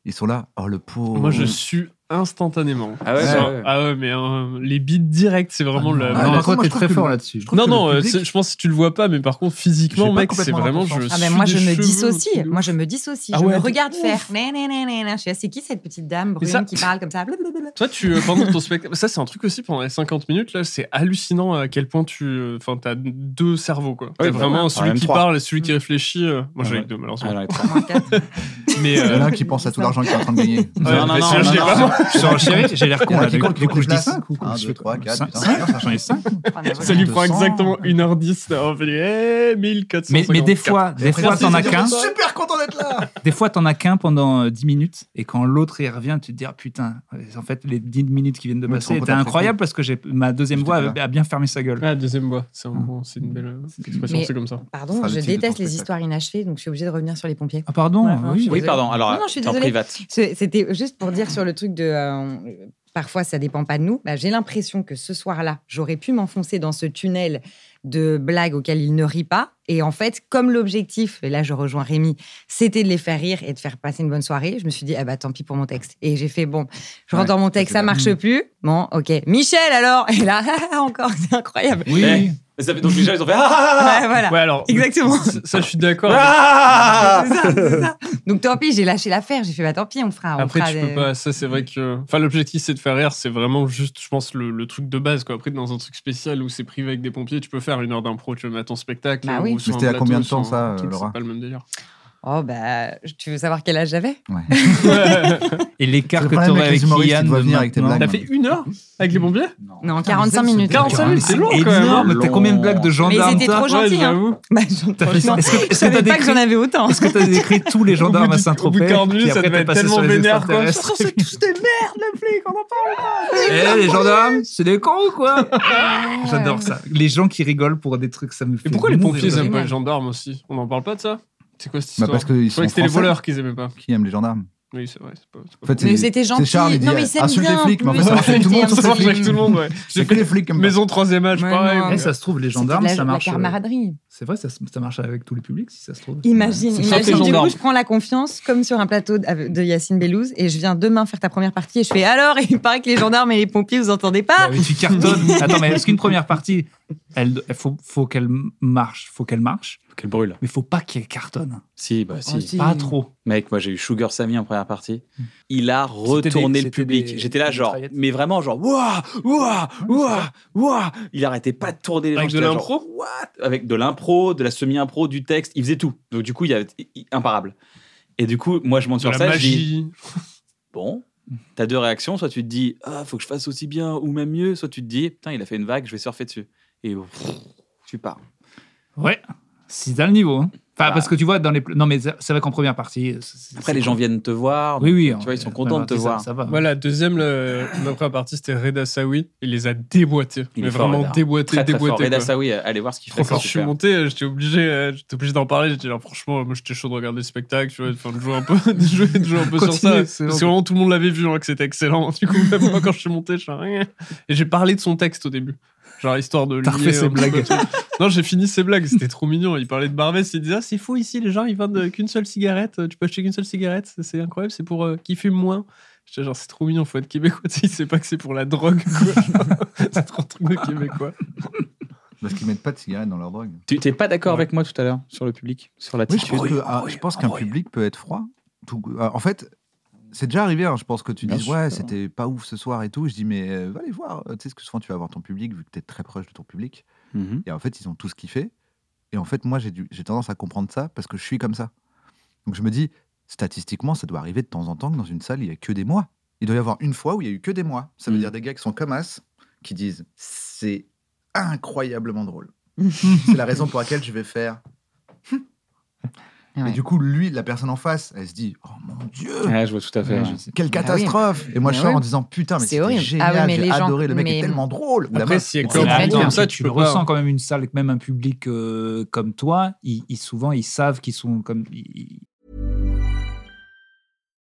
[SPEAKER 2] ils sont là, oh le pauvre.
[SPEAKER 6] Moi, je sue instantanément.
[SPEAKER 1] Ah ouais,
[SPEAKER 6] Sur-
[SPEAKER 1] ouais, ouais.
[SPEAKER 6] ah ouais, mais euh, les beats directs, c'est vraiment le.
[SPEAKER 4] Ah,
[SPEAKER 2] non,
[SPEAKER 4] par
[SPEAKER 2] mais
[SPEAKER 4] contre,
[SPEAKER 2] moi,
[SPEAKER 4] t'es
[SPEAKER 2] je trouve
[SPEAKER 4] très
[SPEAKER 2] que
[SPEAKER 4] fort
[SPEAKER 2] le-
[SPEAKER 4] là-dessus.
[SPEAKER 2] je trouve
[SPEAKER 6] Non,
[SPEAKER 2] que le
[SPEAKER 6] non, euh,
[SPEAKER 2] public-
[SPEAKER 6] c'est- je pense que tu le vois pas, mais par contre,
[SPEAKER 2] J'ai
[SPEAKER 6] physiquement,
[SPEAKER 2] pas
[SPEAKER 6] mec, c'est
[SPEAKER 2] complètement
[SPEAKER 6] vraiment. Je
[SPEAKER 2] l'impression.
[SPEAKER 5] Ah
[SPEAKER 6] sue
[SPEAKER 5] ben moi je
[SPEAKER 6] des
[SPEAKER 5] me
[SPEAKER 6] cheveux
[SPEAKER 5] dissocie,
[SPEAKER 6] de
[SPEAKER 5] moi
[SPEAKER 6] ouf.
[SPEAKER 5] je me dissocie,
[SPEAKER 6] Ah
[SPEAKER 5] je
[SPEAKER 6] ouais,
[SPEAKER 5] me
[SPEAKER 6] de
[SPEAKER 5] regarde
[SPEAKER 6] ouf.
[SPEAKER 5] faire. Nan, nan, nan, nan, nan. Je suis là, c'est qui cette petite dame brune
[SPEAKER 6] Mais ça-
[SPEAKER 5] qui parle comme ça blablabla
[SPEAKER 6] Toi, tu, euh, pendant ton spectacle, ça c'est un truc aussi pendant les 50 minutes, là, c'est hallucinant à quel point tu. euh, Enfin, t'as deux cerveaux, quoi. T'as
[SPEAKER 1] Ouais,
[SPEAKER 6] vraiment
[SPEAKER 1] bah,
[SPEAKER 6] celui
[SPEAKER 2] Ah,
[SPEAKER 1] même
[SPEAKER 6] qui
[SPEAKER 1] trois.
[SPEAKER 6] parle et celui
[SPEAKER 4] Mm.
[SPEAKER 6] qui réfléchit. euh, Moi, j'en ai
[SPEAKER 1] Ouais.
[SPEAKER 6] que deux,
[SPEAKER 1] Ah,
[SPEAKER 6] malheureusement.
[SPEAKER 1] non,
[SPEAKER 5] Moins quatre.
[SPEAKER 6] Mais.
[SPEAKER 2] Il y
[SPEAKER 6] euh,
[SPEAKER 2] en a un qui pense à tout l'argent qu'il est en train de gagner.
[SPEAKER 6] ouais,
[SPEAKER 1] non,
[SPEAKER 6] mais
[SPEAKER 1] non,
[SPEAKER 6] celui-là, je
[SPEAKER 1] non,
[SPEAKER 6] l'ai
[SPEAKER 1] non.
[SPEAKER 6] pas, moi.
[SPEAKER 4] Je suis enchéré, j'ai l'air con.
[SPEAKER 2] Il y en a
[SPEAKER 4] Là,
[SPEAKER 2] qui
[SPEAKER 4] du coup,
[SPEAKER 2] comptent
[SPEAKER 4] du coup,
[SPEAKER 2] les
[SPEAKER 4] je dis
[SPEAKER 2] places.
[SPEAKER 4] 5 ou quoi
[SPEAKER 2] Un,
[SPEAKER 4] Je
[SPEAKER 2] deux,
[SPEAKER 4] fais
[SPEAKER 2] trois,
[SPEAKER 4] quoi
[SPEAKER 2] quatre,
[SPEAKER 4] Cinq
[SPEAKER 2] putain,
[SPEAKER 4] Cinq J'en ai 5.
[SPEAKER 6] Ça lui prend
[SPEAKER 2] 200.
[SPEAKER 6] exactement 1h10. On fait eh, 1400.
[SPEAKER 4] Mais, mais des fois, des fois, t'en as qu'un.
[SPEAKER 2] Super content d'être là.
[SPEAKER 4] Des fois, t'en as qu'un pendant euh, 10 minutes, et quand l'autre y revient, tu te dis, ah, putain, en fait, les 10 minutes qui viennent de
[SPEAKER 2] Ouais, tu te
[SPEAKER 4] passer
[SPEAKER 2] rends
[SPEAKER 4] étaient
[SPEAKER 2] compte après
[SPEAKER 4] incroyables parce que j'ai- ma deuxième
[SPEAKER 2] J'étais
[SPEAKER 4] voix
[SPEAKER 2] pas
[SPEAKER 4] avait- a bien fermé sa gueule.
[SPEAKER 6] Ah, deuxième voix. C'est un bon- c'est une belle euh, expression,
[SPEAKER 5] Mais-
[SPEAKER 6] c'est comme ça.
[SPEAKER 5] Pardon,
[SPEAKER 2] sera
[SPEAKER 5] je
[SPEAKER 2] le titre de ton
[SPEAKER 5] déteste les
[SPEAKER 2] spectacle.
[SPEAKER 5] histoires inachevées, donc je suis obligée de revenir sur les pompiers.
[SPEAKER 4] Ah, pardon,
[SPEAKER 5] Ouais, non, je
[SPEAKER 4] oui.
[SPEAKER 5] suis
[SPEAKER 4] oui.
[SPEAKER 1] Oui, pardon. Alors,
[SPEAKER 5] Non, non, je suis
[SPEAKER 1] t'es en
[SPEAKER 5] désolée.
[SPEAKER 1] private.
[SPEAKER 5] Ce- C'était juste pour dire sur le truc de. euh, on- parfois, ça dépend pas de nous. Bah, J'ai l'impression que ce soir-là, j'aurais pu m'enfoncer dans ce tunnel de blagues auxquelles il ne rit pas. Et en fait, comme l'objectif, et là je rejoins Rémi, c'était de les faire rire et de faire passer une bonne soirée, je me suis dit, ah bah tant pis pour mon texte. Et j'ai fait, bon, je rentre
[SPEAKER 2] Ouais,
[SPEAKER 5] dans mon texte,
[SPEAKER 2] ça,
[SPEAKER 5] ça
[SPEAKER 2] c'est
[SPEAKER 5] marche
[SPEAKER 4] bien.
[SPEAKER 5] plus. Bon, ok. Michel alors Et là, encore, c'est incroyable.
[SPEAKER 4] Oui,
[SPEAKER 1] Eh.
[SPEAKER 4] oui.
[SPEAKER 1] Mais ça fait- donc les gens, ils ont fait. Ah, ah, ah,
[SPEAKER 5] Ouais, voilà.
[SPEAKER 6] Ouais, alors.
[SPEAKER 5] Exactement.
[SPEAKER 6] Ça, ça, je suis d'accord.
[SPEAKER 1] ah, ah,
[SPEAKER 5] C'est ça, c'est ça. Donc tant pis, j'ai lâché l'affaire, j'ai fait bah tant pis, on fera. on
[SPEAKER 6] Après,
[SPEAKER 5] fera
[SPEAKER 6] tu
[SPEAKER 5] des-
[SPEAKER 6] peux pas. Ça, c'est vrai que. Enfin, l'objectif, c'est de faire rire. C'est vraiment juste, je pense, le, le truc de base. Quoi. Après, dans un truc spécial où c'est privé avec des pompiers, tu peux faire une heure d'impro, tu le mets à ton spectacle.
[SPEAKER 5] Bah oui.
[SPEAKER 6] ou sur
[SPEAKER 2] Mais c'était
[SPEAKER 6] un
[SPEAKER 2] à
[SPEAKER 6] plateau,
[SPEAKER 2] combien de
[SPEAKER 6] sur
[SPEAKER 2] temps,
[SPEAKER 6] un
[SPEAKER 2] ça, euh,
[SPEAKER 6] truc,
[SPEAKER 2] Laura
[SPEAKER 6] C'est pas le même délire.
[SPEAKER 5] Oh bah, tu veux savoir quel âge j'avais
[SPEAKER 4] Et
[SPEAKER 2] C'est
[SPEAKER 4] l'écart
[SPEAKER 2] le
[SPEAKER 4] que
[SPEAKER 2] problème
[SPEAKER 4] t'aurais
[SPEAKER 2] avec
[SPEAKER 4] avec
[SPEAKER 2] les humoristes,
[SPEAKER 4] Yann.
[SPEAKER 2] ils doivent
[SPEAKER 4] de
[SPEAKER 2] venir avec tes
[SPEAKER 4] maintenant.
[SPEAKER 6] T'as
[SPEAKER 2] blagues.
[SPEAKER 6] fait une heure avec les pompiers
[SPEAKER 5] Non, 45 minutes.
[SPEAKER 6] 45 minutes, c'est long quand même. hein.
[SPEAKER 4] Énorme, t'as combien de
[SPEAKER 2] Bah,
[SPEAKER 4] blagues de gendarmes
[SPEAKER 5] étaient trop
[SPEAKER 4] toi
[SPEAKER 5] gentils.
[SPEAKER 6] Ouais,
[SPEAKER 5] gentil, hein.
[SPEAKER 6] j'avoue.
[SPEAKER 5] Bah, j'en-
[SPEAKER 4] T'as fait ça
[SPEAKER 5] franchement,
[SPEAKER 4] Est-ce que-
[SPEAKER 5] Je
[SPEAKER 4] est-ce que t'as
[SPEAKER 5] savais pas que
[SPEAKER 4] décrit
[SPEAKER 5] j'en avais autant.
[SPEAKER 4] Est-ce que t'as décrit tous les
[SPEAKER 6] Au
[SPEAKER 4] gendarmes
[SPEAKER 6] bout du- Au bout
[SPEAKER 4] à
[SPEAKER 6] de
[SPEAKER 4] Saint-Tropez
[SPEAKER 6] 40
[SPEAKER 4] puis
[SPEAKER 6] minutes, ça
[SPEAKER 4] après,
[SPEAKER 6] devait
[SPEAKER 4] t'es
[SPEAKER 6] être
[SPEAKER 4] passé sur
[SPEAKER 6] tellement
[SPEAKER 4] les
[SPEAKER 6] vénère. quoi.
[SPEAKER 4] extraterrestres.
[SPEAKER 6] Attention, c'est tous des merdes, les flics, on en parle.
[SPEAKER 4] Eh, les gendarmes, c'est des cons ou quoi J'adore ça. Les gens qui rigolent pour des trucs, ça me fait.
[SPEAKER 6] Et pourquoi les
[SPEAKER 4] mourir
[SPEAKER 6] pompiers
[SPEAKER 4] de-
[SPEAKER 6] ils aiment pas
[SPEAKER 5] génial.
[SPEAKER 6] les gendarmes aussi On en parle pas de ça C'est quoi cette
[SPEAKER 2] Bah
[SPEAKER 6] histoire
[SPEAKER 2] parce qu'ils
[SPEAKER 6] Je
[SPEAKER 2] sont
[SPEAKER 6] croyais que c'était les
[SPEAKER 2] français.
[SPEAKER 6] voleurs qu'ils aimaient pas.
[SPEAKER 2] Qui aime les gendarmes
[SPEAKER 6] Oui, c'est vrai. c'est pas- c'est
[SPEAKER 2] En
[SPEAKER 6] pas
[SPEAKER 2] fait,
[SPEAKER 5] Mais
[SPEAKER 2] c'est-
[SPEAKER 5] c'était gentil.
[SPEAKER 2] C'est Charles, il dit
[SPEAKER 5] non, mais ils aiment
[SPEAKER 2] insulte
[SPEAKER 5] bien,
[SPEAKER 2] les
[SPEAKER 5] en
[SPEAKER 2] flics, mais en fait,
[SPEAKER 5] plus.
[SPEAKER 2] ça marche avec tout le monde.
[SPEAKER 5] Insulte
[SPEAKER 6] Ça
[SPEAKER 2] sauf
[SPEAKER 6] marche
[SPEAKER 2] les
[SPEAKER 6] avec
[SPEAKER 2] flics.
[SPEAKER 6] tout le monde, ouais.
[SPEAKER 2] C'est que les flics comme
[SPEAKER 6] Maison troisième âge,
[SPEAKER 5] Ouais,
[SPEAKER 6] pareil.
[SPEAKER 5] non.
[SPEAKER 4] Eh, ça se trouve,
[SPEAKER 5] C'était
[SPEAKER 4] les
[SPEAKER 5] de
[SPEAKER 4] gendarmes,
[SPEAKER 5] la-
[SPEAKER 4] ça marche. euh.
[SPEAKER 5] La camaraderie.
[SPEAKER 4] C'est vrai, ça, se- ça marche avec tout le public si ça se trouve.
[SPEAKER 5] Imagine,
[SPEAKER 6] C'est
[SPEAKER 5] imagine.
[SPEAKER 6] sorti
[SPEAKER 5] Du
[SPEAKER 6] gendarme.
[SPEAKER 5] coup, je prends la confiance, comme sur un plateau de de Yacine Bellouz, et je viens demain faire ta première partie, et je fais alors, il paraît que les gendarmes et les pompiers, vous entendez
[SPEAKER 4] Bah
[SPEAKER 5] pas
[SPEAKER 4] oui, tu cartonnes. Attends, mais est-ce qu'une première partie, elle, elle faut, faut qu'elle marche, faut qu'elle marche,
[SPEAKER 1] ah. Qu'elle brûle.
[SPEAKER 4] mais faut pas qu'elle cartonne.
[SPEAKER 1] Si, bah si.
[SPEAKER 4] Pas Ah, trop.
[SPEAKER 1] Mec, moi j'ai eu Sugar Sammy en première partie. Il a
[SPEAKER 4] C'était des-
[SPEAKER 1] retourné le
[SPEAKER 4] c'était
[SPEAKER 1] public.
[SPEAKER 4] des-
[SPEAKER 1] J'étais là
[SPEAKER 4] des
[SPEAKER 1] genre,
[SPEAKER 4] mitraillettes.
[SPEAKER 1] mais vraiment genre, ouah, ouah, ouah, ouah. Il arrêtait pas de tourner les gens.
[SPEAKER 6] Avec de
[SPEAKER 1] J'étais là,
[SPEAKER 6] l'impro
[SPEAKER 1] genre, What Avec de l'impro, de la semi-impro, du texte. Il faisait tout. Donc du coup, il y avait i- i- imparable. Et du coup, moi je monte
[SPEAKER 6] De
[SPEAKER 1] sur
[SPEAKER 6] la
[SPEAKER 1] ça, je dis,
[SPEAKER 6] magie.
[SPEAKER 1] bon, t'as deux réactions. Soit tu te dis, ah, faut que je fasse aussi bien ou même mieux. Soit tu te dis, putain, il a fait une vague, je vais surfer dessus. Et pff, tu pars.
[SPEAKER 4] Ouais, c'est dans le niveau. hein. Enfin,
[SPEAKER 1] Bah.
[SPEAKER 4] parce que tu vois, dans les. Non, mais c'est vrai qu'en première partie. c'est- c'est-
[SPEAKER 1] Après,
[SPEAKER 4] c'est-
[SPEAKER 1] les gens viennent te voir.
[SPEAKER 4] Oui, oui.
[SPEAKER 1] Tu vois, ils sont
[SPEAKER 4] en
[SPEAKER 1] contents de te
[SPEAKER 4] première partie, ça-
[SPEAKER 1] voir.
[SPEAKER 4] Ça va.
[SPEAKER 6] Voilà, deuxième, le- la première partie, c'était Reda Sawi. Il les a déboîtés.
[SPEAKER 1] Il
[SPEAKER 6] mais
[SPEAKER 1] est fort,
[SPEAKER 6] vraiment
[SPEAKER 1] Reda.
[SPEAKER 6] déboîtés,
[SPEAKER 1] Très, très fort.
[SPEAKER 6] déboîtés.
[SPEAKER 1] Reda
[SPEAKER 6] quoi.
[SPEAKER 1] Sawi, allez voir ce qu'il fait.
[SPEAKER 6] Trop
[SPEAKER 1] c'est
[SPEAKER 6] fort. Je suis
[SPEAKER 1] super.
[SPEAKER 6] monté, euh, j'étais obligé, euh, j'étais obligé d'en parler. J'étais là, franchement, moi j'étais chaud de regarder le spectacle, tu vois, enfin, de jouer un peu, de jouer, de jouer un peu sur ça.
[SPEAKER 4] Continue,
[SPEAKER 6] Parce
[SPEAKER 4] c'est
[SPEAKER 6] que
[SPEAKER 4] bon.
[SPEAKER 6] vraiment tout le monde l'avait vu, hein, que c'était excellent. Du coup, même moi quand je suis monté, je suis rien. Et j'ai parlé de son texte au début. Genre histoire de
[SPEAKER 4] T'as
[SPEAKER 6] lier
[SPEAKER 4] refait ses
[SPEAKER 6] un petit
[SPEAKER 4] blagues.
[SPEAKER 6] peu tout. Non, j'ai fini ses blagues, c'était trop mignon. Il parlait de Barbès, il disait ah, c'est fou ici, les gens ils vendent euh, qu'une seule cigarette, tu peux acheter qu'une seule cigarette, c'est- c'est incroyable, c'est pour euh, qui fume moins. J'étais genre c'est trop mignon, faut être québécois, tu sais, il sait pas que c'est pour la drogue quoi. c'est trop un truc de québécois.
[SPEAKER 2] Parce qu'ils mettent pas de cigarettes dans leur drogue.
[SPEAKER 1] Tu t'es pas d'accord avec moi tout à l'heure sur le public, sur
[SPEAKER 2] Oui, je
[SPEAKER 1] l'attitude
[SPEAKER 2] pense que, ah, je pense qu'un public peut être froid. Tout- ah, en fait, c'est déjà arrivé. hein, je pense que tu
[SPEAKER 1] Bien
[SPEAKER 2] dis
[SPEAKER 1] sûr.
[SPEAKER 2] ouais, c'était pas ouf ce soir et tout. Je dis mais euh, va les voir. Tu sais ce que souvent tu vas voir ton public vu que t'es très proche de ton public.
[SPEAKER 1] Mhm.
[SPEAKER 4] Mm-hmm.
[SPEAKER 2] Et en fait, ils ont tous kiffé. Et en fait, moi, j'ai dû- j'ai tendance à comprendre ça parce que je suis comme ça. Donc je me dis, statistiquement, ça doit arriver de temps en temps que dans une salle, il n'y a que des mois. Il doit y avoir une fois où il n'y a eu que des mois. Ça veut
[SPEAKER 1] Mm.
[SPEAKER 2] dire des gars qui sont comme As, qui disent, c'est incroyablement drôle. c'est la raison pour laquelle je vais faire.
[SPEAKER 5] Ouais.
[SPEAKER 2] Et du coup, lui, la personne en face, elle se dit, oh mon Dieu,
[SPEAKER 1] Ouais, je vois tout à fait.
[SPEAKER 4] Ouais,
[SPEAKER 1] ouais.
[SPEAKER 4] je sais.
[SPEAKER 2] quelle
[SPEAKER 5] Bah oui.
[SPEAKER 2] catastrophe Et moi, je
[SPEAKER 5] Mais
[SPEAKER 2] sors
[SPEAKER 5] oui.
[SPEAKER 2] en disant, putain, mais
[SPEAKER 5] C'est
[SPEAKER 2] c'était
[SPEAKER 5] horrible.
[SPEAKER 2] génial,
[SPEAKER 5] Ah oui, mais
[SPEAKER 2] j'ai
[SPEAKER 5] les gens-
[SPEAKER 2] adoré, le mec
[SPEAKER 5] mais-
[SPEAKER 2] est tellement drôle. Ou la
[SPEAKER 6] Après,
[SPEAKER 2] meuf.
[SPEAKER 6] s'il y a
[SPEAKER 2] Et
[SPEAKER 6] que
[SPEAKER 4] Mais
[SPEAKER 6] Comme
[SPEAKER 4] attends,
[SPEAKER 6] toi, ça, tu
[SPEAKER 4] tu,
[SPEAKER 6] peux
[SPEAKER 4] le
[SPEAKER 6] pas.
[SPEAKER 4] ressens quand même une salle, même un public euh, comme toi, ils, ils- souvent ils savent qu'ils sont comme. ils-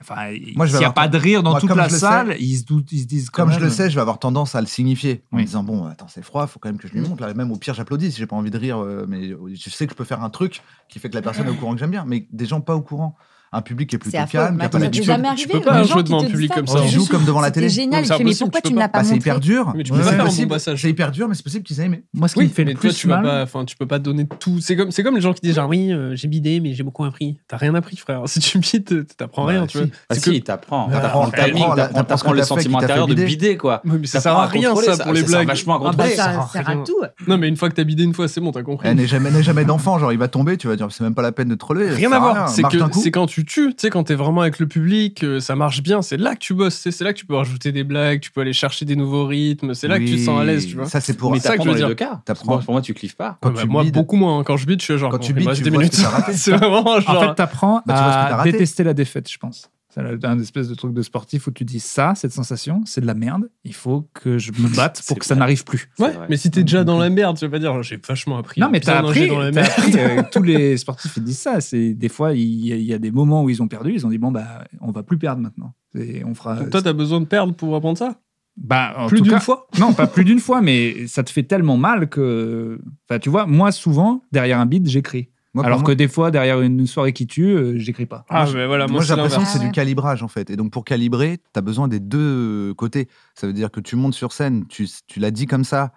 [SPEAKER 4] Enfin,
[SPEAKER 2] Moi, je vais
[SPEAKER 4] s'il n'y a
[SPEAKER 2] avoir
[SPEAKER 4] pas de rire dans
[SPEAKER 2] Moi,
[SPEAKER 4] toute
[SPEAKER 2] comme
[SPEAKER 4] la
[SPEAKER 2] je le
[SPEAKER 4] salle, ils se, doutent, ils se disent quand
[SPEAKER 2] Comme je
[SPEAKER 4] même-
[SPEAKER 2] le sais, je vais avoir tendance à le signifier en
[SPEAKER 4] Oui.
[SPEAKER 2] me disant bon, attends, c'est froid, faut quand même que je lui montre. Là, même au pire, j'applaudis si j'ai pas envie de rire, euh, mais je sais que je peux faire un truc qui fait que la personne est au courant que j'aime bien. Mais des gens pas au courant. un public qui est plutôt
[SPEAKER 8] C'est affreux.
[SPEAKER 2] calme, qui n'a pas
[SPEAKER 8] Mathis, ça t'est
[SPEAKER 2] l'habitude.
[SPEAKER 8] jamais
[SPEAKER 6] Tu
[SPEAKER 8] arrivé.
[SPEAKER 6] peux pas
[SPEAKER 8] les
[SPEAKER 6] un
[SPEAKER 8] gens
[SPEAKER 6] jeu
[SPEAKER 8] qui
[SPEAKER 6] devant
[SPEAKER 8] te
[SPEAKER 6] un
[SPEAKER 8] disent
[SPEAKER 6] public
[SPEAKER 8] ça,
[SPEAKER 6] comme
[SPEAKER 8] tu
[SPEAKER 6] ça.
[SPEAKER 8] dis,
[SPEAKER 2] Ils jouent comme devant la
[SPEAKER 8] c'était
[SPEAKER 2] télé.
[SPEAKER 8] génial.
[SPEAKER 6] C'est
[SPEAKER 8] Je fais, mais
[SPEAKER 6] impossible,
[SPEAKER 8] pourquoi
[SPEAKER 6] tu peux
[SPEAKER 8] tu ne
[SPEAKER 6] pas.
[SPEAKER 8] l'as pas
[SPEAKER 2] Bah, c'est
[SPEAKER 8] montré
[SPEAKER 2] hyper dur.
[SPEAKER 6] Mais tu
[SPEAKER 2] Ouais,
[SPEAKER 6] peux pas
[SPEAKER 2] c'est
[SPEAKER 6] faire un
[SPEAKER 2] possible.
[SPEAKER 6] bon passage.
[SPEAKER 2] C'est hyper dur, mais c'est possible qu'ils aient aimé.
[SPEAKER 4] Moi, ce qui
[SPEAKER 6] Oui,
[SPEAKER 4] me fait
[SPEAKER 6] mais
[SPEAKER 4] le
[SPEAKER 6] toi,
[SPEAKER 4] plus
[SPEAKER 6] tu vas
[SPEAKER 4] mal,
[SPEAKER 6] pas. Enfin, tu peux pas donner tout. C'est comme, c'est comme les gens qui disent genre, oui, euh, j'ai bidé, mais j'ai beaucoup appris. T'as rien appris, frère. Si tu bides, t- t'apprends
[SPEAKER 2] Bah,
[SPEAKER 6] rien, tu
[SPEAKER 2] si.
[SPEAKER 6] vois.
[SPEAKER 1] Ah
[SPEAKER 6] C'est
[SPEAKER 1] si,
[SPEAKER 6] que-
[SPEAKER 1] il t'apprend.
[SPEAKER 2] Ouais,
[SPEAKER 1] T'apprends le
[SPEAKER 2] t'apprends,
[SPEAKER 1] timing, t'apprends-
[SPEAKER 2] t'apprends la- t'apprends ce
[SPEAKER 1] t'apprends
[SPEAKER 2] qu'on
[SPEAKER 1] le
[SPEAKER 2] t'a fait qui
[SPEAKER 1] sentiment
[SPEAKER 2] t'a fait
[SPEAKER 1] intérieur de
[SPEAKER 2] bider.
[SPEAKER 1] bider, quoi.
[SPEAKER 6] Oui, mais ça sert
[SPEAKER 1] T'apprends
[SPEAKER 6] à rien,
[SPEAKER 1] contrôler,
[SPEAKER 6] ça, pour les
[SPEAKER 1] sert
[SPEAKER 6] blagues.
[SPEAKER 1] vachement à
[SPEAKER 5] Ah bah,
[SPEAKER 1] contrôler.
[SPEAKER 6] ça
[SPEAKER 5] ça
[SPEAKER 6] sert à
[SPEAKER 5] sert à
[SPEAKER 6] rien.
[SPEAKER 5] tout.
[SPEAKER 6] Non, mais une fois que t'as bidé une fois, c'est bon, t'as compris.
[SPEAKER 2] Elle n'est Eh, jamais, n'est jamais d'enfant, genre il va tomber, tu vas dire c'est même pas la peine de te relever.
[SPEAKER 6] Rien
[SPEAKER 2] ça
[SPEAKER 6] à
[SPEAKER 2] sert
[SPEAKER 6] voir. C'est
[SPEAKER 2] marche d'un
[SPEAKER 6] que
[SPEAKER 2] coup.
[SPEAKER 6] c'est quand tu tues, tu sais, quand t'es vraiment avec le public, euh, ça marche bien. C'est là que tu bosses. tu sais, C'est là que tu peux rajouter des blagues, tu peux aller chercher des nouveaux rythmes. C'est là que tu te sens à l'aise, tu vois.
[SPEAKER 2] Ça c'est pour
[SPEAKER 6] Mais
[SPEAKER 1] Mais
[SPEAKER 6] c'est ça que
[SPEAKER 1] t'apprends
[SPEAKER 6] je
[SPEAKER 1] dans
[SPEAKER 6] veux
[SPEAKER 1] les deux
[SPEAKER 6] dire.
[SPEAKER 1] cas. Parce que
[SPEAKER 2] T'apprends.
[SPEAKER 1] Moi, pour moi, tu cliffes pas.
[SPEAKER 2] quand
[SPEAKER 6] Ouais, bah,
[SPEAKER 2] tu
[SPEAKER 6] moi,
[SPEAKER 2] bides-
[SPEAKER 6] beaucoup moins. hein. Quand je bide, je suis genre.
[SPEAKER 2] Quand
[SPEAKER 6] bon,
[SPEAKER 2] tu
[SPEAKER 6] il me
[SPEAKER 2] bides,
[SPEAKER 6] reste
[SPEAKER 2] tu
[SPEAKER 6] deux
[SPEAKER 2] vois ce que
[SPEAKER 6] minutes.
[SPEAKER 2] t'as raté.
[SPEAKER 6] C'est vraiment
[SPEAKER 4] En fait,
[SPEAKER 6] genre.
[SPEAKER 4] t'apprends
[SPEAKER 2] Bah, tu vois ce que t'as
[SPEAKER 4] à
[SPEAKER 2] raté.
[SPEAKER 4] détester la défaite, je pense. C'est un espèce de truc de sportif où tu dis ça, cette sensation, c'est de la merde. Il faut que je me batte
[SPEAKER 1] C'est
[SPEAKER 4] pour que ça
[SPEAKER 1] vrai.
[SPEAKER 4] n'arrive plus.
[SPEAKER 1] C'est
[SPEAKER 6] Ouais,
[SPEAKER 1] vrai.
[SPEAKER 6] mais si t'es déjà dans la merde, je veux pas dire, j'ai vachement appris.
[SPEAKER 4] euh, Non, mais
[SPEAKER 6] Bien
[SPEAKER 4] t'as
[SPEAKER 6] nager
[SPEAKER 4] appris.
[SPEAKER 6] dans la
[SPEAKER 4] t'as
[SPEAKER 6] merde.
[SPEAKER 4] appris, euh, tous les sportifs ils disent ça. C'est des fois il y, a- il y a des moments où ils ont perdu. Ils ont dit bon bah on va plus perdre maintenant. Et on fera.
[SPEAKER 6] Donc toi, t'as besoin de perdre pour apprendre ça
[SPEAKER 4] euh, bah, en
[SPEAKER 6] Plus
[SPEAKER 4] tout
[SPEAKER 6] d'une
[SPEAKER 4] cas-
[SPEAKER 6] fois
[SPEAKER 4] Non, pas plus d'une fois, mais ça te fait tellement mal que. Enfin, tu vois, moi souvent derrière un bid j'écris.
[SPEAKER 2] Moi, pour
[SPEAKER 4] Alors
[SPEAKER 2] moi-
[SPEAKER 4] que des fois derrière une soirée qui tue, euh, j'écris pas.
[SPEAKER 6] Ah, mais voilà,
[SPEAKER 2] Moi,
[SPEAKER 6] moi,
[SPEAKER 2] j'ai
[SPEAKER 6] c'est
[SPEAKER 2] l'impression que
[SPEAKER 6] l'inverse.
[SPEAKER 2] c'est
[SPEAKER 8] Ah
[SPEAKER 2] du
[SPEAKER 8] ouais.
[SPEAKER 2] calibrage en fait. Et donc pour calibrer, t'as besoin des deux côtés. Ça veut dire que tu montes sur scène, tu, tu l'as dit comme ça,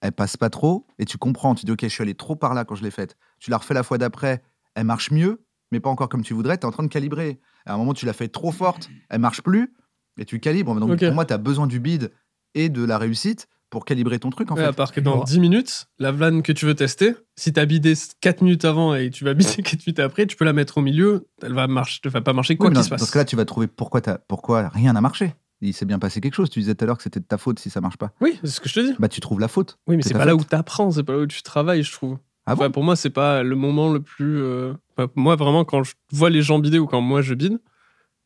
[SPEAKER 2] elle passe pas trop, et tu comprends, tu dis ok, je suis allé trop par là quand je l'ai faite. Tu la refais la fois d'après, elle marche mieux, mais pas encore comme tu voudrais, t'es en train de calibrer. À un moment, tu l'as fait trop forte, elle marche plus, et tu calibres. Donc
[SPEAKER 6] Ok.
[SPEAKER 2] pour moi, t'as besoin du bid et de la réussite pour calibrer ton truc en
[SPEAKER 6] Ouais,
[SPEAKER 2] fait.
[SPEAKER 6] à part que dans 10 minutes, la vanne que tu veux tester, si t'as bidé 4 minutes avant et tu vas bider 4 minutes après, tu peux la mettre au milieu, elle va, marcher, elle va pas marcher quoi
[SPEAKER 2] Oui, mais
[SPEAKER 6] qu'il
[SPEAKER 2] dans-
[SPEAKER 6] se
[SPEAKER 2] Dans ce
[SPEAKER 6] passe.
[SPEAKER 2] cas-là, tu vas trouver pourquoi, t'as- pourquoi rien n'a marché. Il s'est bien passé quelque chose. Tu disais tout à l'heure que c'était de ta faute si ça marche pas.
[SPEAKER 6] Oui, c'est ce que je te dis.
[SPEAKER 2] Bah, tu trouves la faute.
[SPEAKER 6] Oui, mais
[SPEAKER 2] C'est
[SPEAKER 6] c'est
[SPEAKER 2] ta
[SPEAKER 6] pas là
[SPEAKER 2] faute.
[SPEAKER 6] où t'apprends, c'est pas là où tu travailles, je trouve.
[SPEAKER 2] Ah bon
[SPEAKER 6] Enfin, pour moi, c'est pas le moment le plus. euh, enfin, moi, vraiment, quand je vois les gens bider ou quand moi je bide,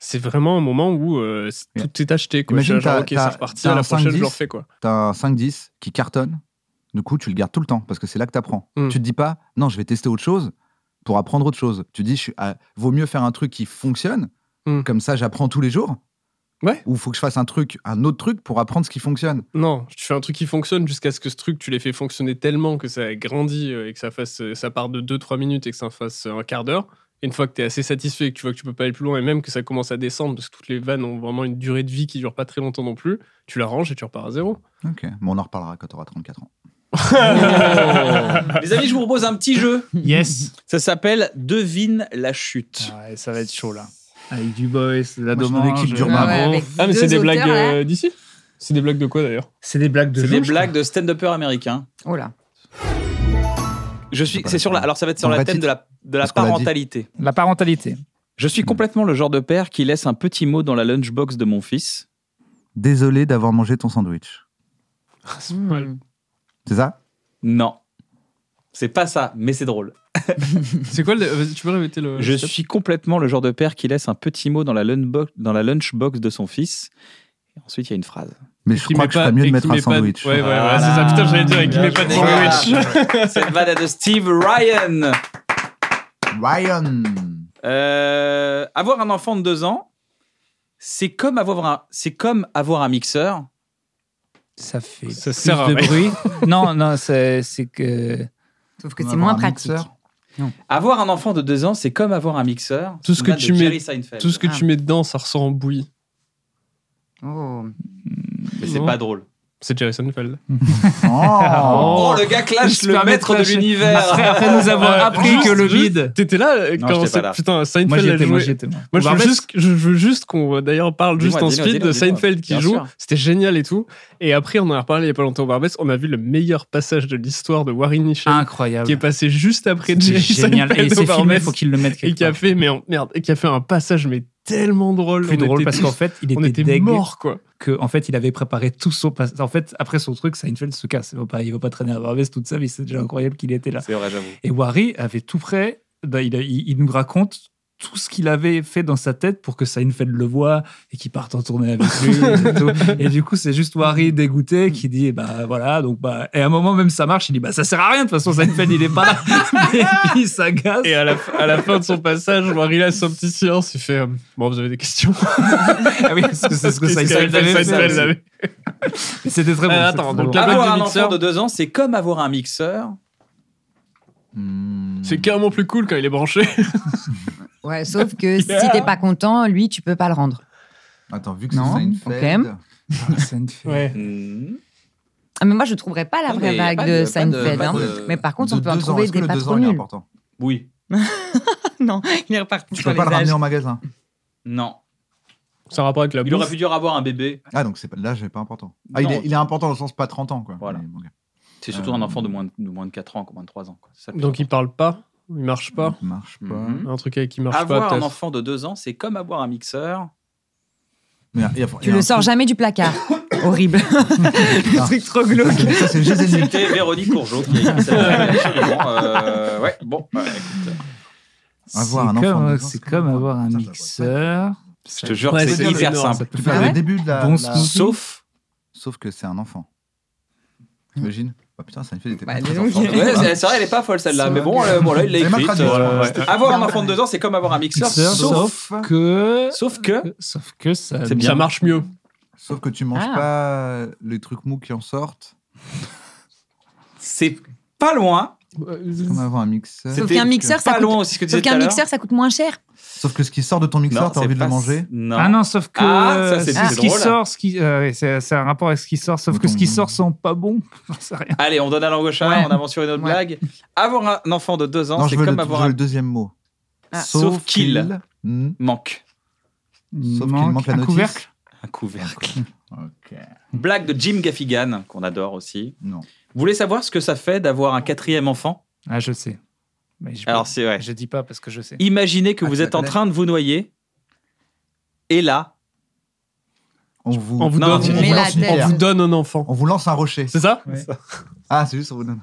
[SPEAKER 6] c'est vraiment un moment où euh, c'est-
[SPEAKER 2] Mais-
[SPEAKER 6] tout est acheté. Quoi.
[SPEAKER 2] Imagine,
[SPEAKER 6] Je suis là,
[SPEAKER 2] t'as-
[SPEAKER 6] genre, ok,
[SPEAKER 2] t'as-
[SPEAKER 6] c'est reparti,
[SPEAKER 2] t'as
[SPEAKER 6] à la
[SPEAKER 2] un
[SPEAKER 6] prochaine, je
[SPEAKER 2] 5-10.
[SPEAKER 6] le refais. Quoi.
[SPEAKER 2] T'as un 5-10 qui cartonne. Du coup, tu le gardes tout le temps parce que c'est là que t'apprends.
[SPEAKER 6] Hmm.
[SPEAKER 2] Tu te dis pas, non, je vais tester autre chose pour apprendre autre chose. Tu dis, je suis à- vaut mieux faire un truc qui fonctionne.
[SPEAKER 6] Hmm.
[SPEAKER 2] Comme ça, j'apprends tous les jours.
[SPEAKER 6] Ouais.
[SPEAKER 2] Ou faut que je fasse un truc, un autre truc pour apprendre ce qui fonctionne.
[SPEAKER 6] Non, tu fais un truc qui fonctionne jusqu'à ce que ce truc, tu l'aies fait fonctionner tellement que ça grandit euh, et que ça, fasse, euh, ça part de 2-3 minutes et que ça fasse euh, un quart d'heure. Et une fois que tu es assez satisfait et que tu vois que tu peux pas aller plus loin et même que ça commence à descendre parce que toutes les vannes ont vraiment une durée de vie qui dure pas très longtemps non plus, tu la ranges et tu repars à zéro.
[SPEAKER 2] Ok. Bon, on en reparlera quand t'auras 34 ans.
[SPEAKER 1] Oh. Les amis, je vous propose un petit jeu.
[SPEAKER 4] Yes.
[SPEAKER 1] Ça s'appelle Devine la chute.
[SPEAKER 4] Ouais, ça va être chaud là. Avec du boys, de la
[SPEAKER 2] Ah Moi, je suis dans
[SPEAKER 4] domange.
[SPEAKER 2] l'équipe
[SPEAKER 4] euh,
[SPEAKER 2] d'Urbain.
[SPEAKER 8] Ouais, avec
[SPEAKER 6] Ah, mais
[SPEAKER 8] deux
[SPEAKER 6] c'est des
[SPEAKER 8] auteurs,
[SPEAKER 6] blagues
[SPEAKER 8] là.
[SPEAKER 6] euh, d'ici C'est des blagues de quoi d'ailleurs
[SPEAKER 4] C'est des blagues de
[SPEAKER 1] C'est
[SPEAKER 4] gens,
[SPEAKER 1] des
[SPEAKER 4] je crois.
[SPEAKER 1] blagues de stand-uppers américains.
[SPEAKER 5] Oh là.
[SPEAKER 1] Je suis, c'est sur la, alors ça va être sur
[SPEAKER 2] Ton
[SPEAKER 1] la
[SPEAKER 2] vrai
[SPEAKER 1] thème
[SPEAKER 2] titre.
[SPEAKER 1] de la, de la
[SPEAKER 2] Parce qu'on l'a dit.
[SPEAKER 1] parentalité.
[SPEAKER 4] La parentalité.
[SPEAKER 1] Je suis complètement le genre de père qui laisse un petit mot dans la lunchbox de mon fils.
[SPEAKER 2] Désolé d'avoir mangé ton sandwich.
[SPEAKER 6] Mmh.
[SPEAKER 2] C'est ça
[SPEAKER 1] Non. C'est pas ça, mais c'est drôle.
[SPEAKER 6] C'est quoi le... vas-y, Tu peux répéter le...
[SPEAKER 1] Je
[SPEAKER 6] le-
[SPEAKER 1] suis complètement le genre de père qui laisse un petit mot dans la lunchbox, dans la lunchbox de son fils. Et ensuite, il y a une phrase.
[SPEAKER 2] Mais
[SPEAKER 6] Et
[SPEAKER 2] je
[SPEAKER 6] qui
[SPEAKER 2] crois
[SPEAKER 6] met
[SPEAKER 2] que je
[SPEAKER 6] pas-
[SPEAKER 2] ferais mieux
[SPEAKER 6] et
[SPEAKER 2] de
[SPEAKER 6] qui
[SPEAKER 2] mettre un
[SPEAKER 6] met pas de-
[SPEAKER 2] sandwich.
[SPEAKER 6] Ouais, ouais,
[SPEAKER 1] Voilà.
[SPEAKER 6] ouais, c'est ça. Putain, j'allais dire, et qui
[SPEAKER 4] Bien
[SPEAKER 6] met pas de
[SPEAKER 1] joué.
[SPEAKER 6] sandwich.
[SPEAKER 1] Cette vanne est de Steve Ryan.
[SPEAKER 2] Ryan
[SPEAKER 1] Euh, avoir un enfant de deux ans, c'est comme avoir un, c'est comme avoir un mixeur.
[SPEAKER 4] Ça fait
[SPEAKER 6] Ça
[SPEAKER 4] plus
[SPEAKER 6] sert à
[SPEAKER 4] de
[SPEAKER 6] rien.
[SPEAKER 4] bruit. non, non, c'est c'est que.
[SPEAKER 5] Sauf que
[SPEAKER 2] On va
[SPEAKER 5] c'est
[SPEAKER 2] avoir
[SPEAKER 5] moins
[SPEAKER 2] un
[SPEAKER 5] pratique.
[SPEAKER 2] mixeur.
[SPEAKER 1] Avoir un enfant de deux ans, c'est comme avoir un mixeur.
[SPEAKER 6] Tout
[SPEAKER 1] C'est
[SPEAKER 6] ce que
[SPEAKER 1] une vanne
[SPEAKER 6] tu
[SPEAKER 1] de
[SPEAKER 6] mets-
[SPEAKER 1] Jerry Seinfeld.
[SPEAKER 6] Tout ce que
[SPEAKER 5] Ah.
[SPEAKER 6] tu mets dedans, ça ressort en bouillie.
[SPEAKER 5] Oh.
[SPEAKER 1] Mais c'est
[SPEAKER 6] Non.
[SPEAKER 1] pas drôle.
[SPEAKER 6] C'est Jerry Seinfeld.
[SPEAKER 2] Oh.
[SPEAKER 1] Oh, le gars clash
[SPEAKER 4] se
[SPEAKER 1] le
[SPEAKER 4] permet
[SPEAKER 1] maître
[SPEAKER 4] de
[SPEAKER 1] de
[SPEAKER 4] clasher.
[SPEAKER 1] l'univers.
[SPEAKER 4] Après, après nous avons
[SPEAKER 6] Euh,
[SPEAKER 4] appris
[SPEAKER 6] juste-
[SPEAKER 4] que le
[SPEAKER 6] juste-
[SPEAKER 4] bide.
[SPEAKER 6] T'étais là euh,
[SPEAKER 1] Non,
[SPEAKER 6] quand
[SPEAKER 1] j'étais pas
[SPEAKER 6] c'est
[SPEAKER 1] là.
[SPEAKER 6] Putain,
[SPEAKER 4] Moi
[SPEAKER 6] Seinfeld a
[SPEAKER 4] j'étais, moi
[SPEAKER 6] joué.
[SPEAKER 4] j'étais.
[SPEAKER 6] Moi, je veux,
[SPEAKER 4] Barbès,
[SPEAKER 6] juste, je veux juste qu'on euh, d'ailleurs parle juste
[SPEAKER 1] Dis-moi,
[SPEAKER 6] en
[SPEAKER 1] dis-nous,
[SPEAKER 6] speed
[SPEAKER 1] dis-nous,
[SPEAKER 6] de
[SPEAKER 1] dis-nous.
[SPEAKER 6] Seinfeld qui
[SPEAKER 1] Bien
[SPEAKER 6] joue.
[SPEAKER 1] sûr.
[SPEAKER 6] C'était génial et tout. Et après, on en a reparlé il y a pas longtemps au Barbès. On a vu le meilleur passage de l'histoire de Warren Michel qui est
[SPEAKER 4] Incroyable.
[SPEAKER 6] passé juste après
[SPEAKER 4] Ah C'est
[SPEAKER 6] Jerry
[SPEAKER 4] génial. Et
[SPEAKER 6] Seinfeld au
[SPEAKER 4] c'est filmé, il
[SPEAKER 6] Barbès.
[SPEAKER 4] faut qu'il le mette
[SPEAKER 6] Et
[SPEAKER 4] quelque
[SPEAKER 6] qui a
[SPEAKER 4] part.
[SPEAKER 6] fait, mais en- merde, et qui a fait un passage, mais tellement drôle.
[SPEAKER 4] Plus
[SPEAKER 6] On
[SPEAKER 4] drôle
[SPEAKER 6] était
[SPEAKER 4] parce
[SPEAKER 6] tous-
[SPEAKER 4] qu'en fait, il
[SPEAKER 6] on
[SPEAKER 4] était,
[SPEAKER 6] était
[SPEAKER 4] deg
[SPEAKER 6] morts, quoi.
[SPEAKER 4] que en fait, il avait préparé tout son passage. En fait, après son truc, Seinfeld se casse. Il va pas, il va pas traîner à Barbès toute sa vie. C'est déjà incroyable qu'il était là.
[SPEAKER 1] C'est vrai, j'avoue.
[SPEAKER 4] Et Wari avait tout prêt. Ben, il, a- il- il nous raconte tout ce qu'il avait fait dans sa tête pour que Seinfeld le voie et qu'il parte en tournée avec lui. et, tout. Et du coup, c'est juste Wari dégoûté qui dit Bah voilà, donc bah. Et à un moment même, ça marche. Il dit Bah ça sert à rien, de toute façon, Seinfeld, il est pas là. et puis, ça gaze.
[SPEAKER 6] Et à la, à la fin de son passage, Warren a son petit silence. Il fait euh, Bon, vous avez des questions
[SPEAKER 4] Ah oui, parce que c'est ce que Seinfeld avait fait.
[SPEAKER 6] Seinfeld avait.
[SPEAKER 4] Mais C'était très bon.
[SPEAKER 6] Euh,
[SPEAKER 4] c'était
[SPEAKER 6] attends,
[SPEAKER 4] très
[SPEAKER 6] donc
[SPEAKER 4] bon.
[SPEAKER 6] la- blague
[SPEAKER 1] Avoir
[SPEAKER 6] du
[SPEAKER 1] un
[SPEAKER 6] mixeur.
[SPEAKER 1] enfant de deux ans, c'est comme avoir un mixeur.
[SPEAKER 2] Hmm.
[SPEAKER 4] Hmm.
[SPEAKER 6] C'est carrément plus cool quand il est branché.
[SPEAKER 5] Ouais, sauf que si
[SPEAKER 4] Yeah.
[SPEAKER 5] t'es pas content, lui, tu peux pas le rendre.
[SPEAKER 2] Attends, vu que c'est
[SPEAKER 5] Non,
[SPEAKER 2] Seinfeld.
[SPEAKER 5] ok.
[SPEAKER 4] Ouais.
[SPEAKER 5] Ah, mais moi, je trouverais pas la
[SPEAKER 1] Hmm. Non,
[SPEAKER 5] vraie
[SPEAKER 1] mais y a
[SPEAKER 5] vague
[SPEAKER 1] pas
[SPEAKER 5] de,
[SPEAKER 1] de- pas de-
[SPEAKER 5] Seinfeld.
[SPEAKER 1] pas
[SPEAKER 5] hein.
[SPEAKER 1] de-
[SPEAKER 5] Mais par contre, on
[SPEAKER 2] De
[SPEAKER 5] peut en
[SPEAKER 2] deux ans,
[SPEAKER 5] trouver
[SPEAKER 2] est-ce que
[SPEAKER 5] des
[SPEAKER 2] le
[SPEAKER 5] pas
[SPEAKER 2] deux ans,
[SPEAKER 5] trop
[SPEAKER 2] il est
[SPEAKER 5] nuls.
[SPEAKER 2] important
[SPEAKER 1] Oui.
[SPEAKER 5] Non, il est reparti
[SPEAKER 2] Tu
[SPEAKER 5] sur
[SPEAKER 2] peux pas
[SPEAKER 5] les
[SPEAKER 2] le
[SPEAKER 5] âges.
[SPEAKER 2] ramener en magasin.
[SPEAKER 1] Non.
[SPEAKER 6] Ça a rapport avec la
[SPEAKER 1] Il aurait
[SPEAKER 6] bouffe.
[SPEAKER 1] pu dire avoir un bébé.
[SPEAKER 2] Ah, donc c'est pas, là, j'ai pas important. Ah, il
[SPEAKER 1] Non.
[SPEAKER 2] est, il est important dans le sens pas 30 ans, quoi.
[SPEAKER 1] Voilà.
[SPEAKER 2] Mais bon, ok.
[SPEAKER 1] C'est surtout
[SPEAKER 2] Euh,
[SPEAKER 1] un enfant de moins de, de moins de 4 ans, quoi, moins de 3 ans. quoi. C'est ça le plus
[SPEAKER 6] Donc il parle pas, il marche pas.
[SPEAKER 2] Ça marche pas.
[SPEAKER 1] Mhm.
[SPEAKER 6] Un truc avec qui marche pas,
[SPEAKER 1] Avoir un
[SPEAKER 6] peut-être.
[SPEAKER 1] enfant de 2 ans, c'est comme avoir un mixeur.
[SPEAKER 2] Mais il y a- il y a
[SPEAKER 5] Tu
[SPEAKER 2] un
[SPEAKER 5] le sors
[SPEAKER 2] truc-
[SPEAKER 5] jamais du placard. Horrible.
[SPEAKER 2] Ah.
[SPEAKER 5] le truc trop
[SPEAKER 2] Ça,
[SPEAKER 5] glauque.
[SPEAKER 2] c'est- Ça, c'est Gézénie.
[SPEAKER 1] C'était Véronique Courgeot qui a écrit cette règle, absolument. Euh, ouais, bon, bah, écoute.
[SPEAKER 2] Avoir un
[SPEAKER 4] C'est
[SPEAKER 2] enfant
[SPEAKER 4] comme-
[SPEAKER 2] de deux ans,
[SPEAKER 4] C'est
[SPEAKER 2] c'est
[SPEAKER 4] comme
[SPEAKER 2] comme
[SPEAKER 4] avoir un
[SPEAKER 2] ça, je
[SPEAKER 4] mixeur.
[SPEAKER 1] Je te jure que
[SPEAKER 6] Ouais,
[SPEAKER 1] c'est
[SPEAKER 6] c'est
[SPEAKER 1] hyper
[SPEAKER 6] énorme, ça
[SPEAKER 1] simple.
[SPEAKER 2] Tu peux
[SPEAKER 5] Ah
[SPEAKER 2] faire
[SPEAKER 5] ouais
[SPEAKER 2] le début de la.
[SPEAKER 4] Bon
[SPEAKER 2] la-
[SPEAKER 4] smoothie.
[SPEAKER 1] Sauf.
[SPEAKER 2] Sauf que c'est un enfant. T'imagines Oh putain, Seinfeld était
[SPEAKER 5] Bah,
[SPEAKER 2] pas très
[SPEAKER 5] disons
[SPEAKER 2] enfant.
[SPEAKER 5] que-
[SPEAKER 1] Ouais, c'est c'est vrai, elle est pas folle celle-là.
[SPEAKER 5] Sauf-
[SPEAKER 1] Mais bon, euh, bon, là, il l'a
[SPEAKER 2] C'est ma
[SPEAKER 1] écrite.
[SPEAKER 2] traduction.
[SPEAKER 1] euh,
[SPEAKER 2] Voilà.
[SPEAKER 1] ouais. Avoir un enfant de 2 ans, c'est comme avoir un mixeur.
[SPEAKER 4] Mixeur,
[SPEAKER 1] Sauf.
[SPEAKER 4] sauf que.
[SPEAKER 1] Sauf que.
[SPEAKER 4] Sauf que ça.
[SPEAKER 1] C'est bien.
[SPEAKER 6] Ça marche mieux.
[SPEAKER 2] Sauf que tu manges
[SPEAKER 5] Ah.
[SPEAKER 2] pas les trucs mous qui en sortent.
[SPEAKER 1] C'est pas loin.
[SPEAKER 2] Comme avoir un mixeur.
[SPEAKER 5] Sauf
[SPEAKER 1] C'était
[SPEAKER 5] qu'un mixeur, ça
[SPEAKER 1] Pas
[SPEAKER 5] coûte.
[SPEAKER 1] loin aussi ce que tu
[SPEAKER 5] Sauf
[SPEAKER 1] disais tout
[SPEAKER 5] qu'un
[SPEAKER 1] à l'heure.
[SPEAKER 5] mixeur, ça coûte moins cher.
[SPEAKER 2] Sauf que ce qui sort de ton
[SPEAKER 1] Non,
[SPEAKER 2] mixeur, t'as
[SPEAKER 1] c'est
[SPEAKER 2] envie de
[SPEAKER 1] pas-
[SPEAKER 2] le manger.
[SPEAKER 1] Non.
[SPEAKER 4] Ah non, sauf que.
[SPEAKER 1] Ah, ça, c'est
[SPEAKER 4] euh,
[SPEAKER 1] plus
[SPEAKER 4] ce qui
[SPEAKER 1] drôle.
[SPEAKER 4] sort, ce qui. euh, ouais, c'est c'est un rapport avec ce qui sort, sauf que ce qui sort sont pas bons. J'en sais rien.
[SPEAKER 1] Allez, on donne à l'angoche,
[SPEAKER 5] Ouais.
[SPEAKER 1] on avance sur une autre
[SPEAKER 5] Ouais.
[SPEAKER 1] blague. Avoir un enfant de 2 ans,
[SPEAKER 2] Non,
[SPEAKER 1] c'est
[SPEAKER 2] je veux,
[SPEAKER 1] comme
[SPEAKER 2] le,
[SPEAKER 1] avoir
[SPEAKER 2] je veux
[SPEAKER 1] un
[SPEAKER 2] le deuxième mot.
[SPEAKER 5] Ah.
[SPEAKER 1] Sauf qu'il.
[SPEAKER 2] Hmm.
[SPEAKER 1] manque.
[SPEAKER 2] Sauf qu'il manque la
[SPEAKER 4] un
[SPEAKER 2] notice.
[SPEAKER 4] couvercle.
[SPEAKER 1] Un couvercle.
[SPEAKER 2] Ok.
[SPEAKER 1] Blague de Jim Gaffigan, qu'on adore aussi.
[SPEAKER 2] Non.
[SPEAKER 1] Vous voulez savoir ce que ça fait d'avoir un quatrième enfant
[SPEAKER 4] Ah, je sais. Mais je,
[SPEAKER 1] Alors, c'est ouais.
[SPEAKER 4] je dis pas parce que je sais.
[SPEAKER 1] Imaginez que
[SPEAKER 2] Ah,
[SPEAKER 1] vous
[SPEAKER 2] tu la
[SPEAKER 1] êtes en
[SPEAKER 2] connais
[SPEAKER 1] train de vous noyer. Et là,
[SPEAKER 2] On vous,
[SPEAKER 6] On vous,
[SPEAKER 1] Non,
[SPEAKER 6] donne,
[SPEAKER 1] tu
[SPEAKER 6] on,
[SPEAKER 2] on
[SPEAKER 5] mets
[SPEAKER 2] vous
[SPEAKER 5] la
[SPEAKER 2] lance une
[SPEAKER 5] tête.
[SPEAKER 6] on
[SPEAKER 2] pierre.
[SPEAKER 6] vous donne un enfant.
[SPEAKER 2] On vous lance un rocher.
[SPEAKER 6] C'est ça
[SPEAKER 2] Ah, c'est juste on vous donne.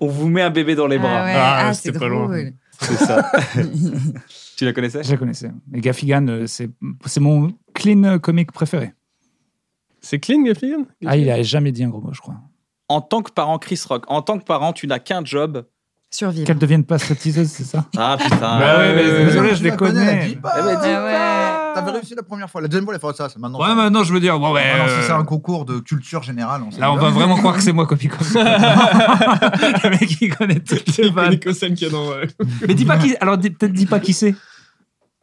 [SPEAKER 1] on vous met un bébé dans les bras.
[SPEAKER 5] Ah, ouais.
[SPEAKER 6] Ah,
[SPEAKER 5] Ah, c'est
[SPEAKER 6] c'était pas loin.
[SPEAKER 5] drôle.
[SPEAKER 1] C'est ça. tu la connaissais
[SPEAKER 4] Je la connaissais. Et Gaffigan, euh, c'est c'est mon clean euh, comique préféré.
[SPEAKER 6] C'est clean, Gaffligan
[SPEAKER 4] Ah, il a jamais dit un gros mot, je crois.
[SPEAKER 1] En tant que parent, Chris Rock, en tant que parent, tu n'as qu'un job.
[SPEAKER 5] Survivre.
[SPEAKER 4] Qu'elle devienne pas stripteaseuse, c'est ça
[SPEAKER 1] Ah putain.
[SPEAKER 4] Bah ouais,
[SPEAKER 1] Euh,
[SPEAKER 4] mais désolé, je
[SPEAKER 2] Tu la
[SPEAKER 4] les
[SPEAKER 2] connais,
[SPEAKER 4] connais.
[SPEAKER 2] la dis pas.
[SPEAKER 1] Eh ben, dis
[SPEAKER 5] Ah ouais.
[SPEAKER 1] pas.
[SPEAKER 2] T'avais réussi la première fois. La deuxième fois, il faudrait ça. c'est Maintenant,
[SPEAKER 4] Ouais, maintenant je veux dire, ouais, ouais.
[SPEAKER 2] Ah non, si
[SPEAKER 4] euh,
[SPEAKER 2] c'est un concours de culture générale, on sait
[SPEAKER 4] Là, on
[SPEAKER 2] pas.
[SPEAKER 4] va vraiment croire que c'est moi, Copy Copy. le mec, il connaît toutes les vannes.
[SPEAKER 6] celle qu'il y a dans. euh,
[SPEAKER 4] Mais dis pas qui. Alors, dis- peut-être dis pas qui c'est.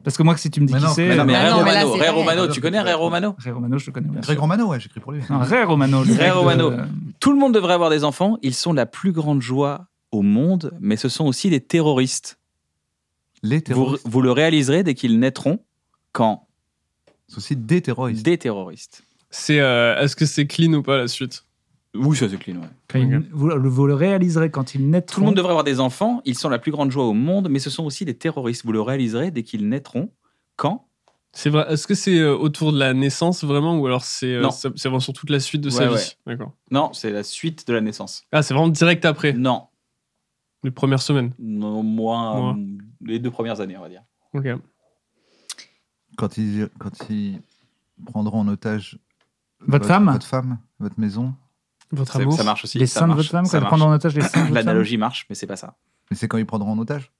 [SPEAKER 4] Parce que moi, si tu me dis
[SPEAKER 2] Mais
[SPEAKER 4] qui
[SPEAKER 2] non,
[SPEAKER 4] c'est. euh,
[SPEAKER 1] Mais non, mais
[SPEAKER 5] Ah
[SPEAKER 1] Ray
[SPEAKER 5] non, mais là,
[SPEAKER 1] Romano,
[SPEAKER 5] c'est
[SPEAKER 1] Ray
[SPEAKER 5] vrai.
[SPEAKER 1] Romano, tu connais Ray Romano
[SPEAKER 4] Ray Romano, je le connais. bien
[SPEAKER 2] Greg
[SPEAKER 4] sûr.
[SPEAKER 2] Romano, ouais, j'écris pour lui.
[SPEAKER 4] Non, Ray Romano. le
[SPEAKER 1] Ray
[SPEAKER 4] mec de-
[SPEAKER 1] Romano. Tout le monde devrait avoir des enfants. Ils sont la plus grande joie au monde, mais ce sont aussi des terroristes.
[SPEAKER 2] Les
[SPEAKER 1] Vous,
[SPEAKER 2] terroristes.
[SPEAKER 1] vous le réaliserez dès qu'ils naîtront quand
[SPEAKER 2] C'est aussi des terroristes.
[SPEAKER 1] des terroristes.
[SPEAKER 6] C'est. euh, Est-ce que c'est clean ou pas la suite
[SPEAKER 1] Oui, ça c'est clean. ouais.
[SPEAKER 4] Quand il- Vous, le- vous le réaliserez quand il naît.
[SPEAKER 1] Tout le monde devrait avoir des enfants. Ils sont la plus grande joie au monde, mais ce sont aussi des terroristes. Vous le réaliserez dès qu'ils naîtront quand
[SPEAKER 6] C'est vrai. Est-ce que c'est euh, autour de la naissance vraiment ou alors c'est euh,
[SPEAKER 1] Non.
[SPEAKER 6] ça, c'est vraiment sur toute la suite de
[SPEAKER 1] Ouais,
[SPEAKER 6] sa
[SPEAKER 1] ouais.
[SPEAKER 6] vie D'accord.
[SPEAKER 1] Non, c'est la suite de la naissance.
[SPEAKER 6] Ah, c'est vraiment direct après
[SPEAKER 1] Non,
[SPEAKER 6] les premières semaines.
[SPEAKER 1] au moins
[SPEAKER 6] Moins.
[SPEAKER 1] euh, les deux premières années, on va dire.
[SPEAKER 6] Ok.
[SPEAKER 2] Quand ils, quand ils prendront en otage
[SPEAKER 4] Votre femme
[SPEAKER 2] votre femme, votre maison.
[SPEAKER 6] Votre
[SPEAKER 1] Ça-
[SPEAKER 6] amour.
[SPEAKER 1] Ça marche aussi.
[SPEAKER 4] Les
[SPEAKER 1] ça
[SPEAKER 4] seins de
[SPEAKER 1] marche,
[SPEAKER 4] votre femme,
[SPEAKER 1] ça
[SPEAKER 4] quand elle
[SPEAKER 1] marche.
[SPEAKER 4] prend en otage les seins de votre femme.
[SPEAKER 1] L'analogie marche, mais c'est pas ça.
[SPEAKER 2] Mais c'est quand ils prendront en otage.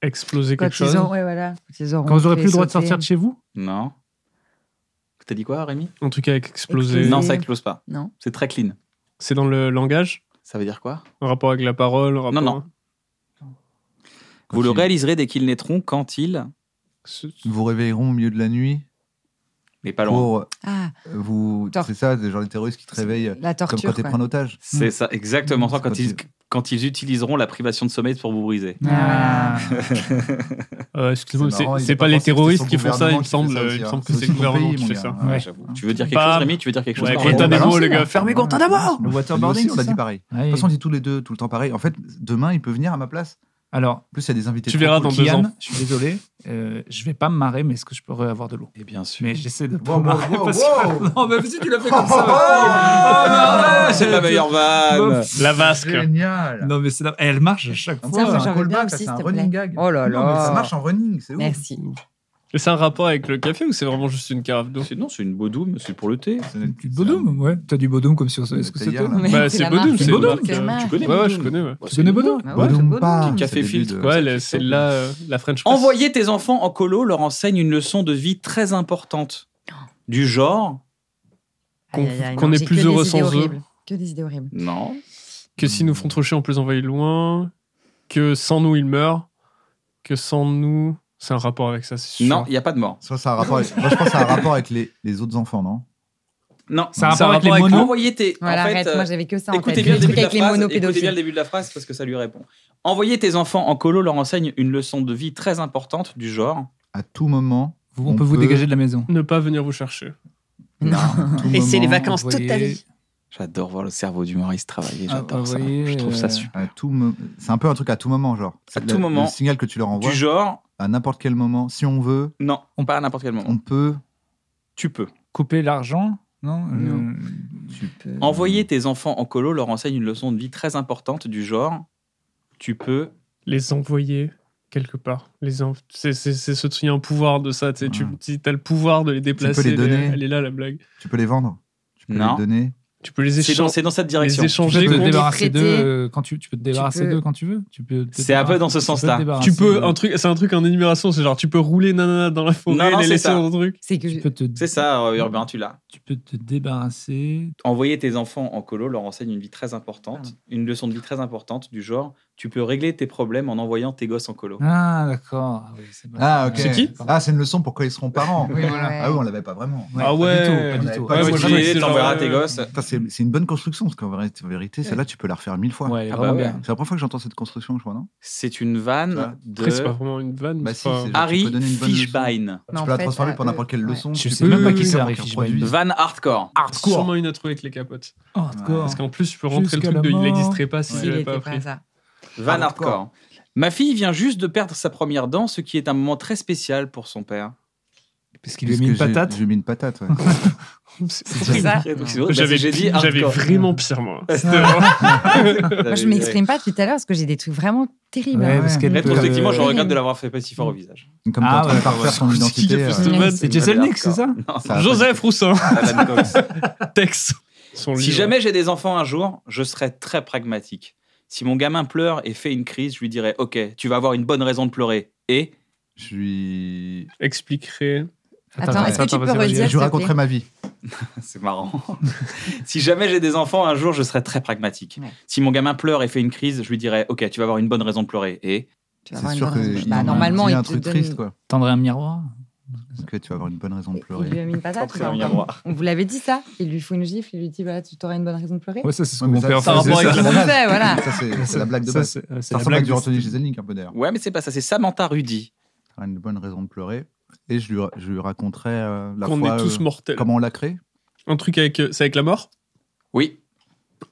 [SPEAKER 6] Exploser
[SPEAKER 5] Quand
[SPEAKER 6] quelque chose.
[SPEAKER 5] ils auront- ouais, voilà. Quand ils auront
[SPEAKER 4] Quand vous aurez
[SPEAKER 5] fait
[SPEAKER 4] plus le droit de
[SPEAKER 5] sauter.
[SPEAKER 4] sortir de chez vous
[SPEAKER 1] Non. T'as dit quoi, Rémi
[SPEAKER 6] En tout cas, avec exploser.
[SPEAKER 5] Et-
[SPEAKER 1] Non, ça explose pas.
[SPEAKER 5] Non.
[SPEAKER 1] C'est très clean.
[SPEAKER 6] C'est dans le langage
[SPEAKER 1] Ça veut dire quoi
[SPEAKER 6] En rapport avec la parole en rapport-
[SPEAKER 1] non.
[SPEAKER 2] Quand
[SPEAKER 1] Vous le
[SPEAKER 2] ils
[SPEAKER 1] réaliserez dès qu'ils naîtront quand ils.
[SPEAKER 6] Ce-
[SPEAKER 2] vous réveilleront au milieu de la nuit
[SPEAKER 1] Mais pas loin.
[SPEAKER 2] pour euh,
[SPEAKER 5] Ah,
[SPEAKER 2] vous.
[SPEAKER 5] Tor-
[SPEAKER 2] C'est ça, c'est genre les terroristes qui te réveillent
[SPEAKER 5] la
[SPEAKER 2] comme
[SPEAKER 5] torture.
[SPEAKER 2] quand ils
[SPEAKER 5] quoi.
[SPEAKER 2] prennent en otage.
[SPEAKER 1] C'est ça, exactement ça.
[SPEAKER 2] C'est
[SPEAKER 1] Quand
[SPEAKER 2] quand
[SPEAKER 1] ils, quand ils utiliseront la privation de sommeil pour vous briser.
[SPEAKER 4] Ah.
[SPEAKER 6] Euh, Excuse-moi,
[SPEAKER 2] C'est marrant,
[SPEAKER 6] c'est
[SPEAKER 2] ils
[SPEAKER 6] c'est
[SPEAKER 2] ont
[SPEAKER 6] pas
[SPEAKER 2] pas
[SPEAKER 6] les
[SPEAKER 2] pensé que
[SPEAKER 6] terroristes
[SPEAKER 2] c'est
[SPEAKER 6] qui
[SPEAKER 2] son
[SPEAKER 6] font ça, il
[SPEAKER 2] gouvernement
[SPEAKER 6] me semble.
[SPEAKER 2] qui fait ça
[SPEAKER 6] Il
[SPEAKER 2] aussi,
[SPEAKER 6] me
[SPEAKER 2] hein.
[SPEAKER 6] semble que
[SPEAKER 2] C'est
[SPEAKER 6] c'est le
[SPEAKER 2] aussi ton
[SPEAKER 6] gouvernement
[SPEAKER 2] pays,
[SPEAKER 6] qui
[SPEAKER 2] mon
[SPEAKER 6] fait
[SPEAKER 2] gars,
[SPEAKER 6] ça.
[SPEAKER 2] hein.
[SPEAKER 4] Ouais.
[SPEAKER 1] J'avoue. Tu veux dire quelque
[SPEAKER 6] Bah,
[SPEAKER 1] chose, Rémi Tu veux dire quelque chose
[SPEAKER 6] ouais,
[SPEAKER 1] pardon
[SPEAKER 6] Guantanamo,
[SPEAKER 1] Balance.
[SPEAKER 6] le gars. Fermez
[SPEAKER 4] Guantanamo Le
[SPEAKER 2] Nous
[SPEAKER 4] waterboarding,
[SPEAKER 2] aussi, Ah on a
[SPEAKER 4] c'est
[SPEAKER 2] dit
[SPEAKER 4] ça
[SPEAKER 2] pareil. De
[SPEAKER 4] Ouais.
[SPEAKER 2] toute façon, on dit tous les deux, tout le temps pareil. En fait, demain, il peut venir à ma place.
[SPEAKER 4] Alors,
[SPEAKER 2] En plus, il y a des invités.
[SPEAKER 6] Tu
[SPEAKER 2] trop
[SPEAKER 6] verras
[SPEAKER 2] cool.
[SPEAKER 6] dans deux ans.
[SPEAKER 4] Kian, je suis désolé, euh, je vais pas me marrer, mais est-ce que je pourrais avoir de l'eau
[SPEAKER 1] Et bien sûr.
[SPEAKER 4] Mais j'essaie de pas
[SPEAKER 2] Wow,
[SPEAKER 4] me marrer
[SPEAKER 2] wow, wow,
[SPEAKER 4] parce
[SPEAKER 2] wow.
[SPEAKER 4] que... Non, mais si tu l'as fait comme ça
[SPEAKER 9] Oh,
[SPEAKER 4] Oh,
[SPEAKER 1] Ah, c'est la meilleure vanne
[SPEAKER 4] Bof.
[SPEAKER 6] La vasque.
[SPEAKER 2] Génial.
[SPEAKER 4] Non, mais c'est... la- Elle marche à chaque
[SPEAKER 5] Tiens,
[SPEAKER 4] fois.
[SPEAKER 5] moi,
[SPEAKER 2] un
[SPEAKER 5] j'aurais bien
[SPEAKER 2] callback,
[SPEAKER 5] aussi,
[SPEAKER 2] ça, c'est un
[SPEAKER 5] s'il te
[SPEAKER 2] running
[SPEAKER 5] plaît.
[SPEAKER 2] gag.
[SPEAKER 5] Oh là
[SPEAKER 2] Non, mais
[SPEAKER 5] là.
[SPEAKER 2] ça marche en running, c'est ouf.
[SPEAKER 5] Merci.
[SPEAKER 6] Et c'est un rapport avec le café ou c'est vraiment juste une carafe d'eau
[SPEAKER 1] C'est- Non, c'est une bodoum, c'est pour le thé.
[SPEAKER 4] Du Bodum, ouais. T'as du Bodum comme si on savait ce que
[SPEAKER 2] C'est
[SPEAKER 4] c'était.
[SPEAKER 2] hier, là.
[SPEAKER 5] Mais
[SPEAKER 6] Bah,
[SPEAKER 5] c'est
[SPEAKER 6] c'est
[SPEAKER 5] la
[SPEAKER 6] Bodum,
[SPEAKER 5] marque,
[SPEAKER 6] c'est
[SPEAKER 4] c'est
[SPEAKER 6] une
[SPEAKER 4] Bodum.
[SPEAKER 6] marque.
[SPEAKER 5] Tu
[SPEAKER 6] euh,
[SPEAKER 5] marques.
[SPEAKER 1] connais
[SPEAKER 6] Ouais, ouais,
[SPEAKER 1] Bodum
[SPEAKER 6] je connais. ouais.
[SPEAKER 1] Bah,
[SPEAKER 4] Tu
[SPEAKER 1] c'est-
[SPEAKER 4] connais Bodum
[SPEAKER 5] Bah ouais,
[SPEAKER 2] Bodum
[SPEAKER 5] c'est Bodum.
[SPEAKER 2] pas,
[SPEAKER 1] Qui a
[SPEAKER 2] c'est
[SPEAKER 1] fait
[SPEAKER 2] le début
[SPEAKER 1] filtre,
[SPEAKER 2] de-
[SPEAKER 6] Ouais, la- c'est là euh, la French press.
[SPEAKER 1] Envoyer tes enfants en colo leur enseigne une leçon de vie très importante.
[SPEAKER 5] Oh.
[SPEAKER 1] Du genre
[SPEAKER 6] Qu'on-
[SPEAKER 5] Aïe, aïe, aïe,
[SPEAKER 6] qu'on
[SPEAKER 5] non,
[SPEAKER 6] est
[SPEAKER 5] j'ai
[SPEAKER 6] plus
[SPEAKER 5] que des
[SPEAKER 6] heureux
[SPEAKER 5] idées
[SPEAKER 6] sans eux.
[SPEAKER 5] horribles. Que des idées horribles.
[SPEAKER 1] Non.
[SPEAKER 6] Que s'ils nous font trop chier, on peut les envoyer loin. Que sans nous, ils meurent. Que sans nous, C'est un rapport avec ça, c'est sûr.
[SPEAKER 1] Non, il n'y a pas de mort.
[SPEAKER 2] Ça, ça a un rapport avec... Moi, je pense que ça a un rapport avec les, les autres enfants, non
[SPEAKER 1] Non,
[SPEAKER 4] Ça a un rapport avec les monos.
[SPEAKER 1] Envoyez tes.
[SPEAKER 5] Voilà,
[SPEAKER 1] en fait,
[SPEAKER 5] arrête,
[SPEAKER 1] euh,
[SPEAKER 5] moi j'avais que ça en
[SPEAKER 1] écoutez
[SPEAKER 5] tête.
[SPEAKER 1] bien
[SPEAKER 5] Le
[SPEAKER 1] le début
[SPEAKER 5] truc avec
[SPEAKER 1] de la
[SPEAKER 5] les
[SPEAKER 1] phrase. Écoutez bien
[SPEAKER 5] monopédophiles.
[SPEAKER 1] le début de la phrase parce que ça lui répond. Envoyez tes enfants en colo leur enseigne une leçon de vie très importante du genre.
[SPEAKER 2] À tout moment.
[SPEAKER 4] Vous, on, peut vous dégager de la maison.
[SPEAKER 6] Ne pas venir vous chercher.
[SPEAKER 5] Non.
[SPEAKER 2] Et c'est les
[SPEAKER 4] vacances toute ta vie.
[SPEAKER 1] J'adore voir le cerveau d'humoriste travailler.
[SPEAKER 6] Ah,
[SPEAKER 1] J'adore ça.
[SPEAKER 4] voyez,
[SPEAKER 1] Je trouve ça
[SPEAKER 4] Ah, euh,
[SPEAKER 1] super.
[SPEAKER 2] À tout mo- C'est un peu un truc à tout moment, genre. C'est
[SPEAKER 1] À
[SPEAKER 2] le-
[SPEAKER 1] tout moment.
[SPEAKER 2] Le signal que tu leur envoies.
[SPEAKER 1] Du genre,
[SPEAKER 2] À n'importe quel moment. Si on veut,
[SPEAKER 1] non, pas à n'importe quel moment.
[SPEAKER 2] on peut.
[SPEAKER 1] Tu peux.
[SPEAKER 4] Couper l'argent Non,
[SPEAKER 2] Non.
[SPEAKER 4] euh,
[SPEAKER 2] Tu peux.
[SPEAKER 1] Envoyer tes enfants en colo leur enseigne une leçon de vie très importante du genre. Tu peux.
[SPEAKER 6] Les envoyer quelque part. Les env- c'est, c'est, c'est ce truc, il y a un pouvoir de ça. Tu sais, tu
[SPEAKER 4] Ah.
[SPEAKER 2] Ouais.
[SPEAKER 6] si t'as le pouvoir de les déplacer. euh,
[SPEAKER 2] les donner.
[SPEAKER 6] Elle est là, la blague.
[SPEAKER 2] Tu peux les vendre. Tu peux
[SPEAKER 1] Non.
[SPEAKER 2] les donner.
[SPEAKER 6] Tu peux les
[SPEAKER 1] C'est dans,
[SPEAKER 6] échanger.
[SPEAKER 1] c'est dans cette
[SPEAKER 6] Les
[SPEAKER 1] direction.
[SPEAKER 4] Tu
[SPEAKER 6] échanger
[SPEAKER 4] peux te
[SPEAKER 5] compris.
[SPEAKER 4] débarrasser d'eux
[SPEAKER 5] Prêter.
[SPEAKER 4] euh, quand tu, tu peux te débarrasser
[SPEAKER 5] peux.
[SPEAKER 4] d'eux quand tu veux. Tu peux. te
[SPEAKER 1] C'est un peu dans ce
[SPEAKER 4] débarrasser- tu peux te
[SPEAKER 1] sens-là.
[SPEAKER 4] débarrasser
[SPEAKER 6] Tu peux
[SPEAKER 4] de-
[SPEAKER 6] un truc, c'est un truc en énumération, c'est genre tu peux rouler nanana dans la forêt,
[SPEAKER 1] Non, non,
[SPEAKER 6] les
[SPEAKER 1] c'est
[SPEAKER 6] laisser
[SPEAKER 1] ça.
[SPEAKER 6] dans un truc.
[SPEAKER 5] C'est que
[SPEAKER 4] Tu
[SPEAKER 5] je-
[SPEAKER 4] peux te.
[SPEAKER 1] C'est ça, euh, Urbain, tu l'as.
[SPEAKER 4] Tu peux te débarrasser.
[SPEAKER 1] Envoyer tes enfants en colo leur enseigne une vie très
[SPEAKER 2] Ah
[SPEAKER 1] importante, une leçon de vie très importante du genre tu peux régler tes problèmes en envoyant tes gosses en colo.
[SPEAKER 4] Ah d'accord. Ah oui, c'est bon.
[SPEAKER 2] Ah, ok.
[SPEAKER 6] C'est qui
[SPEAKER 2] Ah, c'est une leçon pour quand ils seront parents.
[SPEAKER 5] Oui, voilà.
[SPEAKER 2] Ah oui, on l'avait pas vraiment.
[SPEAKER 4] Ouais,
[SPEAKER 6] Ah
[SPEAKER 4] pas du
[SPEAKER 6] ouais.
[SPEAKER 4] tout, pas
[SPEAKER 2] On
[SPEAKER 4] du
[SPEAKER 2] avait
[SPEAKER 4] tout.
[SPEAKER 2] pas
[SPEAKER 6] Ouais,
[SPEAKER 1] Tu
[SPEAKER 6] moi,
[SPEAKER 1] peux
[SPEAKER 6] je
[SPEAKER 1] les
[SPEAKER 6] pensais
[SPEAKER 1] aider,
[SPEAKER 6] genre,
[SPEAKER 1] t'enverras
[SPEAKER 6] euh,
[SPEAKER 1] tes gosses.
[SPEAKER 2] Putain, C'est c'est une bonne construction parce qu'en vrai- en vérité, celle-là, tu peux la refaire mille fois.
[SPEAKER 4] Ouais,
[SPEAKER 1] Ah bah
[SPEAKER 4] vraiment
[SPEAKER 1] ouais.
[SPEAKER 4] bien.
[SPEAKER 2] C'est la première fois que j'entends cette construction, je crois, non
[SPEAKER 1] C'est une
[SPEAKER 2] Ouais.
[SPEAKER 1] vanne de
[SPEAKER 6] Après, c'est pas vraiment une vanne.
[SPEAKER 2] Bah
[SPEAKER 6] c'est
[SPEAKER 2] si,
[SPEAKER 6] pas-
[SPEAKER 2] c'est-
[SPEAKER 1] Harry
[SPEAKER 2] Tu peux donner une bonne leçon.
[SPEAKER 1] Fishbein.
[SPEAKER 5] Mais
[SPEAKER 2] Tu
[SPEAKER 5] en
[SPEAKER 2] peux la
[SPEAKER 5] fait, euh,
[SPEAKER 2] transformer
[SPEAKER 5] à
[SPEAKER 2] pour
[SPEAKER 5] eux,
[SPEAKER 2] n'importe quelle
[SPEAKER 5] ouais.
[SPEAKER 2] leçon.
[SPEAKER 4] Je
[SPEAKER 2] Tu
[SPEAKER 4] sais
[SPEAKER 2] peux
[SPEAKER 4] même pas qui
[SPEAKER 2] faire
[SPEAKER 4] c'est
[SPEAKER 2] pour
[SPEAKER 4] Harry
[SPEAKER 2] qu'ils
[SPEAKER 4] Fishbein.
[SPEAKER 2] reproduisent.
[SPEAKER 1] Vanne hardcore.
[SPEAKER 6] Sûrement une à trouver avec les capotes.
[SPEAKER 4] Hardcore.
[SPEAKER 6] Parce qu'en plus, tu peux rentrer le
[SPEAKER 4] Jusqu'à
[SPEAKER 6] truc de
[SPEAKER 4] la
[SPEAKER 6] il
[SPEAKER 4] mort.
[SPEAKER 6] n'existerait pas si
[SPEAKER 5] S'il
[SPEAKER 6] tu l'avais
[SPEAKER 5] était
[SPEAKER 6] pas
[SPEAKER 5] pas
[SPEAKER 6] appris.
[SPEAKER 5] ça.
[SPEAKER 1] Van
[SPEAKER 2] Hardcore.
[SPEAKER 1] hardcore. Ma fille vient juste de perdre sa première dent, ce qui est un moment très spécial pour son père.
[SPEAKER 4] Parce qu'il lui a mis une
[SPEAKER 2] Puisque j'ai-
[SPEAKER 4] patate.
[SPEAKER 2] Je lui ai mis une patate, ouais.
[SPEAKER 5] C'est ça.
[SPEAKER 1] Très- donc,
[SPEAKER 5] Non.
[SPEAKER 1] c'est drôle, parce que
[SPEAKER 6] J'avais
[SPEAKER 1] j'ai dit
[SPEAKER 6] j'avais
[SPEAKER 1] hardcore.
[SPEAKER 6] vraiment pire, moi.
[SPEAKER 5] Moi, je m'exprime pas depuis à l'heure parce que j'ai des trucs vraiment terribles.
[SPEAKER 4] Ouais,
[SPEAKER 5] hein.
[SPEAKER 4] parce qu'elle
[SPEAKER 1] Rétrospectivement,
[SPEAKER 4] peut-
[SPEAKER 1] je regrette de l'avoir fait pas si fort au visage.
[SPEAKER 2] euh, Mm. Comme
[SPEAKER 4] Ah,
[SPEAKER 2] t'es en train de
[SPEAKER 4] ouais,
[SPEAKER 2] parfaire son
[SPEAKER 6] C'est qui qui
[SPEAKER 2] identité.
[SPEAKER 6] a
[SPEAKER 2] euh,
[SPEAKER 6] fait cette
[SPEAKER 5] Ouais.
[SPEAKER 6] vanne
[SPEAKER 4] C'est Jason Nick, c'est ça
[SPEAKER 1] Non,
[SPEAKER 2] ça va pas
[SPEAKER 6] Joseph Roussin,
[SPEAKER 1] Alan Cox.
[SPEAKER 6] texte. Son
[SPEAKER 1] Si
[SPEAKER 6] livre.
[SPEAKER 1] jamais j'ai des enfants un jour, je serai très pragmatique. Si mon gamin pleure et fait une crise, je lui dirai Ok, tu vas avoir une bonne raison de pleurer. Et
[SPEAKER 2] Je lui...
[SPEAKER 6] Expliquerait.
[SPEAKER 5] Attends, est-ce que tu
[SPEAKER 4] attends,
[SPEAKER 5] peux
[SPEAKER 4] vas-y, vas-y.
[SPEAKER 5] redire s'il
[SPEAKER 2] Je lui
[SPEAKER 5] te
[SPEAKER 2] raconterai
[SPEAKER 5] plaît
[SPEAKER 2] ma vie.
[SPEAKER 1] c'est marrant. si jamais j'ai des enfants un jour, je serai très pragmatique.
[SPEAKER 5] Ouais.
[SPEAKER 1] Si mon gamin pleure et fait une crise, je lui dirai Ok, tu vas avoir une bonne raison de pleurer. Et
[SPEAKER 5] Tu vas avoir
[SPEAKER 2] C'est
[SPEAKER 5] une
[SPEAKER 2] sûr
[SPEAKER 5] bonne raison.
[SPEAKER 2] que
[SPEAKER 5] Bah, normalement, il
[SPEAKER 2] il y a un
[SPEAKER 5] te
[SPEAKER 2] truc
[SPEAKER 5] donne-
[SPEAKER 2] triste, quoi.
[SPEAKER 4] Tendrait un miroir.
[SPEAKER 2] Ok, tu vas avoir une bonne raison de
[SPEAKER 5] Il lui
[SPEAKER 2] pleurer.
[SPEAKER 5] a mis une patate.
[SPEAKER 1] Après,
[SPEAKER 5] ou pas
[SPEAKER 1] on ira
[SPEAKER 5] encore
[SPEAKER 1] voir.
[SPEAKER 5] On vous l'avait dit ça. Il lui fout une gifle. Il lui dit voilà, tu t'aurais une bonne raison de pleurer.
[SPEAKER 4] Ouais, ça c'est ce
[SPEAKER 2] Ouais,
[SPEAKER 4] que
[SPEAKER 2] mais
[SPEAKER 4] mon
[SPEAKER 2] ça-
[SPEAKER 4] père
[SPEAKER 2] ça a
[SPEAKER 4] faisait.
[SPEAKER 2] rapport
[SPEAKER 4] ça.
[SPEAKER 2] avec
[SPEAKER 5] C'est
[SPEAKER 2] la
[SPEAKER 5] ce qu'on
[SPEAKER 2] vanne.
[SPEAKER 5] fait, voilà.
[SPEAKER 2] Ça, c'est c'est la blague de
[SPEAKER 4] Ça,
[SPEAKER 2] base.
[SPEAKER 4] c'est- euh, c'est
[SPEAKER 2] Ça
[SPEAKER 4] la
[SPEAKER 2] ressemble à
[SPEAKER 4] blague
[SPEAKER 2] du
[SPEAKER 4] de-
[SPEAKER 2] Anthony Jeselnik, un peu d'ailleurs.
[SPEAKER 1] Ouais, mais c'est pas ça, c'est Samantha Rudy.
[SPEAKER 2] Tu une bonne raison de pleurer. Et je lui, ra- je lui raconterai euh, la
[SPEAKER 6] Qu'on
[SPEAKER 2] fois,
[SPEAKER 6] est tous
[SPEAKER 2] euh,
[SPEAKER 6] mortels.
[SPEAKER 2] comment on l'a créé.
[SPEAKER 6] Un truc avec. euh, C'est avec la mort
[SPEAKER 1] Oui,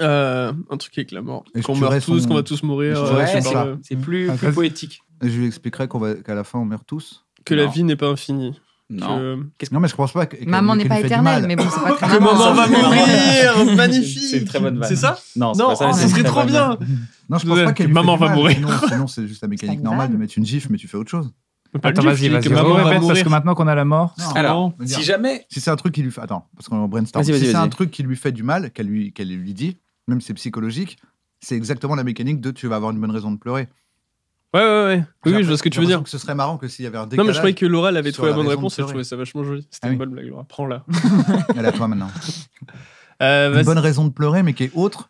[SPEAKER 6] Euh, Un truc avec la mort.
[SPEAKER 2] Et je
[SPEAKER 6] Qu'on
[SPEAKER 2] tuerais
[SPEAKER 6] meurt tous,
[SPEAKER 2] son-
[SPEAKER 6] qu'on va tous
[SPEAKER 2] Et
[SPEAKER 6] mourir.
[SPEAKER 2] je
[SPEAKER 6] euh,
[SPEAKER 2] tuerais
[SPEAKER 6] je sais
[SPEAKER 1] son
[SPEAKER 6] pas,
[SPEAKER 2] chat. Mmh.
[SPEAKER 6] euh,
[SPEAKER 1] c'est plus,
[SPEAKER 4] Ah,
[SPEAKER 1] plus
[SPEAKER 4] vas-y.
[SPEAKER 1] poétique.
[SPEAKER 2] Et je lui expliquerai qu'on va- qu'à la fin, on meurt tous.
[SPEAKER 6] Que la
[SPEAKER 1] Non.
[SPEAKER 6] vie n'est pas infinie.
[SPEAKER 1] Non.
[SPEAKER 6] Que-
[SPEAKER 2] Non, mais je pense pas. que- que-
[SPEAKER 5] Maman n'est
[SPEAKER 2] qu'elle
[SPEAKER 5] pas
[SPEAKER 2] lui fait du
[SPEAKER 5] éternelle,
[SPEAKER 2] mal.
[SPEAKER 5] mais bon, c'est pas très
[SPEAKER 6] Que
[SPEAKER 5] grave.
[SPEAKER 6] maman va mourir
[SPEAKER 1] C'est une
[SPEAKER 6] Magnifique
[SPEAKER 1] très bonne vanne.
[SPEAKER 6] C'est ça
[SPEAKER 1] Non, c'est
[SPEAKER 6] Non,
[SPEAKER 1] pas ça,
[SPEAKER 6] oh,
[SPEAKER 1] c'est
[SPEAKER 6] ce
[SPEAKER 1] une
[SPEAKER 6] serait
[SPEAKER 1] très
[SPEAKER 6] trop
[SPEAKER 1] bonne
[SPEAKER 6] bien
[SPEAKER 1] vanne.
[SPEAKER 2] Non, je pense pas qu'elle lui
[SPEAKER 6] Maman
[SPEAKER 2] fait du
[SPEAKER 6] va
[SPEAKER 2] mal,
[SPEAKER 6] mourir.
[SPEAKER 2] Sinon, sinon, c'est juste la mécanique
[SPEAKER 5] une
[SPEAKER 2] normale de
[SPEAKER 5] vanne.
[SPEAKER 2] mettre une gifle, mais tu fais autre chose.
[SPEAKER 6] Pas
[SPEAKER 4] Attends,
[SPEAKER 6] le
[SPEAKER 4] vas-y,
[SPEAKER 6] gif,
[SPEAKER 4] vas-y.
[SPEAKER 6] que maman va
[SPEAKER 4] répète, parce
[SPEAKER 6] mourir.
[SPEAKER 4] que maintenant qu'on a la mort.
[SPEAKER 2] Non.
[SPEAKER 1] Alors,
[SPEAKER 2] Je veux dire,
[SPEAKER 1] si jamais
[SPEAKER 2] Si c'est un truc qui lui fait. Attends, parce qu'on brainstorm.
[SPEAKER 1] Vas-y, vas-y,
[SPEAKER 2] Si c'est
[SPEAKER 1] vas-y.
[SPEAKER 2] un truc qui lui fait du mal, qu'elle lui, qu'elle lui dit, même si c'est psychologique, c'est exactement la mécanique de tu vas avoir une bonne raison de pleurer.
[SPEAKER 6] Ouais, ouais, ouais. Oui, oui, je
[SPEAKER 2] J'ai
[SPEAKER 6] vois ce que
[SPEAKER 2] l'impression
[SPEAKER 6] tu veux dire.
[SPEAKER 2] Ce serait marrant que s'il y avait un
[SPEAKER 6] Non,
[SPEAKER 2] décalage.
[SPEAKER 6] mais je croyais que Laura elle avait
[SPEAKER 2] sur
[SPEAKER 6] trouvé la
[SPEAKER 2] la
[SPEAKER 6] bonne
[SPEAKER 2] raison de
[SPEAKER 6] réponse et je
[SPEAKER 2] pleurer.
[SPEAKER 6] trouvais ça vachement joli. C'était
[SPEAKER 2] Ah
[SPEAKER 6] une
[SPEAKER 2] oui.
[SPEAKER 6] bonne blague, Laura. Prends-la.
[SPEAKER 2] Elle est à toi maintenant.
[SPEAKER 6] Euh,
[SPEAKER 2] Une
[SPEAKER 6] vas-y.
[SPEAKER 2] bonne raison de pleurer, mais qui est autre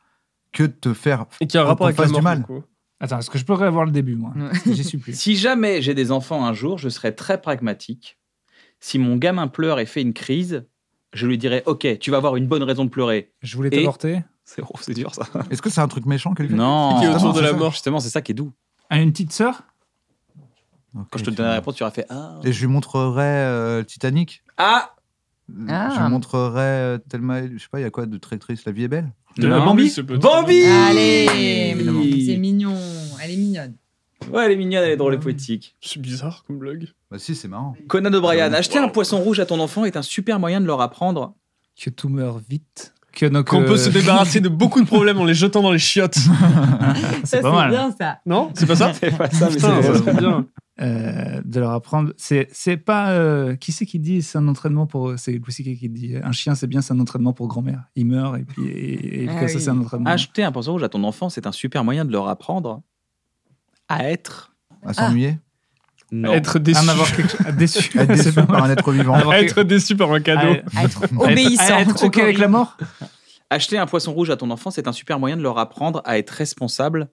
[SPEAKER 2] que de te faire.
[SPEAKER 6] Et qui a un rapport
[SPEAKER 2] qu'on
[SPEAKER 6] avec la
[SPEAKER 2] fasse du
[SPEAKER 6] mort.
[SPEAKER 2] mal.
[SPEAKER 6] du coup.
[SPEAKER 4] Attends, est-ce que je pourrais avoir le début, moi
[SPEAKER 5] Ouais.
[SPEAKER 4] Parce que J'y suis plus.
[SPEAKER 1] Si jamais j'ai des enfants un jour, je serai très pragmatique. Si mon gamin pleure et fait une crise, je lui dirai Ok, tu vas avoir une bonne raison de pleurer.
[SPEAKER 4] Je voulais
[SPEAKER 1] Et-
[SPEAKER 4] t'apporter
[SPEAKER 1] C'est oh, c'est dur ça.
[SPEAKER 2] Est-ce que c'est un truc méchant qu'elle lui fait
[SPEAKER 1] Non,
[SPEAKER 6] Qui est autour de
[SPEAKER 2] c'est
[SPEAKER 6] la
[SPEAKER 2] ça.
[SPEAKER 6] mort.
[SPEAKER 1] justement, c'est ça qui est doux.
[SPEAKER 4] à une petite sœur.
[SPEAKER 2] Ok,
[SPEAKER 1] Quand je te
[SPEAKER 2] tu
[SPEAKER 1] donne la
[SPEAKER 2] vois.
[SPEAKER 1] réponse, tu auras fait Ah,
[SPEAKER 2] Et je lui montrerai euh, Titanic.
[SPEAKER 1] ah
[SPEAKER 5] Ah.
[SPEAKER 2] Je lui montrerai euh, Thelma. Je sais pas, il y a quoi de très triste La vie est belle
[SPEAKER 6] De la
[SPEAKER 1] Non.
[SPEAKER 6] Bambi, ce peut-être.
[SPEAKER 1] Bambi
[SPEAKER 5] Allez, c'est mignon. Elle est mignonne.
[SPEAKER 1] Ouais, elle est mignonne, elle est drôle et poétique.
[SPEAKER 6] C'est bizarre comme blague.
[SPEAKER 2] Bah si, c'est marrant.
[SPEAKER 1] Conan O'Brien,
[SPEAKER 2] Wow.
[SPEAKER 1] acheter un poisson rouge à ton enfant est un super moyen de leur apprendre.
[SPEAKER 4] Que tout meurt vite. Que donc,
[SPEAKER 6] Qu'on
[SPEAKER 4] euh,
[SPEAKER 6] peut se débarrasser de beaucoup de problèmes en les jetant dans les chiottes.
[SPEAKER 4] c'est pas
[SPEAKER 5] c'est
[SPEAKER 4] mal.
[SPEAKER 5] bien ça.
[SPEAKER 6] Non C'est pas ça
[SPEAKER 1] C'est pas ça, mais
[SPEAKER 6] Putain, ça
[SPEAKER 1] c'est-
[SPEAKER 6] serait bien.
[SPEAKER 4] euh, de leur apprendre. C'est, c'est pas. euh, qui c'est qui dit c'est un entraînement pour. C'est Louis C.K. qui dit un chien, c'est bien, c'est un entraînement pour grand-mère. Il meurt et puis. Et, et
[SPEAKER 5] Ah
[SPEAKER 4] que ça,
[SPEAKER 5] oui.
[SPEAKER 4] c'est un entraînement.
[SPEAKER 1] Acheter un poisson rouge à ton enfant, c'est un super moyen de leur apprendre à être.
[SPEAKER 2] À s'ennuyer.
[SPEAKER 4] Ah.
[SPEAKER 1] Non.
[SPEAKER 6] Être déçu.
[SPEAKER 4] Un avoir quelque chose. Déçu.
[SPEAKER 2] Être
[SPEAKER 4] c'est
[SPEAKER 2] déçu
[SPEAKER 4] pas
[SPEAKER 2] par
[SPEAKER 4] mal.
[SPEAKER 2] un être vivant.
[SPEAKER 4] Alors-
[SPEAKER 6] Être déçu par un cadeau.
[SPEAKER 4] À-
[SPEAKER 5] À Être
[SPEAKER 4] à être-
[SPEAKER 5] obéissant.
[SPEAKER 4] à être OK avec la mort
[SPEAKER 1] Acheter un poisson rouge à ton enfant, c'est un super moyen de leur apprendre à être responsable.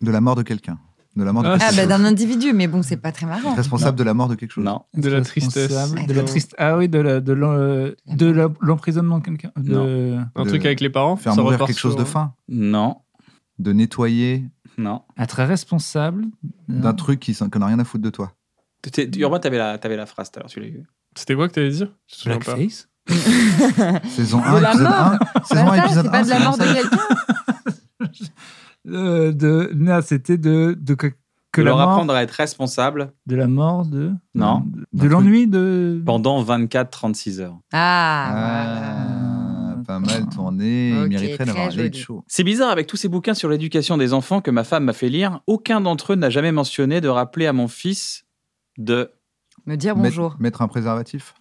[SPEAKER 2] De la mort de quelqu'un. de la mort de
[SPEAKER 6] Ah,
[SPEAKER 5] Ah,
[SPEAKER 2] quelque
[SPEAKER 5] bah,
[SPEAKER 2] chose.
[SPEAKER 5] d'un individu, mais bon, c'est pas très marrant.
[SPEAKER 2] Responsable de la mort de quelque chose.
[SPEAKER 1] Non.
[SPEAKER 6] De la
[SPEAKER 4] Responsable
[SPEAKER 6] tristesse.
[SPEAKER 4] De la triste. Ah oui, de la- de l'en- euh, de la- l'emprisonnement de quelqu'un. de-
[SPEAKER 6] Un
[SPEAKER 2] De-
[SPEAKER 6] truc avec les parents.
[SPEAKER 2] Faire
[SPEAKER 6] ça
[SPEAKER 2] mourir
[SPEAKER 6] repart
[SPEAKER 2] quelque chose
[SPEAKER 6] sur-
[SPEAKER 2] de fin.
[SPEAKER 1] Non,
[SPEAKER 2] De nettoyer
[SPEAKER 1] non.
[SPEAKER 4] Ah, très responsable.
[SPEAKER 2] d'un truc qui s'en- qui n'a rien à foutre de toi.
[SPEAKER 1] T'es- Urbain, t'avais la, t'avais la phrase tout à l'heure, tu l'as eu.
[SPEAKER 6] C'était quoi que t'avais dit Je me souviens pas.
[SPEAKER 4] Blackface.
[SPEAKER 2] Saison
[SPEAKER 5] De
[SPEAKER 2] 1,
[SPEAKER 5] la
[SPEAKER 2] épisode
[SPEAKER 5] mort.
[SPEAKER 2] 1. Saison 1,
[SPEAKER 5] Bah, ça,
[SPEAKER 2] épisode
[SPEAKER 5] c'est pas
[SPEAKER 2] 1.
[SPEAKER 5] de la mort de quelqu'un.
[SPEAKER 4] Euh, de, non, c'était de, de que, que
[SPEAKER 1] Que
[SPEAKER 4] la
[SPEAKER 1] leur
[SPEAKER 4] mort,
[SPEAKER 1] apprendre à être responsable
[SPEAKER 4] de la mort de
[SPEAKER 1] Non.
[SPEAKER 4] de,
[SPEAKER 2] D'un truc.
[SPEAKER 4] l'ennui de
[SPEAKER 1] pendant 24-36 heures.
[SPEAKER 5] Ah,
[SPEAKER 2] Ah,
[SPEAKER 4] voilà.
[SPEAKER 2] pas mal tourné.
[SPEAKER 5] Ok,
[SPEAKER 2] Il mériterait
[SPEAKER 5] très
[SPEAKER 2] d'avoir un late
[SPEAKER 5] joli.
[SPEAKER 2] show.
[SPEAKER 1] C'est bizarre, avec tous ces bouquins sur l'éducation des enfants que ma femme m'a fait lire, aucun d'entre eux n'a jamais mentionné de rappeler à mon fils de.
[SPEAKER 5] me dire
[SPEAKER 2] Mettre-
[SPEAKER 5] bonjour.
[SPEAKER 2] Mettre un préservatif.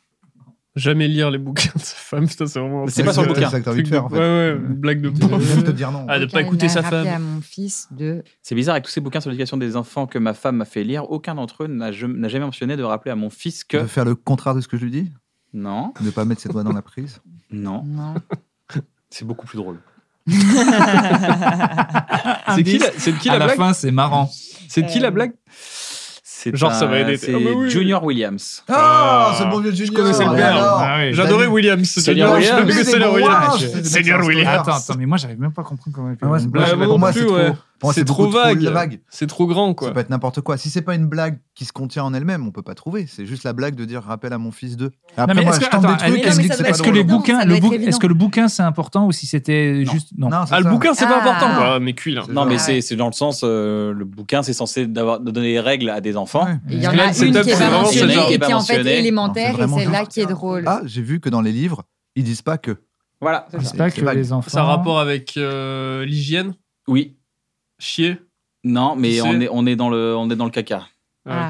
[SPEAKER 6] Jamais lire les bouquins de sa femme, putain, c'est vraiment. un
[SPEAKER 1] Mais c'est
[SPEAKER 6] truc
[SPEAKER 1] pas sur le
[SPEAKER 6] de-
[SPEAKER 1] bouquin.
[SPEAKER 2] C'est ça que t'as envie
[SPEAKER 6] truc
[SPEAKER 2] de faire,
[SPEAKER 6] de-
[SPEAKER 2] en fait.
[SPEAKER 6] Ouais, ouais, une blague de
[SPEAKER 4] De-
[SPEAKER 2] Je
[SPEAKER 6] pauvre.
[SPEAKER 2] viens de te dire non.
[SPEAKER 6] Ah, de
[SPEAKER 5] Donc,
[SPEAKER 6] pas
[SPEAKER 5] elle
[SPEAKER 6] écouter
[SPEAKER 5] m'a
[SPEAKER 6] sa
[SPEAKER 5] rappelé
[SPEAKER 6] femme.
[SPEAKER 5] à mon fils de.
[SPEAKER 1] C'est bizarre, avec tous ces bouquins sur l'éducation des enfants que ma femme m'a fait lire, aucun d'entre eux n'a je- n'a jamais mentionné de rappeler à mon fils que.
[SPEAKER 2] De faire le contraire de ce que je lui dis.
[SPEAKER 1] Non,
[SPEAKER 2] De pas mettre ses doigts dans la prise.
[SPEAKER 1] non.
[SPEAKER 5] Non.
[SPEAKER 1] C'est beaucoup plus drôle.
[SPEAKER 6] C'est qui la- c'est de qui
[SPEAKER 4] à
[SPEAKER 6] la
[SPEAKER 4] la
[SPEAKER 6] blague
[SPEAKER 4] fin, c'est marrant.
[SPEAKER 6] C'est de qui
[SPEAKER 2] Euh,
[SPEAKER 6] la blague
[SPEAKER 1] C'est
[SPEAKER 6] Genre, ça
[SPEAKER 1] un-
[SPEAKER 6] va aider.
[SPEAKER 1] C'est
[SPEAKER 6] Ah bah oui.
[SPEAKER 1] Junior Williams.
[SPEAKER 6] Ah,
[SPEAKER 2] c'est bon vieux
[SPEAKER 6] Je connaissais le
[SPEAKER 2] Et
[SPEAKER 6] père.
[SPEAKER 2] alors
[SPEAKER 4] Ah oui. Ah,
[SPEAKER 6] J'adorais Williams.
[SPEAKER 1] Seigneur
[SPEAKER 6] Seigneur
[SPEAKER 1] Williams.
[SPEAKER 6] Williams.
[SPEAKER 2] Mais c'est
[SPEAKER 6] Seigneur
[SPEAKER 2] bon,
[SPEAKER 6] Williams.
[SPEAKER 2] ouais, c'est-
[SPEAKER 6] Seigneur
[SPEAKER 2] c'est-
[SPEAKER 6] Williams.
[SPEAKER 4] Attends, attends, mais moi j'avais même pas compris comment.
[SPEAKER 2] Ah ouais, c'est-
[SPEAKER 6] blague.
[SPEAKER 2] pour
[SPEAKER 6] non
[SPEAKER 2] moi,
[SPEAKER 6] plus,
[SPEAKER 2] c'est trop-
[SPEAKER 6] ouais.
[SPEAKER 2] pour moi,
[SPEAKER 6] C'est
[SPEAKER 2] c'est
[SPEAKER 6] trop
[SPEAKER 2] beaucoup trop
[SPEAKER 6] vague.
[SPEAKER 2] La vague.
[SPEAKER 6] C'est trop grand,
[SPEAKER 2] Ça
[SPEAKER 6] quoi.
[SPEAKER 2] peut être n'importe quoi. Si c'est pas une blague qui se contient en elle-même, on peut pas trouver. C'est juste la blague de dire rappel à mon fils de. Après,
[SPEAKER 4] Non, mais
[SPEAKER 2] moi,
[SPEAKER 4] est-ce
[SPEAKER 2] je
[SPEAKER 4] que-
[SPEAKER 2] tente
[SPEAKER 4] attends,
[SPEAKER 2] des trucs.
[SPEAKER 4] est-ce
[SPEAKER 2] je dis
[SPEAKER 5] mais ça doit
[SPEAKER 2] c'est pas
[SPEAKER 4] Est-ce
[SPEAKER 5] être
[SPEAKER 4] que, les
[SPEAKER 2] drôle.
[SPEAKER 5] évident,
[SPEAKER 4] bouquins,
[SPEAKER 5] ça
[SPEAKER 4] le
[SPEAKER 5] doit être
[SPEAKER 4] bouc- est-ce
[SPEAKER 5] évident.
[SPEAKER 4] que le bouquin c'est important ou si c'était
[SPEAKER 2] Non.
[SPEAKER 4] juste non,
[SPEAKER 2] Non, c'est
[SPEAKER 6] Ah, le
[SPEAKER 2] ça.
[SPEAKER 6] bouquin, c'est
[SPEAKER 5] Ah.
[SPEAKER 6] pas important. Bah, mais cuit, là.
[SPEAKER 2] C'est
[SPEAKER 1] Non,
[SPEAKER 2] ça.
[SPEAKER 1] mais
[SPEAKER 5] Ouais.
[SPEAKER 1] c'est c'est dans le sens, euh, le bouquin, c'est censé d'avoir- de donner des règles à des enfants.
[SPEAKER 2] Ouais.
[SPEAKER 5] Et Il y en
[SPEAKER 6] Là,
[SPEAKER 5] a
[SPEAKER 6] le setup,
[SPEAKER 5] une qui
[SPEAKER 6] c'est
[SPEAKER 5] est pas
[SPEAKER 6] vraiment
[SPEAKER 5] mentionnée
[SPEAKER 6] celle-là.
[SPEAKER 5] et qui est en fait
[SPEAKER 1] Mentionné.
[SPEAKER 5] élémentaire
[SPEAKER 2] Non,
[SPEAKER 5] et
[SPEAKER 2] c'est
[SPEAKER 5] c'est
[SPEAKER 2] vraiment
[SPEAKER 5] là
[SPEAKER 2] juste.
[SPEAKER 5] qui est drôle.
[SPEAKER 2] Ah, j'ai vu que dans les livres, ils disent pas que. Ah,
[SPEAKER 1] Voilà, c'est ça.
[SPEAKER 4] c'est pas que
[SPEAKER 2] C'est vague.
[SPEAKER 4] les enfants.
[SPEAKER 6] Ça a rapport avec euh, l'hygiène
[SPEAKER 1] Oui.
[SPEAKER 6] Chier
[SPEAKER 1] Non, mais
[SPEAKER 6] Tu sais-
[SPEAKER 1] on est, on, est dans le, on est dans le caca.
[SPEAKER 6] Ah,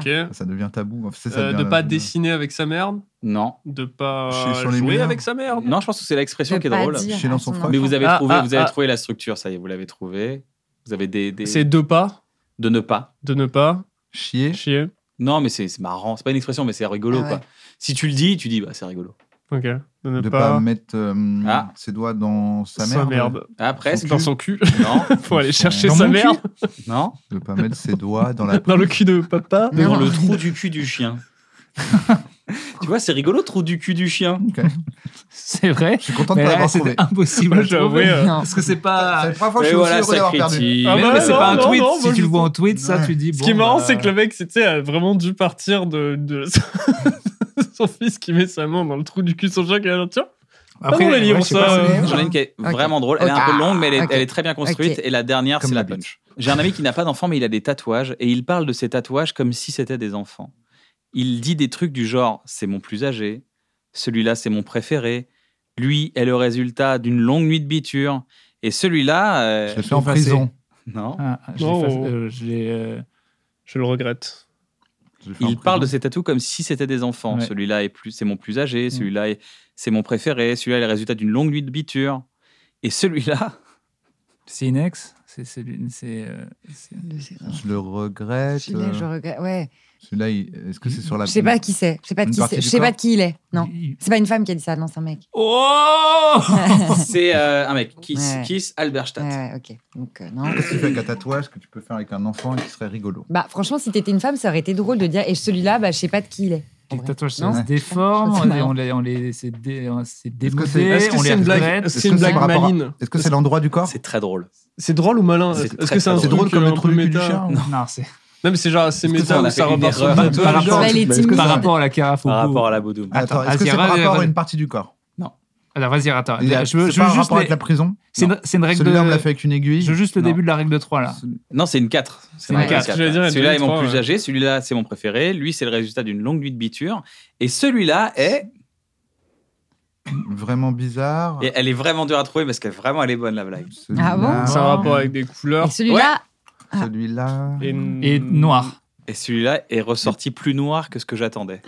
[SPEAKER 5] Ah.
[SPEAKER 6] Ok.
[SPEAKER 2] Ça devient tabou. C'est ça
[SPEAKER 6] Euh,
[SPEAKER 2] devient-
[SPEAKER 6] de pas dessiner avec sa merde,
[SPEAKER 1] Non.
[SPEAKER 6] de pas
[SPEAKER 2] Chier sur les
[SPEAKER 6] Ah, jouer
[SPEAKER 2] murs.
[SPEAKER 6] avec sa merde.
[SPEAKER 1] Non, je pense que c'est l'expression
[SPEAKER 5] De
[SPEAKER 1] qui est
[SPEAKER 5] pas
[SPEAKER 1] drôle.
[SPEAKER 5] dire
[SPEAKER 2] Chez
[SPEAKER 5] à
[SPEAKER 2] Lanson
[SPEAKER 5] son
[SPEAKER 2] Froc.
[SPEAKER 1] Mais vous avez
[SPEAKER 6] Ah,
[SPEAKER 1] trouvé,
[SPEAKER 6] ah,
[SPEAKER 1] vous avez
[SPEAKER 6] ah.
[SPEAKER 1] trouvé la structure, ça y est, vous l'avez trouvé. Vous avez des, des-
[SPEAKER 6] C'est de pas,
[SPEAKER 1] de ne pas.
[SPEAKER 6] de ne pas
[SPEAKER 2] Chier.
[SPEAKER 6] chier.
[SPEAKER 1] Non, mais c'est c'est marrant. C'est pas une expression, mais c'est rigolo,
[SPEAKER 5] Ah ouais.
[SPEAKER 1] quoi. Si tu le dis, tu dis, bah, c'est rigolo.
[SPEAKER 6] Ok. De ne
[SPEAKER 2] De
[SPEAKER 6] pas,
[SPEAKER 2] pas mettre euh,
[SPEAKER 1] Ah.
[SPEAKER 2] ses doigts dans sa merde.
[SPEAKER 1] Après, c'est
[SPEAKER 6] Dans son cul.
[SPEAKER 1] Non,
[SPEAKER 6] Faut aller chercher
[SPEAKER 4] Dans
[SPEAKER 6] sa
[SPEAKER 4] mon cul
[SPEAKER 6] merde
[SPEAKER 1] non.
[SPEAKER 2] De pas mettre ses doigts dans la.
[SPEAKER 6] dans le cul de papa.
[SPEAKER 5] Non.
[SPEAKER 1] Dans le trou du cul du chien. tu vois, c'est rigolo, trou du cul du chien.
[SPEAKER 2] Ok.
[SPEAKER 4] C'est vrai.
[SPEAKER 2] Je suis content de
[SPEAKER 4] Mais
[SPEAKER 2] pas
[SPEAKER 4] là,
[SPEAKER 2] l'avoir trouvé.
[SPEAKER 4] c'était impossible.
[SPEAKER 6] Moi,
[SPEAKER 4] à
[SPEAKER 6] j'ai avoué,
[SPEAKER 4] trouver.
[SPEAKER 6] euh,
[SPEAKER 5] Non.
[SPEAKER 4] Parce que c'est
[SPEAKER 2] C'est
[SPEAKER 4] pas.
[SPEAKER 2] la première fois que je
[SPEAKER 1] Mais
[SPEAKER 2] suis
[SPEAKER 1] voilà,
[SPEAKER 2] aussi heureux
[SPEAKER 1] ça
[SPEAKER 2] d'avoir perdu.
[SPEAKER 1] critique.
[SPEAKER 6] Ah
[SPEAKER 1] mais
[SPEAKER 6] bah
[SPEAKER 1] mais c'est
[SPEAKER 6] non,
[SPEAKER 1] pas un
[SPEAKER 6] non,
[SPEAKER 1] tweet.
[SPEAKER 6] non,
[SPEAKER 4] si
[SPEAKER 6] moi,
[SPEAKER 4] tu
[SPEAKER 6] je-
[SPEAKER 4] le vois en tweet, ça,
[SPEAKER 2] Ouais.
[SPEAKER 4] tu dis.
[SPEAKER 6] Ce
[SPEAKER 4] bon,
[SPEAKER 6] qui est marrant,
[SPEAKER 4] bah,
[SPEAKER 6] c'est que le mec, c'était a vraiment dû partir de, de son fils qui met sa main dans le trou du cul de son chien qui est là, tiens.
[SPEAKER 4] Après,
[SPEAKER 6] dans les livres,
[SPEAKER 4] ouais, je sais pas,
[SPEAKER 6] ça,
[SPEAKER 4] c'est-
[SPEAKER 6] euh,
[SPEAKER 1] J'en ai une qui est
[SPEAKER 5] Ok.
[SPEAKER 1] vraiment drôle. Elle est un
[SPEAKER 6] Ah,
[SPEAKER 5] Ok.
[SPEAKER 1] peu longue, mais elle est,
[SPEAKER 5] Ok.
[SPEAKER 1] elle est très bien construite.
[SPEAKER 5] Ok.
[SPEAKER 1] Et la dernière,
[SPEAKER 2] Comme
[SPEAKER 1] c'est la
[SPEAKER 2] la bite.
[SPEAKER 1] punch. J'ai un ami qui n'a pas d'enfants, mais il a des tatouages. Et il parle de ses tatouages comme si c'était des enfants. Il dit des trucs du genre c'est mon plus âgé, celui-là, c'est mon préféré, lui est le résultat d'une longue nuit de biture. Et celui-là. euh,
[SPEAKER 2] Je l'ai fait en
[SPEAKER 4] effacé.
[SPEAKER 2] prison.
[SPEAKER 1] Non.
[SPEAKER 4] Ah, ah, je l'ai
[SPEAKER 6] Non.
[SPEAKER 4] fa- euh, je l'ai, euh,
[SPEAKER 6] Je le regrette.
[SPEAKER 2] Je l'ai fait en
[SPEAKER 1] Il parle de
[SPEAKER 2] prison.
[SPEAKER 1] ses tatous comme si c'était des enfants.
[SPEAKER 4] Ouais.
[SPEAKER 1] Celui-là est plus, c'est mon plus âgé. Celui-là, est- c'est mon préféré. Celui-là, est le résultat d'une longue nuit de biture. Et celui-là,
[SPEAKER 4] C'est Inex C'est celui. C'est. euh, c'est-
[SPEAKER 2] Je le regrette.
[SPEAKER 5] Celui-là, je regrette. Ouais.
[SPEAKER 2] Celui-là, il- est-ce que c'est sur la.
[SPEAKER 5] Je sais pas qui c'est. Je sais pas de
[SPEAKER 2] Une
[SPEAKER 5] qui
[SPEAKER 2] partie
[SPEAKER 5] c'est.
[SPEAKER 2] du
[SPEAKER 5] Je sais
[SPEAKER 2] corps
[SPEAKER 5] pas de qui il est. Non.
[SPEAKER 4] Il-
[SPEAKER 5] C'est pas une femme qui a dit ça, non, c'est un mec.
[SPEAKER 4] Oh
[SPEAKER 1] c'est euh, un mec, Kiss,
[SPEAKER 5] Ouais.
[SPEAKER 1] Kiss Alberstadt.
[SPEAKER 5] Ouais, ouais, ok. Donc, euh, non.
[SPEAKER 2] Qu'est-ce que tu fais avec un tatouage que tu peux faire avec un enfant et qui serait rigolo
[SPEAKER 5] Bah, franchement, si t'étais une femme, ça aurait été drôle de dire et celui-là, bah, je sais pas de qui il est. En
[SPEAKER 4] Les
[SPEAKER 5] vrai.
[SPEAKER 4] tatouages, ça
[SPEAKER 5] Non.
[SPEAKER 4] se déforme,
[SPEAKER 5] C'est
[SPEAKER 4] on les,
[SPEAKER 5] marrant.
[SPEAKER 4] on les, on les, c'est dé- c'est
[SPEAKER 2] que
[SPEAKER 4] démodé,
[SPEAKER 2] c'est- est-ce
[SPEAKER 4] on les regrette.
[SPEAKER 2] Est-ce
[SPEAKER 6] C'est
[SPEAKER 2] que
[SPEAKER 6] une
[SPEAKER 2] c'est
[SPEAKER 6] blague
[SPEAKER 2] par rapport à-
[SPEAKER 6] maline.
[SPEAKER 2] Est-ce que c'est l'endroit du corps
[SPEAKER 1] C'est très drôle.
[SPEAKER 6] C'est drôle ou malin
[SPEAKER 1] C'est
[SPEAKER 6] Est-ce
[SPEAKER 1] très,
[SPEAKER 6] que c'est un
[SPEAKER 1] très
[SPEAKER 2] C'est
[SPEAKER 6] truc
[SPEAKER 2] drôle comme
[SPEAKER 6] euh, un
[SPEAKER 2] le
[SPEAKER 6] peu
[SPEAKER 2] trou du cul du
[SPEAKER 6] méta
[SPEAKER 2] chien
[SPEAKER 4] Non, c'est
[SPEAKER 6] Non, mais c'est genre, c'est
[SPEAKER 1] Est-ce que ça,
[SPEAKER 6] méta
[SPEAKER 1] on a
[SPEAKER 6] où ça
[SPEAKER 1] fait une
[SPEAKER 6] repart sur
[SPEAKER 1] erreur
[SPEAKER 6] deux
[SPEAKER 4] par
[SPEAKER 6] pages.
[SPEAKER 4] rapport,
[SPEAKER 5] Ouais, les
[SPEAKER 4] est-ce que
[SPEAKER 5] Tim Burton.
[SPEAKER 4] par rapport à la carafe au
[SPEAKER 1] Par rapport
[SPEAKER 4] bout.
[SPEAKER 1] à la Boudoum.
[SPEAKER 2] Attends,
[SPEAKER 4] Attends,
[SPEAKER 2] est-ce que
[SPEAKER 4] Asia,
[SPEAKER 2] c'est par
[SPEAKER 4] vas-y,
[SPEAKER 2] rapport à
[SPEAKER 4] vas-y.
[SPEAKER 2] une partie du corps
[SPEAKER 4] Alors vas-y, attends.
[SPEAKER 2] Il a-
[SPEAKER 4] Je veux,
[SPEAKER 2] c'est
[SPEAKER 4] je
[SPEAKER 2] pas
[SPEAKER 4] veux
[SPEAKER 2] un
[SPEAKER 4] juste
[SPEAKER 2] rapport
[SPEAKER 4] les-
[SPEAKER 2] avec la prison
[SPEAKER 4] C'est une, c'est une règle
[SPEAKER 2] Celui-là, on me l'a fait
[SPEAKER 4] de.
[SPEAKER 2] avec une aiguille.
[SPEAKER 4] euh, Je veux juste le
[SPEAKER 2] Non.
[SPEAKER 4] début de la règle de 3 là.
[SPEAKER 2] Ce-
[SPEAKER 1] Non, c'est une 4. C'est
[SPEAKER 4] une
[SPEAKER 1] vraiment
[SPEAKER 4] quatre.
[SPEAKER 1] une
[SPEAKER 6] J'allais dire, elle
[SPEAKER 1] Celui-là est
[SPEAKER 6] devait
[SPEAKER 1] mon
[SPEAKER 6] être
[SPEAKER 1] plus
[SPEAKER 6] trois, ouais.
[SPEAKER 1] âgé. Celui-là, c'est mon préféré. Lui, c'est le résultat d'une longue nuit de biture. Et celui-là est.
[SPEAKER 2] Vraiment bizarre.
[SPEAKER 1] et elle est vraiment dure à trouver parce qu'elle vraiment elle est bonne la blague.
[SPEAKER 2] Celui-là.
[SPEAKER 5] Ah bon Ah.
[SPEAKER 6] C'est un rapport avec des couleurs.
[SPEAKER 5] Et celui-là,
[SPEAKER 2] Celui-là.
[SPEAKER 4] Et noir.
[SPEAKER 1] Et celui-là est ressorti plus noir que ce que j'attendais.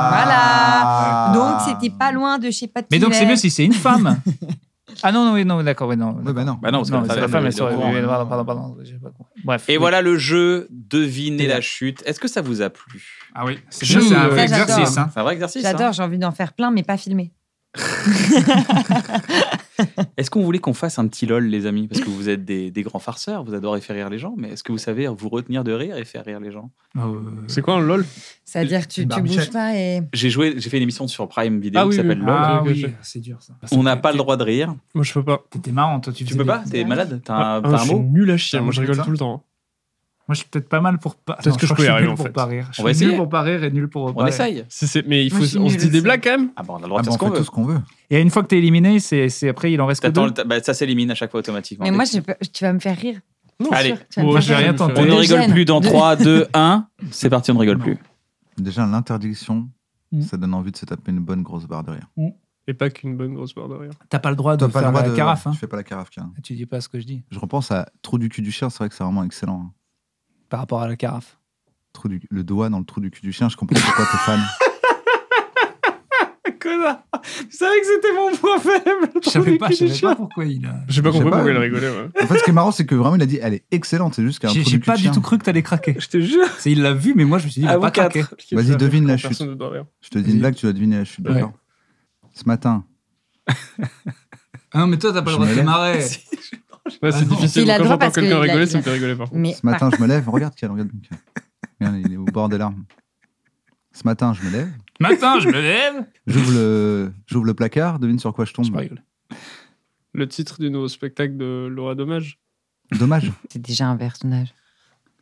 [SPEAKER 2] Ah
[SPEAKER 5] donc c'était pas loin de je sais pas de qui
[SPEAKER 4] Mais donc
[SPEAKER 5] il
[SPEAKER 4] c'est
[SPEAKER 5] est.
[SPEAKER 4] mieux si c'est une femme. ah non, non, oui, non, d'accord, oui, non.
[SPEAKER 2] Ouais, bah non.
[SPEAKER 1] Bah non, parce que
[SPEAKER 4] Non,
[SPEAKER 1] la
[SPEAKER 4] mais c'est
[SPEAKER 1] femme,
[SPEAKER 4] la femme,
[SPEAKER 1] elle
[SPEAKER 4] elle
[SPEAKER 1] est
[SPEAKER 4] sort.
[SPEAKER 1] devant,
[SPEAKER 4] oui,
[SPEAKER 1] hein.
[SPEAKER 4] Pardon, pardon, pardon, j'ai pas compris. Bref.
[SPEAKER 1] Et
[SPEAKER 4] oui.
[SPEAKER 1] voilà le jeu, devinez la chute. Est-ce que ça vous a plu
[SPEAKER 4] Ah oui, c'est
[SPEAKER 6] Je-
[SPEAKER 4] bien, c'est un
[SPEAKER 6] Ça,
[SPEAKER 4] vrai
[SPEAKER 5] j'adore.
[SPEAKER 4] exercice. hein.
[SPEAKER 1] C'est un vrai exercice. hein
[SPEAKER 5] J'adore, j'ai envie d'en faire plein, mais pas filmé.
[SPEAKER 1] Est-ce qu'on voulait qu'on fasse un petit lol, les amis Parce que vous êtes des, des grands farceurs, vous adorez faire rire les gens, mais est-ce que vous savez vous retenir de rire et faire rire les gens
[SPEAKER 4] Ah,
[SPEAKER 6] C'est quoi un LOL
[SPEAKER 5] C'est-à-dire, tu,
[SPEAKER 2] Une
[SPEAKER 5] tu bouges
[SPEAKER 2] barbichette.
[SPEAKER 5] pas et.
[SPEAKER 1] J'ai joué, j'ai fait une émission sur Prime Vidéo
[SPEAKER 6] Ah oui,
[SPEAKER 1] qui s'appelle
[SPEAKER 6] oui.
[SPEAKER 1] LOL.
[SPEAKER 4] Ah
[SPEAKER 6] ok,
[SPEAKER 4] oui,
[SPEAKER 6] ok.
[SPEAKER 4] c'est dur ça.
[SPEAKER 1] On n'a pas le droit de rire.
[SPEAKER 6] Moi, je peux pas.
[SPEAKER 4] T'étais marrant, toi. Tu,
[SPEAKER 1] Tu
[SPEAKER 4] faisais
[SPEAKER 1] peux
[SPEAKER 4] des-
[SPEAKER 1] pas T'es malade T'as un,
[SPEAKER 6] Ah,
[SPEAKER 1] t'as un
[SPEAKER 6] je suis
[SPEAKER 1] mot
[SPEAKER 6] nul à chier.
[SPEAKER 2] Ah,
[SPEAKER 6] Moi, je
[SPEAKER 2] vous
[SPEAKER 6] rigole
[SPEAKER 2] faites
[SPEAKER 6] tout le temps.
[SPEAKER 4] Moi, je suis peut-être pas mal pour pas.
[SPEAKER 6] Peut-être que je peux y
[SPEAKER 4] suis
[SPEAKER 6] arriver,
[SPEAKER 4] nul
[SPEAKER 6] en
[SPEAKER 4] pour
[SPEAKER 6] fait.
[SPEAKER 4] pas rire. Je
[SPEAKER 1] On va
[SPEAKER 4] suis nul
[SPEAKER 1] essayer.
[SPEAKER 4] pour pas rire et nul pour.
[SPEAKER 1] On
[SPEAKER 4] pas rire.
[SPEAKER 1] essaye
[SPEAKER 6] Si c'est- mais il
[SPEAKER 5] Moi,
[SPEAKER 6] faut,
[SPEAKER 5] je suis
[SPEAKER 6] on se
[SPEAKER 5] nulle
[SPEAKER 6] dit des
[SPEAKER 5] aussi.
[SPEAKER 6] blagues quand même.
[SPEAKER 1] Ah bah on a le
[SPEAKER 2] Ah
[SPEAKER 1] droit de
[SPEAKER 2] bah,
[SPEAKER 1] faire ce
[SPEAKER 2] on
[SPEAKER 1] qu'on
[SPEAKER 2] fait
[SPEAKER 1] veut.
[SPEAKER 2] tout ce qu'on veut.
[SPEAKER 4] Et une fois que t'es éliminé, c'est c'est- après, il en reste que
[SPEAKER 1] T'attends
[SPEAKER 4] deux.
[SPEAKER 1] le ta- bah, ça s'élimine à chaque fois automatiquement.
[SPEAKER 5] Mais moi,
[SPEAKER 1] Dès-
[SPEAKER 5] j'ai peur- tu vas me faire rire.
[SPEAKER 6] Non,
[SPEAKER 5] c'est
[SPEAKER 1] Allez.
[SPEAKER 5] sûr, tu vas me
[SPEAKER 4] Moi,
[SPEAKER 5] faire
[SPEAKER 4] j'ai
[SPEAKER 5] rire.
[SPEAKER 4] rien tenté.
[SPEAKER 1] On ne
[SPEAKER 5] de
[SPEAKER 1] rigole
[SPEAKER 5] gêne.
[SPEAKER 1] plus dans 3, 2, 1. C'est parti, on ne rigole plus.
[SPEAKER 2] Déjà, l'interdiction,
[SPEAKER 4] Mm.
[SPEAKER 2] ça donne envie de se taper une bonne grosse barre de rire.
[SPEAKER 6] Et pas qu'une bonne grosse barre de rire.
[SPEAKER 4] T'as pas le droit de
[SPEAKER 2] T'as pas le
[SPEAKER 4] faire
[SPEAKER 2] droit de.
[SPEAKER 4] la carafe. hein.
[SPEAKER 2] Tu fais pas la carafe, Karen.
[SPEAKER 4] Tu dis pas ce que je dis
[SPEAKER 2] Je repense à Trou du cul du chien, c'est vrai que c'est vraiment excellent. hein.
[SPEAKER 4] par rapport à la carafe.
[SPEAKER 2] Trou du... Le doigt dans le trou du cul du chien, je comprends pourquoi t'es fan.
[SPEAKER 1] Connard Je savais que c'était mon point faible
[SPEAKER 4] Je savais pas, je savais pas pourquoi il a.
[SPEAKER 6] J'ai pas
[SPEAKER 2] Je sais
[SPEAKER 6] compris
[SPEAKER 2] pas,
[SPEAKER 6] pourquoi elle
[SPEAKER 2] mais-
[SPEAKER 6] rigolait. ouais.
[SPEAKER 2] En fait, ce qui est marrant, c'est que vraiment, il a dit elle est excellente, c'est juste qu'un
[SPEAKER 4] J'ai
[SPEAKER 2] trou
[SPEAKER 4] j'ai
[SPEAKER 2] du cul
[SPEAKER 4] pas
[SPEAKER 2] du
[SPEAKER 4] du
[SPEAKER 2] chien.
[SPEAKER 4] tout cru que t'allais craquer.
[SPEAKER 6] Je te jure.
[SPEAKER 4] C'est- Il l'a vu, mais moi je me suis dit, il
[SPEAKER 1] À
[SPEAKER 4] va
[SPEAKER 1] vous
[SPEAKER 4] pas
[SPEAKER 1] quatre.
[SPEAKER 4] craquer.
[SPEAKER 2] Vas-y, devine la chute.
[SPEAKER 6] Personne ne doit rire.
[SPEAKER 2] Je te dis une blague, tu dois deviner la chute,
[SPEAKER 4] Ouais.
[SPEAKER 2] d'accord Ce matin,
[SPEAKER 4] Ah non, mais toi, t'as pas le
[SPEAKER 2] Je
[SPEAKER 4] droit de
[SPEAKER 2] me
[SPEAKER 4] te
[SPEAKER 2] lève.
[SPEAKER 4] marrer.
[SPEAKER 6] Ouais,
[SPEAKER 4] Ah
[SPEAKER 6] c'est
[SPEAKER 4] non.
[SPEAKER 6] difficile.
[SPEAKER 5] Il a
[SPEAKER 6] Quand
[SPEAKER 5] droit
[SPEAKER 6] j'entends
[SPEAKER 5] parce
[SPEAKER 6] quelqu'un
[SPEAKER 5] que il a-
[SPEAKER 6] rigoler,
[SPEAKER 5] il
[SPEAKER 6] ça
[SPEAKER 5] a-
[SPEAKER 6] me fait rigoler par contre.
[SPEAKER 5] Mais
[SPEAKER 2] ce matin, je me lève. Regarde Kian, regarde donc. Regarde, il est au bord des larmes. Ce matin, je me lève.
[SPEAKER 4] Matin, je me lève.
[SPEAKER 2] J'ouvre le... j'ouvre le placard, devine sur quoi je
[SPEAKER 4] Je pas
[SPEAKER 2] tombe.
[SPEAKER 4] rigole.
[SPEAKER 6] Le titre du nouveau spectacle de Laura Dommage.
[SPEAKER 2] Dommage
[SPEAKER 5] C'est déjà un personnage.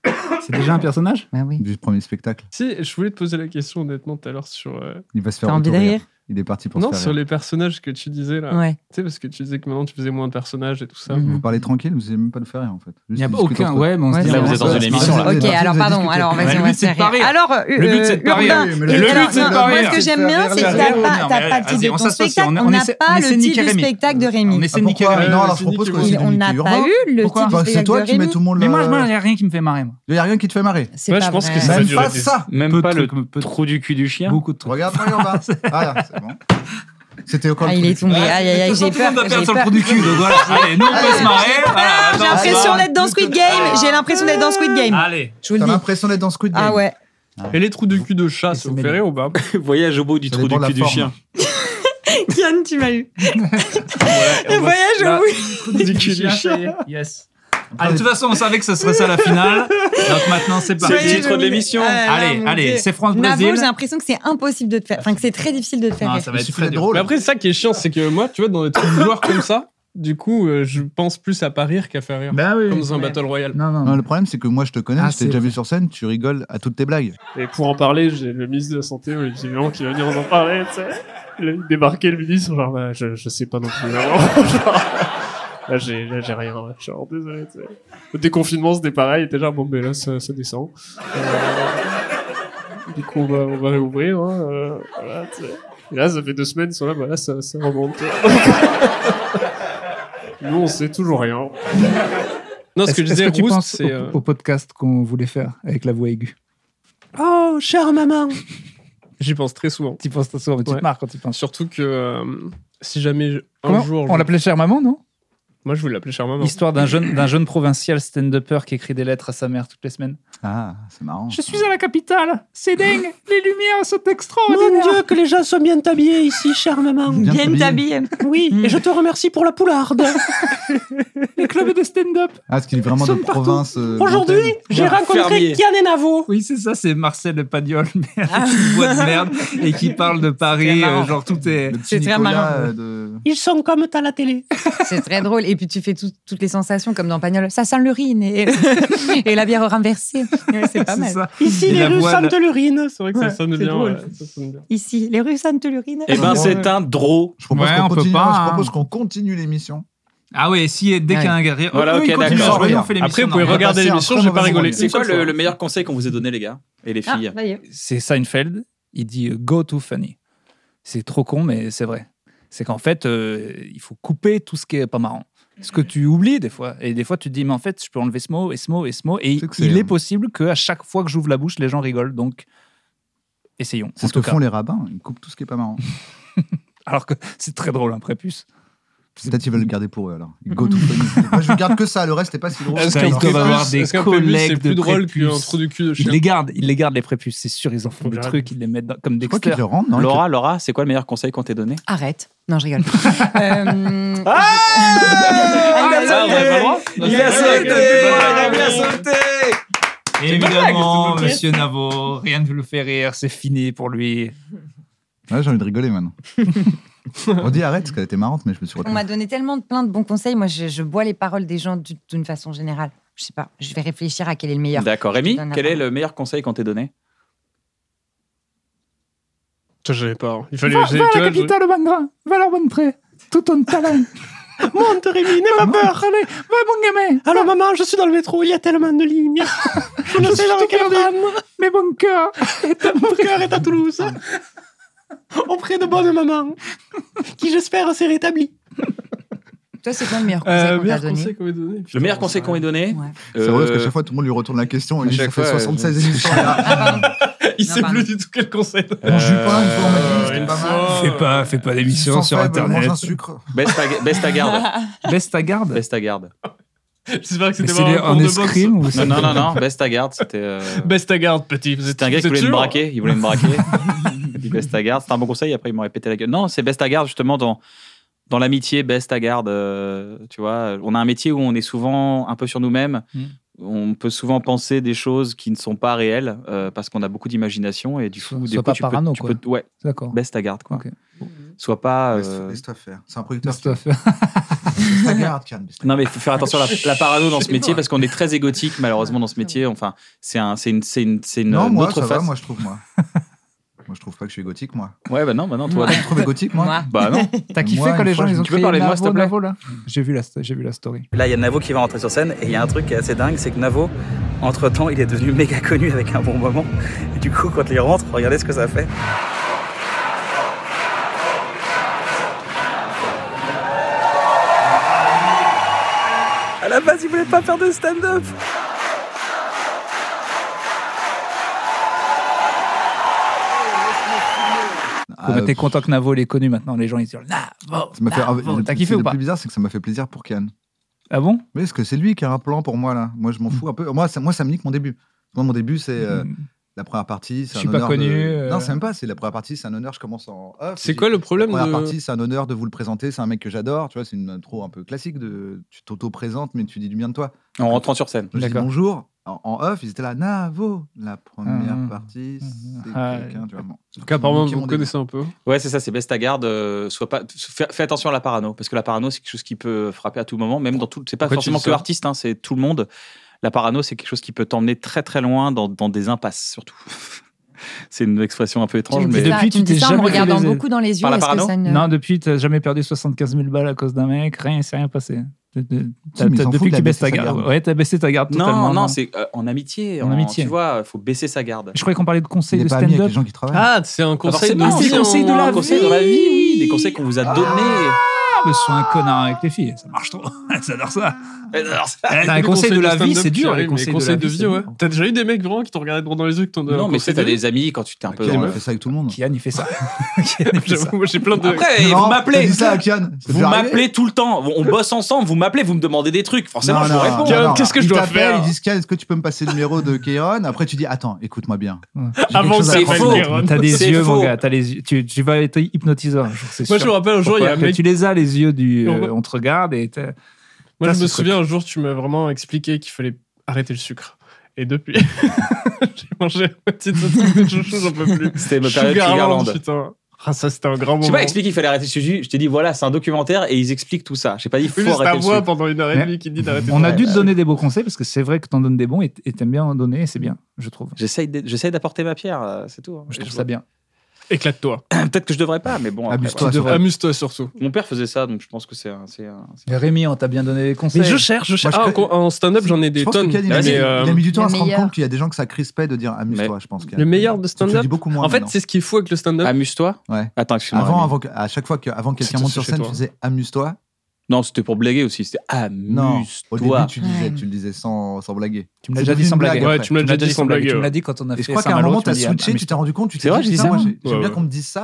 [SPEAKER 4] C'est déjà un personnage
[SPEAKER 5] Bah oui.
[SPEAKER 2] du premier spectacle.
[SPEAKER 6] Si, je voulais te poser la question honnêtement tout à l'heure sur. euh,
[SPEAKER 2] Il va se faire
[SPEAKER 5] T'as envie de
[SPEAKER 2] auto-rire.
[SPEAKER 5] rire
[SPEAKER 2] Il est parti pour
[SPEAKER 6] Non,
[SPEAKER 2] se
[SPEAKER 6] sur
[SPEAKER 2] faire rire.
[SPEAKER 6] les personnages que tu disais là.
[SPEAKER 5] Ouais.
[SPEAKER 6] Tu sais, parce que tu disais que maintenant tu faisais moins de personnages et tout ça.
[SPEAKER 5] Mhm.
[SPEAKER 2] Vous parlez tranquille, vous n'allez même pas nous faire rire en fait. Juste,
[SPEAKER 4] Il n'y a
[SPEAKER 2] ils
[SPEAKER 4] pas
[SPEAKER 2] discutent
[SPEAKER 4] aucun.
[SPEAKER 2] entre eux.
[SPEAKER 4] Ouais, mais on se
[SPEAKER 5] Ouais,
[SPEAKER 4] dit.
[SPEAKER 1] Là,
[SPEAKER 4] on
[SPEAKER 1] vous
[SPEAKER 4] va
[SPEAKER 1] êtes dans
[SPEAKER 4] pas
[SPEAKER 1] une
[SPEAKER 4] se
[SPEAKER 1] émission,
[SPEAKER 4] marrer.
[SPEAKER 1] là.
[SPEAKER 5] Ok,
[SPEAKER 2] Vas-y,
[SPEAKER 5] alors
[SPEAKER 2] vas-y,
[SPEAKER 5] pardon,
[SPEAKER 2] discutez.
[SPEAKER 5] alors
[SPEAKER 4] Mais
[SPEAKER 5] vas-y,
[SPEAKER 4] le
[SPEAKER 5] on va
[SPEAKER 4] but,
[SPEAKER 5] se
[SPEAKER 4] c'est de
[SPEAKER 5] faire rire.
[SPEAKER 4] pas
[SPEAKER 5] Alors,
[SPEAKER 4] Le but, c'est de
[SPEAKER 5] euh,
[SPEAKER 4] pas rire.
[SPEAKER 5] Urbain,
[SPEAKER 2] Oui, mais le
[SPEAKER 4] Et le
[SPEAKER 5] Alors,
[SPEAKER 4] but, c'est de
[SPEAKER 5] non,
[SPEAKER 4] pas
[SPEAKER 5] Moi,
[SPEAKER 4] rire.
[SPEAKER 5] ce que j'aime
[SPEAKER 2] C'est
[SPEAKER 5] bien,
[SPEAKER 2] faire
[SPEAKER 5] c'est
[SPEAKER 2] rire
[SPEAKER 5] que
[SPEAKER 2] les
[SPEAKER 5] t'as
[SPEAKER 2] gens.
[SPEAKER 5] pas,
[SPEAKER 4] Non,
[SPEAKER 5] t'as
[SPEAKER 4] mais
[SPEAKER 5] pas de
[SPEAKER 4] vas-y,
[SPEAKER 5] idée
[SPEAKER 4] on
[SPEAKER 5] de ton
[SPEAKER 4] s'associe,
[SPEAKER 5] spectacle.
[SPEAKER 4] on-
[SPEAKER 5] On
[SPEAKER 4] on
[SPEAKER 5] n'a
[SPEAKER 4] essaie- on
[SPEAKER 5] pas
[SPEAKER 4] essaie
[SPEAKER 5] le
[SPEAKER 4] de
[SPEAKER 5] titre du
[SPEAKER 4] niquer Rémi.
[SPEAKER 5] spectacle de
[SPEAKER 4] On
[SPEAKER 5] Rémi.
[SPEAKER 4] essaie
[SPEAKER 2] Ah,
[SPEAKER 4] de niquer
[SPEAKER 2] pourquoi
[SPEAKER 4] Rémi.
[SPEAKER 2] Non,
[SPEAKER 6] Euh,
[SPEAKER 2] alors
[SPEAKER 6] c'est
[SPEAKER 2] je propose qu'on
[SPEAKER 6] ridicule.
[SPEAKER 2] essaie
[SPEAKER 5] Il-
[SPEAKER 2] de
[SPEAKER 5] on
[SPEAKER 2] niquer
[SPEAKER 5] n'a
[SPEAKER 2] Urbain.
[SPEAKER 5] pas eu le
[SPEAKER 2] Bah,
[SPEAKER 5] titre du
[SPEAKER 2] C'est
[SPEAKER 5] spectacle
[SPEAKER 2] toi
[SPEAKER 5] de
[SPEAKER 2] qui mets
[SPEAKER 5] Rémi.
[SPEAKER 2] tout le monde là. euh,
[SPEAKER 4] Mais moi, je- moi, il n'y a rien qui me fait marrer. moi.
[SPEAKER 2] Il n'y a rien qui te fait marrer.
[SPEAKER 5] C'est
[SPEAKER 6] Ouais,
[SPEAKER 5] pas
[SPEAKER 6] je pense
[SPEAKER 5] vrai.
[SPEAKER 6] que ça
[SPEAKER 2] Même
[SPEAKER 6] durait
[SPEAKER 2] pas
[SPEAKER 6] des-
[SPEAKER 2] ça
[SPEAKER 1] Même
[SPEAKER 4] Peu de
[SPEAKER 1] pas le
[SPEAKER 4] trucs, peu de
[SPEAKER 1] trou du cul du chien.
[SPEAKER 4] Beaucoup de trucs.
[SPEAKER 2] Regarde-moi Urbain. Ah, c'est bon. C'était encore
[SPEAKER 5] Ah,
[SPEAKER 2] le
[SPEAKER 5] il
[SPEAKER 2] truc.
[SPEAKER 5] est tombé. Aïe, aïe, aïe, j'ai peur.
[SPEAKER 4] Tout le monde va
[SPEAKER 5] J'ai
[SPEAKER 4] perdre sur le
[SPEAKER 5] peur.
[SPEAKER 4] trou du cul. Donc voilà. Allez, nous, on peut se marrer. Ah, Voilà,
[SPEAKER 5] J'ai
[SPEAKER 4] attends, ça
[SPEAKER 5] l'impression
[SPEAKER 4] va.
[SPEAKER 5] d'être dans Squid Game. J'ai l'impression d'être dans Squid Game.
[SPEAKER 4] Allez.
[SPEAKER 5] Je vous le
[SPEAKER 2] T'as
[SPEAKER 5] dis.
[SPEAKER 2] l'impression d'être dans Squid Game.
[SPEAKER 5] Ah ouais.
[SPEAKER 6] Et les trous de cul de chat, ça vous fait
[SPEAKER 4] mêlé.
[SPEAKER 6] rire ou
[SPEAKER 1] bah.
[SPEAKER 6] pas
[SPEAKER 1] Voyage au bout du
[SPEAKER 2] Ça
[SPEAKER 1] trou du
[SPEAKER 2] dépend de la
[SPEAKER 1] cul du
[SPEAKER 2] forme.
[SPEAKER 1] chien.
[SPEAKER 5] Yann, tu m'as eu.
[SPEAKER 4] Le
[SPEAKER 5] voyage au
[SPEAKER 4] bout du cul du chien. Yes. Allez, de toute façon, on savait que ce serait ça la finale. Donc maintenant, c'est
[SPEAKER 1] C'est le
[SPEAKER 4] parti.
[SPEAKER 1] titre de l'émission.
[SPEAKER 4] Allez, allez, c'est
[SPEAKER 5] Navo, j'ai
[SPEAKER 4] France-Brésil.
[SPEAKER 5] l'impression que c'est impossible de te faire. Enfin, que c'est très difficile de te faire.
[SPEAKER 4] Non,
[SPEAKER 5] rire.
[SPEAKER 4] Ah, ça va
[SPEAKER 2] Il
[SPEAKER 4] être
[SPEAKER 2] suffit
[SPEAKER 4] très
[SPEAKER 2] d'être
[SPEAKER 4] dur.
[SPEAKER 2] drôle.
[SPEAKER 6] Mais après, ça qui est chiant, c'est que moi, tu vois, dans des trucs de joueurs comme ça, du coup, euh, je pense plus à pas rire qu'à faire rire.
[SPEAKER 4] Bah oui.
[SPEAKER 6] Comme dans un Battle Royale.
[SPEAKER 4] Non, non,
[SPEAKER 2] Non, le problème, c'est que moi, je te connais,
[SPEAKER 4] Ah,
[SPEAKER 2] je t'ai
[SPEAKER 4] c'est
[SPEAKER 2] déjà
[SPEAKER 4] vrai.
[SPEAKER 2] vu sur scène, tu rigoles à toutes tes blagues.
[SPEAKER 6] Et pour en parler, j'ai le ministre de la Santé, Olivier Véran, qui va venir nous en parler, tu sais. Le- Débarquer le ministre, genre, bah, je, je sais pas non plus. Là, genre, là, j'ai, là, j'ai rien, ouais. genre, désolé, tu sais. Le déconfinement, c'était pareil, il était genre, bon, mais là, ça, ça descend. Euh, du coup, on va, on va réouvrir, hein, euh, voilà, tu sais. Et là, ça fait deux semaines, ils sont là, bah, là, ça, ça remonte. Nous, on sait toujours rien. Non, ce que je disais,
[SPEAKER 4] tu
[SPEAKER 6] Roust,
[SPEAKER 4] penses
[SPEAKER 6] c'est. euh,
[SPEAKER 4] au, au podcast qu'on voulait faire avec la voix aiguë
[SPEAKER 6] Oh, chère maman J'y pense très souvent.
[SPEAKER 4] Tu y penses souvent, mais tu
[SPEAKER 6] Ouais.
[SPEAKER 4] te marres quand tu y penses.
[SPEAKER 6] Surtout que euh, si jamais je- un
[SPEAKER 4] Comment
[SPEAKER 6] jour...
[SPEAKER 4] on
[SPEAKER 6] je-
[SPEAKER 4] l'appelait chère maman, non
[SPEAKER 6] Moi, je voulais l'appeler chère maman.
[SPEAKER 4] Histoire d'un jeune, d'un jeune provincial stand-upper qui écrit des lettres à sa mère toutes les semaines.
[SPEAKER 2] Ah, c'est marrant.
[SPEAKER 4] Je suis à la capitale, c'est dingue, les lumières sont extraordinaires.
[SPEAKER 6] que les gens soient bien habillés ici, chère maman.
[SPEAKER 2] Bien
[SPEAKER 5] Bien
[SPEAKER 2] habillé.
[SPEAKER 5] t'habiller.
[SPEAKER 6] Oui, et je te remercie pour la poularde.
[SPEAKER 4] les clubs de stand-up.
[SPEAKER 2] Ah, parce qu'il est vraiment de
[SPEAKER 4] Sommes partout.
[SPEAKER 2] province. euh, lointaine.
[SPEAKER 1] j'ai rencontré Fermier.
[SPEAKER 6] Kian et Navo.
[SPEAKER 4] Oui, c'est ça, c'est Marcel Pagnol, mais avec une voix de merde et qui parle de Paris,
[SPEAKER 5] marrant.
[SPEAKER 4] euh, genre tout est.
[SPEAKER 2] Le petit
[SPEAKER 5] C'est très
[SPEAKER 2] Nicolas,
[SPEAKER 5] marrant.
[SPEAKER 2] euh, de-
[SPEAKER 6] Ils sont comme à la télé.
[SPEAKER 5] C'est très drôle. Et puis tu fais tout- toutes les sensations comme dans Pagnol. Ça sent l'urine et, et la bière renversée. Ouais, c'est pas
[SPEAKER 4] C'est
[SPEAKER 5] mal.
[SPEAKER 4] ça.
[SPEAKER 6] Ici,
[SPEAKER 4] Et les la rues voix, sentent
[SPEAKER 6] l'urine. C'est vrai que
[SPEAKER 5] Ouais,
[SPEAKER 6] ça, sonne
[SPEAKER 5] c'est
[SPEAKER 6] bien,
[SPEAKER 5] drôle.
[SPEAKER 6] ouais, ça sonne bien.
[SPEAKER 5] Ici, les rues sentent l'urine.
[SPEAKER 1] Eh ben,
[SPEAKER 2] Ouais.
[SPEAKER 1] c'est un draw.
[SPEAKER 2] Je propose
[SPEAKER 4] Ouais,
[SPEAKER 2] qu'on
[SPEAKER 4] on peut
[SPEAKER 2] continue,
[SPEAKER 4] pas,
[SPEAKER 2] je
[SPEAKER 4] hein.
[SPEAKER 2] propose qu'on continue l'émission.
[SPEAKER 4] Ah oui, si dès qu'il y a un gars.
[SPEAKER 1] Voilà,
[SPEAKER 4] Eux, ils
[SPEAKER 1] ok,
[SPEAKER 4] continuent,
[SPEAKER 1] d'accord.
[SPEAKER 4] ouais, nous, on fait l'émission
[SPEAKER 6] Après, vous pouvez
[SPEAKER 4] normale.
[SPEAKER 6] regarder
[SPEAKER 2] passer un
[SPEAKER 6] l'émission,
[SPEAKER 2] très
[SPEAKER 6] j'ai pas
[SPEAKER 2] mauvais
[SPEAKER 6] rigolé.
[SPEAKER 2] moment.
[SPEAKER 1] C'est quoi
[SPEAKER 6] Une seule
[SPEAKER 1] le,
[SPEAKER 6] fois.
[SPEAKER 1] le meilleur conseil qu'on vous ait donné, les gars Et les
[SPEAKER 5] Ah,
[SPEAKER 1] filles
[SPEAKER 5] ça y est.
[SPEAKER 4] c'est Seinfeld, il dit euh, go to funny. C'est trop con, mais c'est vrai. C'est qu'en fait, euh, il faut couper tout ce qui est pas marrant. Ce que tu oublies des fois. Et des fois, tu te dis, mais en fait, je peux enlever ce mot et ce mot et ce mot. Et
[SPEAKER 2] C'est que c'est,
[SPEAKER 4] il est
[SPEAKER 2] euh,
[SPEAKER 4] possible qu'à chaque fois que j'ouvre la bouche, les gens rigolent. Donc, essayons.
[SPEAKER 2] C'est
[SPEAKER 4] en
[SPEAKER 2] ce que
[SPEAKER 4] tout cas.
[SPEAKER 2] font les rabbins, ils coupent tout ce qui est pas marrant.
[SPEAKER 4] Alors que c'est très drôle, un prépuce.
[SPEAKER 2] Peut-être ils veulent le garder pour eux alors. Go to funny. Moi je garde que ça, le reste n'est pas si drôle.
[SPEAKER 4] Est-ce
[SPEAKER 1] Bah,
[SPEAKER 2] Ça,
[SPEAKER 4] qu'on
[SPEAKER 2] alors.
[SPEAKER 4] doit avoir
[SPEAKER 6] Prépuce,
[SPEAKER 4] des
[SPEAKER 6] est-ce qu'un prépuce,
[SPEAKER 4] collègues
[SPEAKER 6] C'est
[SPEAKER 4] de
[SPEAKER 6] plus drôle
[SPEAKER 4] prépuce
[SPEAKER 6] qu'un trou du cul de
[SPEAKER 4] Ils
[SPEAKER 6] chien.
[SPEAKER 4] les gardent, ils les gardent les prépuces, c'est sûr, ils en font
[SPEAKER 6] Faut
[SPEAKER 4] des
[SPEAKER 6] que
[SPEAKER 4] trucs, ils les mettent dans- comme
[SPEAKER 2] Je crois qu'ils
[SPEAKER 4] Dexter.
[SPEAKER 2] le rendent. non,
[SPEAKER 1] Laura, Laura, c'est quoi le meilleur conseil qu'on t'ait donné
[SPEAKER 5] Arrête. Non, je rigole. Euh,
[SPEAKER 1] Ah, on a pas le droit
[SPEAKER 7] Il a sauté Il a sauté
[SPEAKER 4] Évidemment,
[SPEAKER 6] blague,
[SPEAKER 4] monsieur Navo, rien ne le fait rire, c'est fini pour lui.
[SPEAKER 2] quelques- Ouais, j'ai envie de rigoler maintenant. On dit arrête parce qu'elle était marrante, mais je me suis
[SPEAKER 5] On
[SPEAKER 4] Euh,
[SPEAKER 2] retenu.
[SPEAKER 5] m'a donné tellement de plein de bons conseils. Moi, je, je bois les paroles des gens du- d'une façon générale. Je sais pas. Je vais réfléchir à quel est le meilleur.
[SPEAKER 1] D'accord. Rémi,
[SPEAKER 5] Je donne la
[SPEAKER 1] quel est
[SPEAKER 5] parole.
[SPEAKER 1] le meilleur conseil qu'on t'ait donné
[SPEAKER 6] Putain, J'avais pas. hein. Il fallait. j'ai- tu vois, je-
[SPEAKER 4] au Bangra, va leur montrer tout ton talent.
[SPEAKER 6] Monte, Rémi, n'aie pas peur.
[SPEAKER 4] Allez, va mon gamin,
[SPEAKER 6] Alors, maman, je suis dans le métro, il y a tellement de lignes. Je ne sais dans quelle rame.
[SPEAKER 4] mais bon cœur.
[SPEAKER 6] Mon cœur est à Toulouse. Auprès de bonne maman, qui j'espère s'est rétablie.
[SPEAKER 5] Toi, c'est quoi le meilleur conseil
[SPEAKER 1] Euh,
[SPEAKER 6] Euh,
[SPEAKER 5] qu'on t'a donné
[SPEAKER 6] qu'on m'ait donné.
[SPEAKER 1] Le meilleur conseil qu'on m'ait donné
[SPEAKER 5] Ouais.
[SPEAKER 2] C'est vrai parce qu'à
[SPEAKER 1] euh,
[SPEAKER 2] chaque fois tout le monde lui retourne la question.
[SPEAKER 1] à
[SPEAKER 2] Et lui, ça
[SPEAKER 1] chaque
[SPEAKER 2] fait
[SPEAKER 1] fois,
[SPEAKER 2] 76 émissions. et là,
[SPEAKER 6] Il
[SPEAKER 5] Non,
[SPEAKER 6] sait
[SPEAKER 5] pardon.
[SPEAKER 6] plus du tout quel conseil.
[SPEAKER 2] Mon jupin, il faut en
[SPEAKER 6] Euh,
[SPEAKER 2] mettre une, c'était
[SPEAKER 6] il
[SPEAKER 2] pas
[SPEAKER 6] faut-
[SPEAKER 2] mal.
[SPEAKER 4] Fais pas, fais
[SPEAKER 2] Tu
[SPEAKER 4] pas
[SPEAKER 2] te
[SPEAKER 4] d'émission
[SPEAKER 2] sens
[SPEAKER 4] sur
[SPEAKER 2] faible, mange
[SPEAKER 4] internet.
[SPEAKER 2] un sucre.
[SPEAKER 1] baisse, ta, baisse ta garde.
[SPEAKER 4] Baisse ta garde.
[SPEAKER 1] Baisse ta garde.
[SPEAKER 6] J'espère que
[SPEAKER 4] Mais
[SPEAKER 6] c'était
[SPEAKER 4] C'est
[SPEAKER 6] pas un
[SPEAKER 4] des-
[SPEAKER 6] cours
[SPEAKER 4] en
[SPEAKER 6] de boxe.
[SPEAKER 4] escrime ou
[SPEAKER 1] Non,
[SPEAKER 4] c'est-
[SPEAKER 1] non, non, non, baisse ta garde. C'était euh,
[SPEAKER 6] Baisse ta garde, petit. Vous êtes
[SPEAKER 1] c'était un gars qui
[SPEAKER 6] vous êtes hein.
[SPEAKER 1] voulait me
[SPEAKER 6] sûr
[SPEAKER 1] braquer. Il voulait me braquer. Il dit baisse ta garde. C'était un bon conseil. Après, il m'aurait pété la gueule. Non, c'est baisse ta garde, justement, dans, dans l'amitié, baisse ta garde. euh, tu vois, on a un métier où on est souvent un peu sur nous-mêmes.
[SPEAKER 6] Hmm.
[SPEAKER 4] Mm.
[SPEAKER 1] On peut souvent penser des choses qui ne sont pas réelles euh, parce qu'on a beaucoup d'imagination et du coup,
[SPEAKER 4] Sois-
[SPEAKER 1] des
[SPEAKER 4] sois
[SPEAKER 1] fois,
[SPEAKER 4] pas
[SPEAKER 1] tu peux-
[SPEAKER 4] parano,
[SPEAKER 1] tu
[SPEAKER 4] quoi.
[SPEAKER 1] peux- ouais,
[SPEAKER 4] D'accord.
[SPEAKER 1] baisse ta garde, quoi.
[SPEAKER 4] Ok.
[SPEAKER 1] Sois pas. euh,
[SPEAKER 2] Laisse-toi faire. C'est un producteur.
[SPEAKER 4] Qu'est-ce que t'as fait
[SPEAKER 2] Laisse ta garde, Kian.
[SPEAKER 1] Non, mais il faut faire attention à la, la parano dans ce métier parce qu'on est très égotique, malheureusement, dans ce métier. Enfin, c'est un, c'est une, c'est une, c'est une, euh,
[SPEAKER 2] Non,
[SPEAKER 1] une
[SPEAKER 2] moi,
[SPEAKER 1] autre
[SPEAKER 2] ça va,
[SPEAKER 1] face.
[SPEAKER 2] moi, je trouve, moi. Moi, je trouve pas que je suis gothique, moi.
[SPEAKER 1] Ouais, bah non, bah non, toi.
[SPEAKER 2] Tu me trouves gothique, moi
[SPEAKER 5] Moi.
[SPEAKER 1] bah non.
[SPEAKER 4] T'as kiffé
[SPEAKER 2] Moi,
[SPEAKER 4] quand
[SPEAKER 2] une
[SPEAKER 4] les gens
[SPEAKER 2] fois,
[SPEAKER 4] ils ont
[SPEAKER 1] tu peux
[SPEAKER 4] crié
[SPEAKER 1] parler de moi,
[SPEAKER 4] Navo,
[SPEAKER 1] s'il te plaît
[SPEAKER 4] Navo, là J'ai vu la sto- j'ai vu la story.
[SPEAKER 7] Là, il y a Navo qui va rentrer sur scène et il y a un truc qui est assez dingue, c'est que Navo, entre temps, il est devenu méga connu avec un bon moment. Et du coup, quand il rentre, regardez ce que ça fait. À la base, il voulait pas faire de stand-up.
[SPEAKER 2] Ah,
[SPEAKER 4] Bon, bah, T'es content que Navo l'ait connu maintenant. Les gens ils disent Navo.
[SPEAKER 2] ça m'a fait.
[SPEAKER 4] Navo.
[SPEAKER 2] ah,
[SPEAKER 4] Bah, T'as
[SPEAKER 2] le-
[SPEAKER 4] kiffé
[SPEAKER 2] le
[SPEAKER 4] ou pas
[SPEAKER 2] plus bizarre, c'est que ça m'a fait plaisir pour Kian.
[SPEAKER 4] Ah bon
[SPEAKER 2] Oui, parce que c'est lui qui a un plan pour moi, là. Moi, je
[SPEAKER 1] Hmm.
[SPEAKER 2] m'en fous un peu. Moi, ça, moi, ça me nique mon début. Moi, mon début, c'est euh, la première partie. c'est
[SPEAKER 4] Hmm. Je
[SPEAKER 2] un
[SPEAKER 4] suis pas
[SPEAKER 2] honneur de-
[SPEAKER 4] connu, euh.
[SPEAKER 2] Non, c'est même pas. C'est la première partie, c'est un honneur. Je commence en off.
[SPEAKER 6] C'est
[SPEAKER 2] Je
[SPEAKER 6] quoi le
[SPEAKER 2] La
[SPEAKER 6] problème
[SPEAKER 2] première
[SPEAKER 6] de.
[SPEAKER 2] partie, c'est un honneur de vous le présenter. C'est un mec que j'adore. Tu vois, c'est une intro un peu classique de tu t'auto-présentes, mais tu dis du bien de toi.
[SPEAKER 1] En rentrant sur scène.
[SPEAKER 2] Je dis
[SPEAKER 4] D'accord.
[SPEAKER 2] bonjour. En, en off, ils étaient là. Navo, la première
[SPEAKER 4] Ah.
[SPEAKER 2] partie, c'est
[SPEAKER 4] Ah.
[SPEAKER 2] quelqu'un. Tu vois, bon.
[SPEAKER 6] En tout cas, apparemment,
[SPEAKER 2] Qui m'ont
[SPEAKER 6] vous connaissez un peu.
[SPEAKER 1] Ouais, c'est ça, c'est baisse ta garde. euh, sois pas, fais, fais attention à la parano parce que la parano, c'est quelque chose qui peut frapper à tout moment, même dans tout. C'est pas
[SPEAKER 6] Pourquoi tu
[SPEAKER 1] forcément
[SPEAKER 6] dis
[SPEAKER 1] que
[SPEAKER 6] ça
[SPEAKER 1] artiste, hein, c'est tout le monde. La parano, c'est quelque chose qui peut t'emmener très très loin dans, dans des impasses, surtout. c'est une expression un peu
[SPEAKER 5] Tu
[SPEAKER 1] étrange,
[SPEAKER 5] me
[SPEAKER 1] mais.
[SPEAKER 5] dis ça,
[SPEAKER 4] Depuis,
[SPEAKER 5] tu me
[SPEAKER 4] tu
[SPEAKER 5] dis
[SPEAKER 4] t'es
[SPEAKER 5] ça en me
[SPEAKER 4] jamais fait
[SPEAKER 5] regardant
[SPEAKER 4] baiser.
[SPEAKER 5] beaucoup dans les yeux.
[SPEAKER 1] Par la
[SPEAKER 5] Est-ce que
[SPEAKER 1] parano
[SPEAKER 5] ça ne...
[SPEAKER 4] Non, depuis, t'as jamais perdu 75 000 balles à cause d'un mec, rien, il s'est rien passé. T'as- t'as-
[SPEAKER 2] mais il s'en fout,
[SPEAKER 4] depuis
[SPEAKER 2] il
[SPEAKER 4] que
[SPEAKER 2] a
[SPEAKER 4] tu
[SPEAKER 2] baissé
[SPEAKER 4] baisses ta
[SPEAKER 2] sa
[SPEAKER 4] garde.
[SPEAKER 2] garde.
[SPEAKER 4] Ouais, t'as baissé ta garde totalement.
[SPEAKER 1] Non, non, c'est euh, en amitié.
[SPEAKER 4] En
[SPEAKER 1] En,
[SPEAKER 4] amitié.
[SPEAKER 1] Tu vois, faut baisser sa garde.
[SPEAKER 4] Je croyais qu'on parlait de conseils
[SPEAKER 2] Il
[SPEAKER 4] de
[SPEAKER 2] est pas ami avec
[SPEAKER 4] stand-up.
[SPEAKER 2] les gens qui travaillent.
[SPEAKER 6] Ah, c'est un
[SPEAKER 1] Pas
[SPEAKER 6] conseil de
[SPEAKER 1] forcément,
[SPEAKER 6] vie. hein.
[SPEAKER 1] c'est
[SPEAKER 6] en-
[SPEAKER 1] des conseils de la
[SPEAKER 4] en-
[SPEAKER 1] vie. Conseils dans la vie, oui, des conseils qu'on vous a donnés.
[SPEAKER 5] Ah.
[SPEAKER 4] Ah, Je suis un connard avec les filles, ça marche trop. J'adore ça.
[SPEAKER 1] Mais alors, ça-
[SPEAKER 4] T'as
[SPEAKER 6] Les
[SPEAKER 4] un conseil de la
[SPEAKER 6] stand-up
[SPEAKER 4] vie, c'est
[SPEAKER 6] qui
[SPEAKER 4] dur.
[SPEAKER 6] arrivent,
[SPEAKER 4] Les conseils de, la
[SPEAKER 6] de vie,
[SPEAKER 4] c'est
[SPEAKER 6] ouais.
[SPEAKER 4] dur.
[SPEAKER 6] T'as déjà eu des mecs vraiment qui t'ont regardé droit dans les yeux qui t'ont donné
[SPEAKER 1] non,
[SPEAKER 6] un
[SPEAKER 1] mais
[SPEAKER 6] conseil
[SPEAKER 1] c'est t'as
[SPEAKER 6] de vie
[SPEAKER 1] des amis quand tu t'es un peu.
[SPEAKER 2] Kian,
[SPEAKER 1] dans
[SPEAKER 2] il
[SPEAKER 1] le-
[SPEAKER 2] a fait ça avec tout le monde.
[SPEAKER 4] Kian, il fait ça. Kian, il fait ça.
[SPEAKER 6] J'avoue, moi, j'ai plein de.
[SPEAKER 1] Après,
[SPEAKER 2] Non,
[SPEAKER 1] vous
[SPEAKER 2] t'as
[SPEAKER 1] m'appelez.
[SPEAKER 2] dit ça à Kian. C'est
[SPEAKER 1] Vous
[SPEAKER 2] déjà arrivé
[SPEAKER 1] m'appelez tout le temps. On bosse ensemble. Vous m'appelez. Vous me demandez des trucs. Forcément,
[SPEAKER 2] Non,
[SPEAKER 1] je
[SPEAKER 2] non,
[SPEAKER 1] vous réponds.
[SPEAKER 2] non,
[SPEAKER 6] Kian,
[SPEAKER 2] non, non.
[SPEAKER 6] hein. qu'est-ce que je
[SPEAKER 2] Ils
[SPEAKER 6] dois
[SPEAKER 2] t'appellent,
[SPEAKER 6] faire
[SPEAKER 2] Ils disent Kian, est-ce que tu peux me passer le numéro de Kéron Après, tu dis Attends, écoute-moi bien.
[SPEAKER 4] Ouais.
[SPEAKER 2] J'ai quelque
[SPEAKER 6] Avant
[SPEAKER 2] chose
[SPEAKER 6] que
[SPEAKER 2] à
[SPEAKER 1] c'est
[SPEAKER 6] ça
[SPEAKER 2] apprendre.
[SPEAKER 1] faux.
[SPEAKER 4] Mais T'as des
[SPEAKER 1] C'est
[SPEAKER 4] yeux, mon
[SPEAKER 1] faux.
[SPEAKER 4] gars. T'as les yeux. Tu, tu vas être hypnotiseur. un jour, c'est
[SPEAKER 6] Moi, je
[SPEAKER 4] sûr.
[SPEAKER 6] me rappelle un jour, il y a un
[SPEAKER 4] Pourquoi
[SPEAKER 6] mec.
[SPEAKER 4] Tu les as, les yeux du.
[SPEAKER 6] On
[SPEAKER 4] euh,
[SPEAKER 6] va-
[SPEAKER 4] on te regarde et t'as-
[SPEAKER 6] Moi,
[SPEAKER 4] Ça,
[SPEAKER 6] je me
[SPEAKER 4] c'est ce
[SPEAKER 6] souviens un jour, tu m'as vraiment expliqué qu'il fallait arrêter le sucre. Et depuis, j'ai mangé la moitié de ce truc de chouchou, j'en peux plus.
[SPEAKER 1] C'était ma période
[SPEAKER 6] Sugarland,
[SPEAKER 1] Sugarland.
[SPEAKER 6] putain. Ah, ça, c'était un
[SPEAKER 1] Je
[SPEAKER 6] grand moment.
[SPEAKER 1] sais pas expliquer qu'il fallait arrêter le sujet. Je t'ai dit voilà, c'est un documentaire et ils expliquent tout ça. J'ai pas dit il
[SPEAKER 6] Oui,
[SPEAKER 1] faut
[SPEAKER 6] mais c'est ta
[SPEAKER 1] arrêter le
[SPEAKER 6] voix
[SPEAKER 1] sujet.
[SPEAKER 6] pendant une heure et
[SPEAKER 4] Mais
[SPEAKER 6] demie qui dit d'arrêter
[SPEAKER 4] On a
[SPEAKER 6] de
[SPEAKER 4] dû te donner des beaux conseils parce que c'est vrai que t'en donnes des bons et et t'aimes bien en donner et c'est bien, je trouve.
[SPEAKER 1] J'essaye d'être- j'essaye d'apporter ma pierre, euh, c'est tout.
[SPEAKER 2] hein.
[SPEAKER 4] Je trouve
[SPEAKER 1] Je-
[SPEAKER 4] ça bien.
[SPEAKER 6] Éclate-toi.
[SPEAKER 1] Peut-être que je devrais pas, mais bon. après,
[SPEAKER 2] Amuse-toi.
[SPEAKER 1] voilà.
[SPEAKER 2] surtout.
[SPEAKER 6] Amuse-toi surtout.
[SPEAKER 1] Mon père faisait ça, donc je pense que c'est un. c'est un- c'est-
[SPEAKER 4] Mais Rémi, on t'a bien donné des conseils.
[SPEAKER 6] Mais je cherche, je cherche.
[SPEAKER 2] Moi, je
[SPEAKER 6] Ah,
[SPEAKER 2] crois-
[SPEAKER 6] en en stand-up, j'en ai
[SPEAKER 2] Je
[SPEAKER 6] des
[SPEAKER 2] pense que
[SPEAKER 6] tonnes.
[SPEAKER 2] Kian, il
[SPEAKER 6] Mais,
[SPEAKER 2] a mis-
[SPEAKER 6] euh,
[SPEAKER 2] il a mis du temps
[SPEAKER 5] le
[SPEAKER 2] à se rendre
[SPEAKER 5] meilleur.
[SPEAKER 2] compte qu'il y a des gens que ça crispait de dire Amuse-toi, je pense. Kian.
[SPEAKER 6] le meilleur de
[SPEAKER 2] Tu le
[SPEAKER 6] stand-up.
[SPEAKER 2] dis beaucoup moins.
[SPEAKER 6] En fait,
[SPEAKER 2] maintenant.
[SPEAKER 6] c'est ce qu'il faut avec le stand-up.
[SPEAKER 1] Amuse-toi.
[SPEAKER 2] Ouais.
[SPEAKER 1] Attends, excuse-moi.
[SPEAKER 2] Avant,
[SPEAKER 1] Rémi.
[SPEAKER 2] avant que- à chaque fois que, avant que quelqu'un
[SPEAKER 6] C'est-
[SPEAKER 2] monte
[SPEAKER 6] c'est
[SPEAKER 2] sur
[SPEAKER 6] chez
[SPEAKER 2] scène,
[SPEAKER 6] toi.
[SPEAKER 2] tu disais amuse-toi.
[SPEAKER 1] Non, c'était pour blaguer aussi. C'était
[SPEAKER 2] Non, au début,
[SPEAKER 1] amuse-toi.
[SPEAKER 2] tu le disais,
[SPEAKER 5] Ouais.
[SPEAKER 2] tu le disais sans, sans blaguer.
[SPEAKER 4] Tu me l'as
[SPEAKER 2] C'est
[SPEAKER 4] déjà dit
[SPEAKER 2] devenu
[SPEAKER 4] sans
[SPEAKER 2] une
[SPEAKER 4] blague.
[SPEAKER 2] blague.
[SPEAKER 6] Ouais,
[SPEAKER 2] après.
[SPEAKER 6] tu me l'as déjà dit sans blague.
[SPEAKER 4] Tu me
[SPEAKER 6] ouais.
[SPEAKER 4] l'as dit quand on a
[SPEAKER 2] Et
[SPEAKER 4] fait
[SPEAKER 2] je crois qu'à un
[SPEAKER 4] Saint-Malo,
[SPEAKER 2] moment,
[SPEAKER 4] tu m'as
[SPEAKER 2] t'as
[SPEAKER 4] dit, ah,
[SPEAKER 2] switché,
[SPEAKER 4] mais
[SPEAKER 2] tu t'es rendu compte, tu t'es
[SPEAKER 1] C'est vrai,
[SPEAKER 2] dit,
[SPEAKER 1] je dis
[SPEAKER 2] putain,
[SPEAKER 1] ça,
[SPEAKER 2] moi,
[SPEAKER 1] moi.
[SPEAKER 2] j'ai- j'aime
[SPEAKER 6] Ouais,
[SPEAKER 2] bien
[SPEAKER 6] ouais.
[SPEAKER 2] qu'on me dise ça.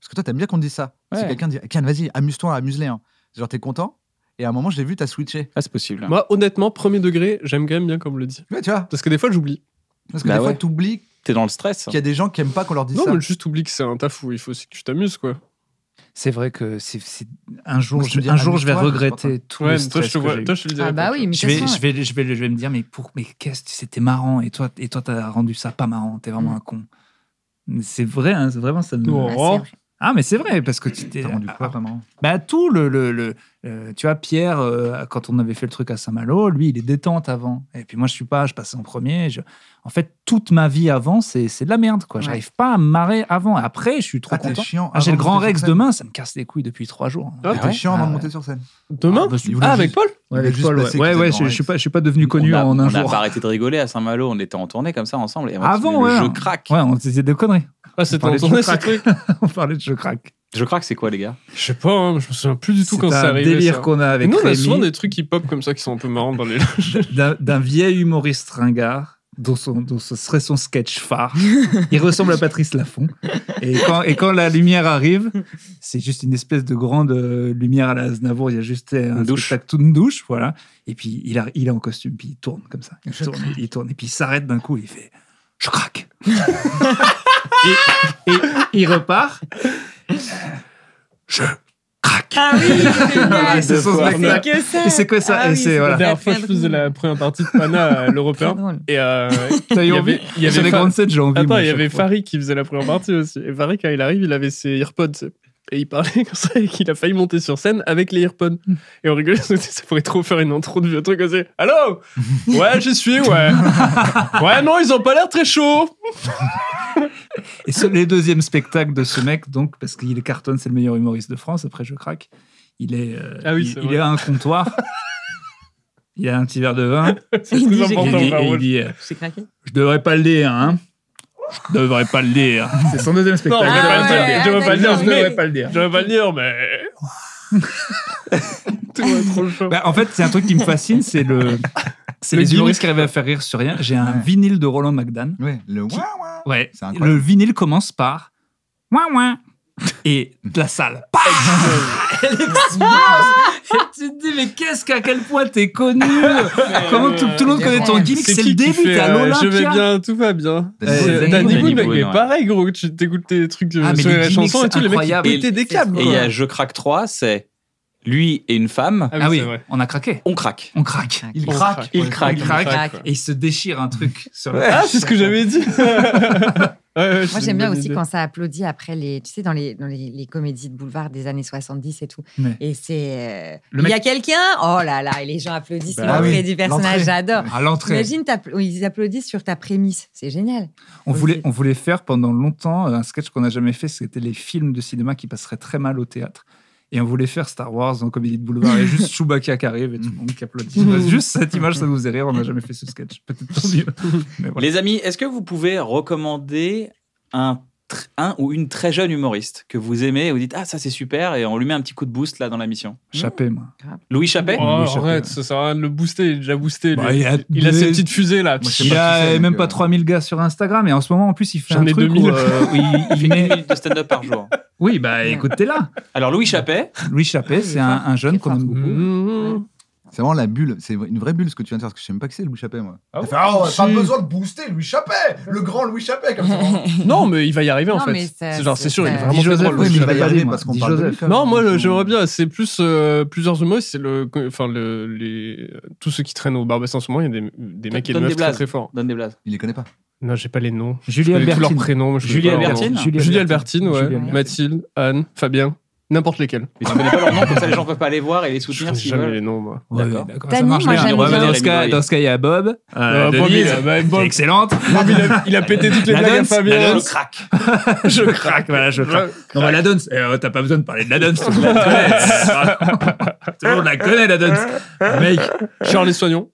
[SPEAKER 2] Parce que toi, t'aimes bien qu'on te dise ça. Si
[SPEAKER 1] Ouais.
[SPEAKER 2] quelqu'un dit, Kian, vas-y, amuse-toi, amuse-les. hein. Genre, t'es content et à un moment, j'ai vu, t'as switché.
[SPEAKER 1] Ah, c'est possible.
[SPEAKER 6] Moi, honnêtement, premier degré, j'aime quand même bien qu'on me le dise.
[SPEAKER 2] Ouais, tu vois,
[SPEAKER 6] Parce que des fois, j'oublie.
[SPEAKER 2] parce que
[SPEAKER 1] Bah
[SPEAKER 2] des fois,
[SPEAKER 1] ouais.
[SPEAKER 2] t'oublies
[SPEAKER 1] T'es dans le stress.
[SPEAKER 2] qu'il y a des gens qui aiment pas qu'on leur dise
[SPEAKER 6] Non,
[SPEAKER 2] ça.
[SPEAKER 6] mais juste oublie que c'est un taf où il faut aussi que tu t'amuses, quoi.
[SPEAKER 4] C'est vrai que c'est c'est- un jour,
[SPEAKER 2] Moi, je
[SPEAKER 4] je,
[SPEAKER 2] me dis,
[SPEAKER 4] un jour, je vais
[SPEAKER 2] amuse-toi, je sais
[SPEAKER 4] regretter tout
[SPEAKER 6] Ouais,
[SPEAKER 4] le
[SPEAKER 6] mais toi,
[SPEAKER 4] stress
[SPEAKER 6] je te
[SPEAKER 4] que
[SPEAKER 6] vois.
[SPEAKER 4] j'ai eu.
[SPEAKER 6] Toi, je te le dirais
[SPEAKER 5] Ah
[SPEAKER 6] pas,
[SPEAKER 5] bah
[SPEAKER 6] tu
[SPEAKER 5] oui, mais
[SPEAKER 4] Je vais,
[SPEAKER 5] de toute
[SPEAKER 4] je
[SPEAKER 5] façon,
[SPEAKER 4] vais, je vais, je vais me dire, mais pour, mais qu'est-ce, que c'était marrant, et toi, et toi, t'as rendu ça pas marrant, t'es vraiment un con. Mais C'est vrai, hein, c'est vraiment ça. me-
[SPEAKER 6] vois.
[SPEAKER 5] ah, c'est
[SPEAKER 6] Oh.
[SPEAKER 5] vrai.
[SPEAKER 4] Ah, mais c'est vrai, parce que tu t'es
[SPEAKER 2] T'as rendu quoi,
[SPEAKER 4] Ah,
[SPEAKER 2] pas marrant
[SPEAKER 4] Bah tout le, le, le- euh, tu vois Pierre euh, quand on avait fait le truc à Saint-Malo, lui il est détente avant et puis moi je suis pas, je passe en premier. je- En fait toute ma vie avant c'est c'est de la merde quoi.
[SPEAKER 5] Ouais.
[SPEAKER 4] J'arrive pas à me marrer avant. Après je suis trop
[SPEAKER 2] Ah, t'es
[SPEAKER 4] content.
[SPEAKER 2] chiant.
[SPEAKER 4] Ah, j'ai
[SPEAKER 2] avant
[SPEAKER 4] le
[SPEAKER 2] de
[SPEAKER 4] grand
[SPEAKER 2] monter
[SPEAKER 4] Rex
[SPEAKER 2] sur scène.
[SPEAKER 4] demain, ça me casse les couilles depuis trois jours. hein.
[SPEAKER 6] Ah,
[SPEAKER 2] T'es chiant avant de monter sur scène.
[SPEAKER 6] Demain
[SPEAKER 4] Ah, bah, si.
[SPEAKER 6] Ah, avec Paul
[SPEAKER 2] Ouais, avec Paul, ouais.
[SPEAKER 4] ouais,
[SPEAKER 2] Ouais, ouais,
[SPEAKER 4] je, je suis pas, je suis pas devenu connu
[SPEAKER 1] on a,
[SPEAKER 4] en un
[SPEAKER 1] on a
[SPEAKER 4] jour.
[SPEAKER 1] pas arrêté de rigoler à Saint-Malo. On était en tournée comme ça ensemble. Et on a dit,
[SPEAKER 4] Avant,
[SPEAKER 1] mais le
[SPEAKER 4] ouais. hein.
[SPEAKER 1] Je craque.
[SPEAKER 4] Ouais, on disait des conneries.
[SPEAKER 6] Ah, c'était en
[SPEAKER 4] parlait de
[SPEAKER 6] tournée, ce
[SPEAKER 4] Jean-Jacques.
[SPEAKER 6] truc
[SPEAKER 4] on parlait de je craque.
[SPEAKER 1] Je craque, c'est quoi, les gars
[SPEAKER 6] Je sais pas, hein, je me souviens plus du tout quand
[SPEAKER 4] C'est
[SPEAKER 6] ça
[SPEAKER 4] un
[SPEAKER 6] arrivé.
[SPEAKER 4] délire
[SPEAKER 6] ça.
[SPEAKER 4] qu'on a avec
[SPEAKER 6] Nous, on a
[SPEAKER 4] Rémi.
[SPEAKER 6] souvent des trucs qui pop comme ça qui sont un peu marrants dans les
[SPEAKER 4] d'un d'un vieil humoriste ringard dont, son, dont ce serait son sketch phare. Il ressemble à Patrice Laffont. Et quand, et quand la lumière arrive, c'est juste une espèce de grande euh, lumière à la Aznavour. Il y a juste euh, un
[SPEAKER 1] Une douche.
[SPEAKER 4] spectacle, tout- une douche, voilà. Et puis il, a, il est en costume, puis il tourne comme ça. Il tourne, il tourne, et puis il s'arrête d'un coup, il fait « Je craque et, et il repart. « Je craque
[SPEAKER 5] Ah oui,
[SPEAKER 4] Voilà,
[SPEAKER 5] c'est
[SPEAKER 4] c'est son
[SPEAKER 5] génial.
[SPEAKER 4] spectacle.
[SPEAKER 5] que ça.
[SPEAKER 4] Et c'est que ça.
[SPEAKER 5] Ah
[SPEAKER 4] et
[SPEAKER 5] oui,
[SPEAKER 4] c'est,
[SPEAKER 6] La
[SPEAKER 4] voilà.
[SPEAKER 6] dernière
[SPEAKER 5] Très,
[SPEAKER 6] fois,
[SPEAKER 5] très
[SPEAKER 6] je faisais
[SPEAKER 5] drôle.
[SPEAKER 6] la première partie de Pana à l'Européen.
[SPEAKER 5] drôle.
[SPEAKER 6] Et euh,
[SPEAKER 4] T'as
[SPEAKER 6] il
[SPEAKER 4] eu
[SPEAKER 6] y
[SPEAKER 4] envie
[SPEAKER 6] avait, il y
[SPEAKER 4] Sur
[SPEAKER 6] avait
[SPEAKER 4] les
[SPEAKER 6] Fa-
[SPEAKER 4] grandes scènes, j'ai envie.
[SPEAKER 6] Attends,
[SPEAKER 4] moi,
[SPEAKER 6] il y
[SPEAKER 4] chaque
[SPEAKER 6] avait
[SPEAKER 4] fois.
[SPEAKER 6] Farid qui faisait la première partie aussi. Et Farid, quand il arrive, il avait ses AirPods. Et il parlait comme ça et qu'il a failli monter sur scène avec les AirPods. Et on rigolait, on se disait, ça pourrait trop faire une intro de vieux truc aussi. Allô Ouais, j'y suis, ouais. Ouais, non, ils ont pas l'air très chauds.
[SPEAKER 4] Et ce, les deuxièmes spectacles de ce mec, donc, parce qu'il cartonne, c'est le meilleur humoriste de France, après je craque. Il est, euh,
[SPEAKER 6] Ah oui,
[SPEAKER 4] il,
[SPEAKER 6] c'est
[SPEAKER 4] il
[SPEAKER 6] vrai.
[SPEAKER 4] est à un comptoir, il a un petit verre de vin,
[SPEAKER 6] C'est
[SPEAKER 5] Il dit,
[SPEAKER 6] très
[SPEAKER 4] et
[SPEAKER 5] j'ai-
[SPEAKER 6] important,
[SPEAKER 4] il dit, et
[SPEAKER 6] Raoul.
[SPEAKER 4] il dit, euh,
[SPEAKER 5] J'ai craqué.
[SPEAKER 4] Je devrais pas le dire, hein Je devrais pas le dire. C'est son deuxième spectacle.
[SPEAKER 6] Non,
[SPEAKER 4] je
[SPEAKER 6] je
[SPEAKER 4] devrais
[SPEAKER 6] vais
[SPEAKER 4] pas
[SPEAKER 6] pas
[SPEAKER 4] le dire.
[SPEAKER 6] dire, je vais pas le dire, mais-
[SPEAKER 4] Je devrais pas le dire.
[SPEAKER 6] Je vais pas le dire, mais. Tout est trop chaud.
[SPEAKER 4] Bah, en fait, c'est un truc qui me fascine, c'est le. C'est
[SPEAKER 6] Le
[SPEAKER 4] les
[SPEAKER 6] gimmick.
[SPEAKER 4] humoristes qui arrivent à faire rire sur rien. J'ai un
[SPEAKER 2] Ouais.
[SPEAKER 4] vinyle de Roland McDan.
[SPEAKER 2] Ouais, le ouin, ouin.
[SPEAKER 4] Ouais.
[SPEAKER 2] C'est incroyable.
[SPEAKER 4] Le vinyle commence par. Ouin ouin Et de la salle. Pah Elle explose. Tu te dis, mais qu'est-ce qu'à quel point t'es connu Comment tout, tout le monde connaît ton gimmick C'est le
[SPEAKER 6] qui qui
[SPEAKER 4] début,
[SPEAKER 6] fait,
[SPEAKER 4] t'es à
[SPEAKER 6] euh, Je vais
[SPEAKER 4] l'Olympia.
[SPEAKER 6] bien, tout va bien.
[SPEAKER 2] Danny
[SPEAKER 6] C'est-
[SPEAKER 4] Boone.
[SPEAKER 6] Danny
[SPEAKER 4] Danny
[SPEAKER 6] Boone, mec,
[SPEAKER 1] Boone,
[SPEAKER 6] mais
[SPEAKER 1] ouais.
[SPEAKER 6] pareil, gros, tu t'écoutes tes trucs euh,
[SPEAKER 4] Ah, mais
[SPEAKER 6] sur
[SPEAKER 4] les
[SPEAKER 6] les
[SPEAKER 4] gimmicks,
[SPEAKER 6] chansons et
[SPEAKER 4] c'est
[SPEAKER 6] tout, les mecs, ils
[SPEAKER 4] incroyable.
[SPEAKER 6] pétaient des câbles.
[SPEAKER 1] Et il y
[SPEAKER 6] quoi.
[SPEAKER 1] a Je craque 3, c'est lui et une femme,
[SPEAKER 4] Ah oui,
[SPEAKER 6] c'est vrai.
[SPEAKER 4] on a craqué.
[SPEAKER 1] on craque.
[SPEAKER 4] On craque.
[SPEAKER 2] Il
[SPEAKER 6] On
[SPEAKER 2] craque.
[SPEAKER 6] craque.
[SPEAKER 1] Il craque.
[SPEAKER 4] Il craque.
[SPEAKER 5] craque.
[SPEAKER 4] Et il se déchire un truc sur le.
[SPEAKER 6] Ah, c'est ce que j'avais dit.
[SPEAKER 5] Moi, j'aime bien aussi quand ça applaudit après les, tu sais, dans les, dans les, les comédies de boulevard des années 70 et tout.
[SPEAKER 4] Ouais.
[SPEAKER 5] Et c'est, euh,
[SPEAKER 4] Le
[SPEAKER 5] il
[SPEAKER 4] mec-
[SPEAKER 5] y a quelqu'un, oh là là, et les gens applaudissent
[SPEAKER 4] Bah
[SPEAKER 5] l'entrée
[SPEAKER 2] oui,
[SPEAKER 5] du personnage,
[SPEAKER 2] l'entrée.
[SPEAKER 5] j'adore.
[SPEAKER 4] À l'entrée.
[SPEAKER 5] Imagine, t'app- ils applaudissent sur ta prémisse, c'est génial.
[SPEAKER 4] On
[SPEAKER 5] Ok.
[SPEAKER 4] voulait, on voulait faire pendant longtemps euh, un sketch qu'on n'a jamais fait, c'était les films de cinéma qui passeraient très mal au théâtre. Et on voulait faire Star Wars en comédie de boulevard et juste Chewbacca qui arrive et
[SPEAKER 6] Mm.
[SPEAKER 4] tout le monde qui applaudit. Parce que juste cette image, ça nous faisait rire, on n'a jamais fait ce sketch. Peut-être tant mieux.
[SPEAKER 6] Mm.
[SPEAKER 4] Mais voilà.
[SPEAKER 1] Les amis, est-ce que vous pouvez recommander un, tr- un ou une très jeune humoriste que vous aimez et vous dites Ah, ça c'est super, et on lui met un petit coup de boost là dans la mission
[SPEAKER 4] Chappé, moi.
[SPEAKER 1] Louis Chappet
[SPEAKER 4] Ouais.
[SPEAKER 6] Oh,
[SPEAKER 4] Louis
[SPEAKER 6] arrête,
[SPEAKER 4] Chappé.
[SPEAKER 6] ça sert à rien de le booster, il est déjà boosté.
[SPEAKER 4] Bah,
[SPEAKER 6] lui.
[SPEAKER 4] il a
[SPEAKER 6] Il a
[SPEAKER 4] deux-
[SPEAKER 6] ses petites fusées là.
[SPEAKER 2] Moi, je sais
[SPEAKER 4] Il
[SPEAKER 2] pas qui
[SPEAKER 4] a
[SPEAKER 2] c'est,
[SPEAKER 4] même
[SPEAKER 2] donc,
[SPEAKER 4] pas
[SPEAKER 2] euh,
[SPEAKER 4] 3000 gars sur Instagram et en ce moment, en plus, il fait
[SPEAKER 6] J'en
[SPEAKER 4] un
[SPEAKER 6] ai
[SPEAKER 4] truc
[SPEAKER 6] 2000.
[SPEAKER 4] où, euh, où il, il met-
[SPEAKER 1] de stand-up par jour.
[SPEAKER 4] Oui, bah écoute, t'es là.
[SPEAKER 1] Alors, Louis Chappet,
[SPEAKER 4] Louis
[SPEAKER 6] Ah,
[SPEAKER 4] Chappé, c'est un, un jeune qu'on aime beaucoup.
[SPEAKER 6] Mmh.
[SPEAKER 2] C'est vraiment la bulle, c'est une vraie bulle ce que tu viens de faire, parce que je sais même pas qui c'est Louis Chappé, moi.
[SPEAKER 4] Ah
[SPEAKER 2] T'as
[SPEAKER 4] oui
[SPEAKER 2] fait, Ah, on a pas
[SPEAKER 6] Si.
[SPEAKER 2] besoin de booster Louis Chappé, le grand Louis Chappé, comme ça.
[SPEAKER 6] Non, mais il va y arriver en
[SPEAKER 5] Non, mais
[SPEAKER 6] fait.
[SPEAKER 5] ça-
[SPEAKER 6] C'est genre, c'est
[SPEAKER 5] c'est-
[SPEAKER 6] sûr, il est
[SPEAKER 5] ça-
[SPEAKER 6] vraiment
[SPEAKER 4] Dis
[SPEAKER 6] très
[SPEAKER 4] Joseph,
[SPEAKER 6] drôle.
[SPEAKER 4] oui,
[SPEAKER 6] le
[SPEAKER 2] il
[SPEAKER 4] mais il
[SPEAKER 6] Chappé.
[SPEAKER 2] va
[SPEAKER 4] va y
[SPEAKER 2] y
[SPEAKER 4] aller,
[SPEAKER 2] arriver
[SPEAKER 4] moi.
[SPEAKER 2] parce qu'on
[SPEAKER 4] Dis
[SPEAKER 2] parle de
[SPEAKER 4] Joseph.
[SPEAKER 2] lui, quand
[SPEAKER 6] Non,
[SPEAKER 2] même.
[SPEAKER 6] moi
[SPEAKER 4] euh,
[SPEAKER 6] le- j'aimerais bien. C'est plus euh, plusieurs humoristes. C'est le, enfin le, les, tous ceux qui traînent au Barbès en ce moment. Il y a des, des mecs et des
[SPEAKER 1] Donne des
[SPEAKER 6] meufs très,
[SPEAKER 1] blazes.
[SPEAKER 6] très forts.
[SPEAKER 1] donne des blagues.
[SPEAKER 2] Il les connaît pas.
[SPEAKER 6] Non, j'ai pas les noms.
[SPEAKER 4] Julie
[SPEAKER 6] Je connais tous leurs
[SPEAKER 4] Albertine.
[SPEAKER 6] prénoms. je
[SPEAKER 1] Julie
[SPEAKER 6] connais pas leurs
[SPEAKER 1] Albertine
[SPEAKER 6] noms. Julie Albertine, ouais.
[SPEAKER 4] Julie Albertine.
[SPEAKER 6] Mathilde, Anne, Fabien, n'importe lesquels.
[SPEAKER 1] Mais tu connais pas leur nom, comme ça les gens peuvent pas aller voir et les
[SPEAKER 6] Je connais
[SPEAKER 1] soutenir s'ils
[SPEAKER 6] jamais les
[SPEAKER 1] veulent.
[SPEAKER 6] noms, moi.
[SPEAKER 4] Ouais,
[SPEAKER 1] D'accord.
[SPEAKER 4] d'accord,
[SPEAKER 5] Tani, moi,
[SPEAKER 4] bien.
[SPEAKER 5] j'aime
[SPEAKER 4] Ouais, bah,
[SPEAKER 1] bien.
[SPEAKER 4] dans, ce cas, dans ce cas, il y a Bob. Euh,
[SPEAKER 6] Ah, Bob,
[SPEAKER 4] Denise,
[SPEAKER 6] il a- bah, Bob-
[SPEAKER 4] qui est excellente.
[SPEAKER 6] Bob, il a- il a pété toutes les
[SPEAKER 4] La
[SPEAKER 6] blagues à
[SPEAKER 4] danse, la
[SPEAKER 6] Fabien.
[SPEAKER 1] Je
[SPEAKER 4] danse.
[SPEAKER 1] craque.
[SPEAKER 4] je craque, voilà, je craque. Non, mais la danse, euh, t'as pas besoin de parler de la danse. Tout le monde la connaît. Tout le monde la connaît, la danse. Mec.
[SPEAKER 6] Charles Soignon.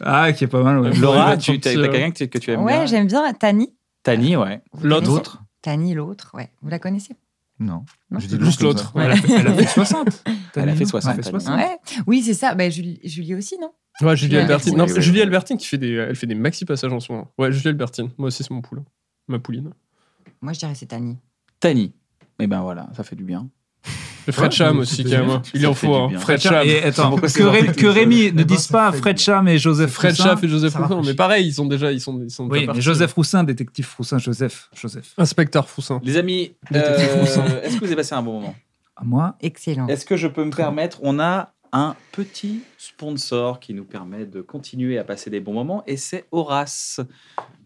[SPEAKER 4] ah, qui est pas mal. ouais.
[SPEAKER 1] Laura,
[SPEAKER 6] Ouais,
[SPEAKER 1] tu
[SPEAKER 6] ton
[SPEAKER 1] as,
[SPEAKER 6] petit, euh,
[SPEAKER 1] quelqu'un que tu, que tu aimes
[SPEAKER 5] Ouais,
[SPEAKER 1] bien
[SPEAKER 5] j'aime bien Tani.
[SPEAKER 1] Tani, ouais.
[SPEAKER 5] Vous
[SPEAKER 6] L'autre.
[SPEAKER 5] connaissez Tani, l'autre, ouais. Vous la connaissez
[SPEAKER 2] Non.
[SPEAKER 5] Non.
[SPEAKER 2] Je dis
[SPEAKER 6] Juste
[SPEAKER 2] comme
[SPEAKER 6] l'autre.
[SPEAKER 2] ça.
[SPEAKER 4] Elle a fait- elle a fait 60.
[SPEAKER 1] Elle a fait 60,
[SPEAKER 4] Elle a fait
[SPEAKER 1] Tani.
[SPEAKER 4] 60.
[SPEAKER 5] Ouais. Oui, c'est ça. Bah, Julie, Julie aussi, non
[SPEAKER 6] Ouais, Julie
[SPEAKER 5] Ouais,
[SPEAKER 6] Albertine.
[SPEAKER 5] Albertine.
[SPEAKER 6] Non,
[SPEAKER 1] Oui,
[SPEAKER 6] c'est
[SPEAKER 1] oui,
[SPEAKER 6] Julie
[SPEAKER 1] oui.
[SPEAKER 6] Albertine qui fait des, elle fait des maxi passages en ce moment. Ouais, Julie Albertine. Moi aussi, c'est mon poulain. Ma pouline.
[SPEAKER 5] Moi, je dirais c'est Tani.
[SPEAKER 1] Tani. Eh ben voilà, ça fait du bien.
[SPEAKER 6] Et Fred
[SPEAKER 2] Ouais,
[SPEAKER 6] Cham
[SPEAKER 2] mais
[SPEAKER 6] aussi,
[SPEAKER 2] c'était-
[SPEAKER 6] quand même. Il en
[SPEAKER 1] fait
[SPEAKER 6] faut,
[SPEAKER 1] du
[SPEAKER 6] hein.
[SPEAKER 1] bien.
[SPEAKER 6] Fred Cham.
[SPEAKER 4] Et attends,
[SPEAKER 1] Pourquoi
[SPEAKER 4] que,
[SPEAKER 1] c'est leur
[SPEAKER 4] Ré-
[SPEAKER 1] technique,
[SPEAKER 4] que
[SPEAKER 2] ça
[SPEAKER 4] Rémi ne
[SPEAKER 2] Eh ben,
[SPEAKER 4] dise
[SPEAKER 2] ça
[SPEAKER 4] pas
[SPEAKER 2] fait
[SPEAKER 4] Fred
[SPEAKER 2] bien.
[SPEAKER 4] Cham et Joseph
[SPEAKER 6] Fred
[SPEAKER 4] Roussin.
[SPEAKER 6] Schaff et Joseph
[SPEAKER 2] ça
[SPEAKER 6] Roussin.
[SPEAKER 2] rafraîchit.
[SPEAKER 6] Mais pareil, ils sont déjà. Ils sont, ils sont
[SPEAKER 4] Oui, mais
[SPEAKER 6] partis.
[SPEAKER 4] Joseph Roussin, détective Roussin, Joseph. Joseph.
[SPEAKER 6] Inspecteur Foussin.
[SPEAKER 1] Les amis,
[SPEAKER 4] Détective
[SPEAKER 1] euh,
[SPEAKER 4] Roussin.
[SPEAKER 1] est-ce que vous avez passé un bon moment
[SPEAKER 4] À Ah, moi
[SPEAKER 5] Excellent.
[SPEAKER 1] Est-ce que je peux me permettre On a un petit sponsor qui nous permet de continuer à passer des bons moments et c'est Horace.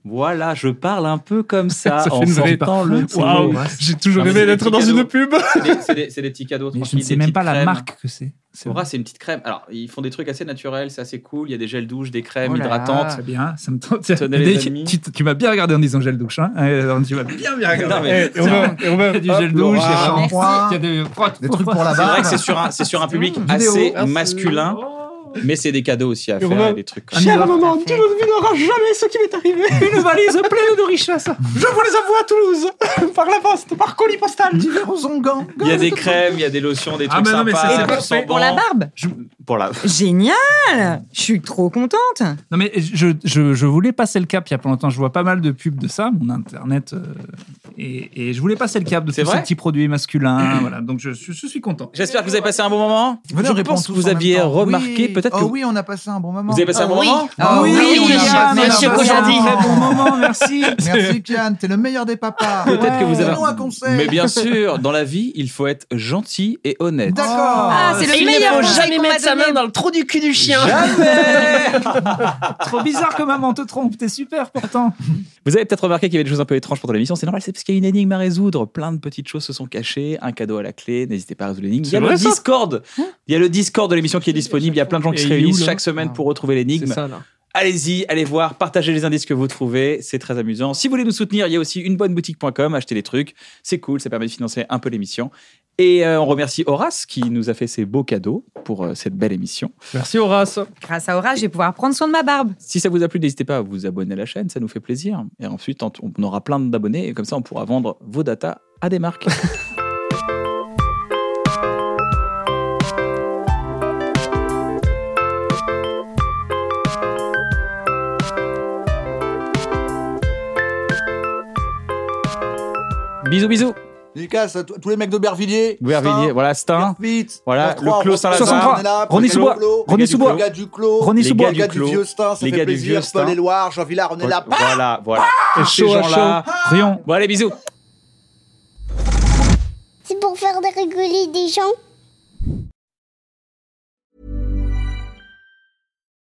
[SPEAKER 1] Voilà, je parle un peu comme ça,
[SPEAKER 4] Ça fait
[SPEAKER 1] en
[SPEAKER 4] une vraie
[SPEAKER 1] sortant le
[SPEAKER 4] parfum.
[SPEAKER 1] mot.
[SPEAKER 4] J'ai
[SPEAKER 1] Non,
[SPEAKER 4] toujours
[SPEAKER 1] mais
[SPEAKER 4] rêvé
[SPEAKER 1] c'est des
[SPEAKER 4] d'être
[SPEAKER 1] petits
[SPEAKER 4] dans
[SPEAKER 1] cadeaux.
[SPEAKER 4] une pub.
[SPEAKER 1] pub. C'est des- C'est des, c'est des petits cadeaux.
[SPEAKER 4] Mais je
[SPEAKER 1] tranquilles,
[SPEAKER 4] ne sais
[SPEAKER 1] des
[SPEAKER 4] même
[SPEAKER 1] petites
[SPEAKER 4] pas la
[SPEAKER 1] crèmes.
[SPEAKER 4] marque que c'est. C'est
[SPEAKER 1] Horace, c'est une petite crème. Alors, ils font des trucs assez naturels, c'est assez cool. Il y a des gels douches, des crèmes
[SPEAKER 5] Oh là
[SPEAKER 1] hydratantes.
[SPEAKER 5] là.
[SPEAKER 4] vrai. bien, Ah, ça me tente.
[SPEAKER 1] Tenez, les
[SPEAKER 4] Tu-
[SPEAKER 1] amis.
[SPEAKER 4] tu tu m'as bien regardé en disant gel douche. Hein. Ouais, alors, Tu m'as bien, bien regardé.
[SPEAKER 1] Non, mais-
[SPEAKER 4] Eh, on va- on va- du gel
[SPEAKER 2] Laura,
[SPEAKER 4] douche, il y a-
[SPEAKER 2] shampoing,
[SPEAKER 4] il y a des,
[SPEAKER 2] des trucs pour la
[SPEAKER 1] C'est vrai
[SPEAKER 2] barbe.
[SPEAKER 1] que c'est sur un, c'est sur un public assez masculin, mais c'est des cadeaux aussi à faire,
[SPEAKER 6] Urbain.
[SPEAKER 1] et des trucs comme ça.
[SPEAKER 6] Cher maman,
[SPEAKER 5] Parfait.
[SPEAKER 6] tu ne devineras jamais ce qui m'est arrivé. Une valise pleine de richesses. Je vous les envoie à Toulouse. Par la poste, par colis postal.
[SPEAKER 2] Divers zongan.
[SPEAKER 1] Il y a des crèmes, il y a des lotions, des
[SPEAKER 4] Ah,
[SPEAKER 1] trucs
[SPEAKER 4] mais non, mais c'est-
[SPEAKER 1] sympas.
[SPEAKER 4] c'est
[SPEAKER 1] pour
[SPEAKER 4] parfait.
[SPEAKER 1] sans
[SPEAKER 5] Pour la
[SPEAKER 1] banc.
[SPEAKER 5] barbe
[SPEAKER 1] Je- Pour la.
[SPEAKER 5] Génial Je suis trop contente.
[SPEAKER 4] Non mais je, je, je voulais passer le cap il y a pas longtemps. Je vois pas mal de pubs de ça, mon internet. euh, et, et je voulais passer le cap de
[SPEAKER 1] C'est
[SPEAKER 4] tous ces
[SPEAKER 1] vrai
[SPEAKER 4] petits produits masculins. voilà, donc je, suis- je suis content.
[SPEAKER 1] J'espère que vous avez passé un bon moment.
[SPEAKER 2] Venez,
[SPEAKER 1] je
[SPEAKER 2] répondons
[SPEAKER 1] pense que
[SPEAKER 2] tous
[SPEAKER 1] vous
[SPEAKER 2] en même
[SPEAKER 1] aviez
[SPEAKER 2] temps.
[SPEAKER 1] remarqué
[SPEAKER 2] Oui.
[SPEAKER 1] peut-être
[SPEAKER 2] Oh
[SPEAKER 1] que
[SPEAKER 2] oui, on a passé un bon moment.
[SPEAKER 1] vous avez passé un bon
[SPEAKER 5] oui.
[SPEAKER 1] moment.
[SPEAKER 5] Ah oui,
[SPEAKER 2] on a
[SPEAKER 5] Yann,
[SPEAKER 2] passé un
[SPEAKER 5] merci
[SPEAKER 2] bon
[SPEAKER 5] Kojandi.
[SPEAKER 2] moment.
[SPEAKER 4] Très bon moment, merci.
[SPEAKER 2] Merci Kian, t'es le meilleur des papas.
[SPEAKER 1] Peut-être que vous avez-
[SPEAKER 2] Donne-nous un conseil.
[SPEAKER 1] Mais bien sûr, dans la vie, il faut être gentil et honnête.
[SPEAKER 2] D'accord.
[SPEAKER 5] Ah, c'est le meilleur conseil qu'on m'a donné.
[SPEAKER 6] dans le trou du cul du chien.
[SPEAKER 4] Trop bizarre que maman te trompe. T'es super pourtant.
[SPEAKER 1] Vous avez peut-être remarqué qu'il y avait des choses un peu étranges pendant l'émission. C'est normal, c'est parce qu'il y a une énigme à résoudre. Plein de petites choses se sont cachées. Un cadeau à la clé. N'hésitez pas à résoudre l'énigme. Il y a
[SPEAKER 6] C'est
[SPEAKER 1] le
[SPEAKER 6] vrai, ça Hein
[SPEAKER 1] Discord. Il y a le Discord de l'émission qui est disponible. Il y a plein de gens qui se
[SPEAKER 6] Et il est où,
[SPEAKER 1] réunissent
[SPEAKER 6] là
[SPEAKER 1] chaque semaine pour retrouver
[SPEAKER 6] Ah. C'est
[SPEAKER 1] l'énigme.
[SPEAKER 6] ça, là.
[SPEAKER 1] Allez-y, allez voir, partagez les indices que vous trouvez, c'est très amusant. Si vous voulez nous soutenir, il y a aussi unebonneboutique.com, achetez des trucs, c'est cool, ça permet de financer un peu l'émission. Et euh, on remercie Horace qui nous a fait ses beaux cadeaux pour euh, cette belle émission.
[SPEAKER 6] Merci Horace.
[SPEAKER 5] Grâce à Aura, je vais pouvoir prendre soin de ma barbe.
[SPEAKER 1] Si ça vous a plu, n'hésitez pas à vous abonner à la chaîne, ça nous fait plaisir. Et ensuite, on on aura plein d'abonnés et comme ça, on pourra vendre vos datas à des marques. bisous, bisous.
[SPEAKER 2] Dédicace à tous tous les mecs d'Aubervilliers.
[SPEAKER 1] Vervilliers, voilà, Stein.
[SPEAKER 2] Vite.
[SPEAKER 1] Voilà, le Clos Saint-Lazare.
[SPEAKER 4] 63, René Soubois, René Soubois,
[SPEAKER 2] Les gars du Clos.
[SPEAKER 4] René
[SPEAKER 2] les
[SPEAKER 4] Soubois.
[SPEAKER 2] gars du vieux Stein, ça
[SPEAKER 1] les gars
[SPEAKER 2] fait
[SPEAKER 1] du vieux
[SPEAKER 2] plaisir. Paul
[SPEAKER 1] Stein.
[SPEAKER 2] Éloire, Jean Villard, on est là.
[SPEAKER 1] Voilà, voilà.
[SPEAKER 4] Et
[SPEAKER 1] Tous ces
[SPEAKER 4] chaud à
[SPEAKER 1] gens-là.
[SPEAKER 4] Rion.
[SPEAKER 1] Bon, allez, bisous.
[SPEAKER 10] C'est pour faire des rigoler des gens.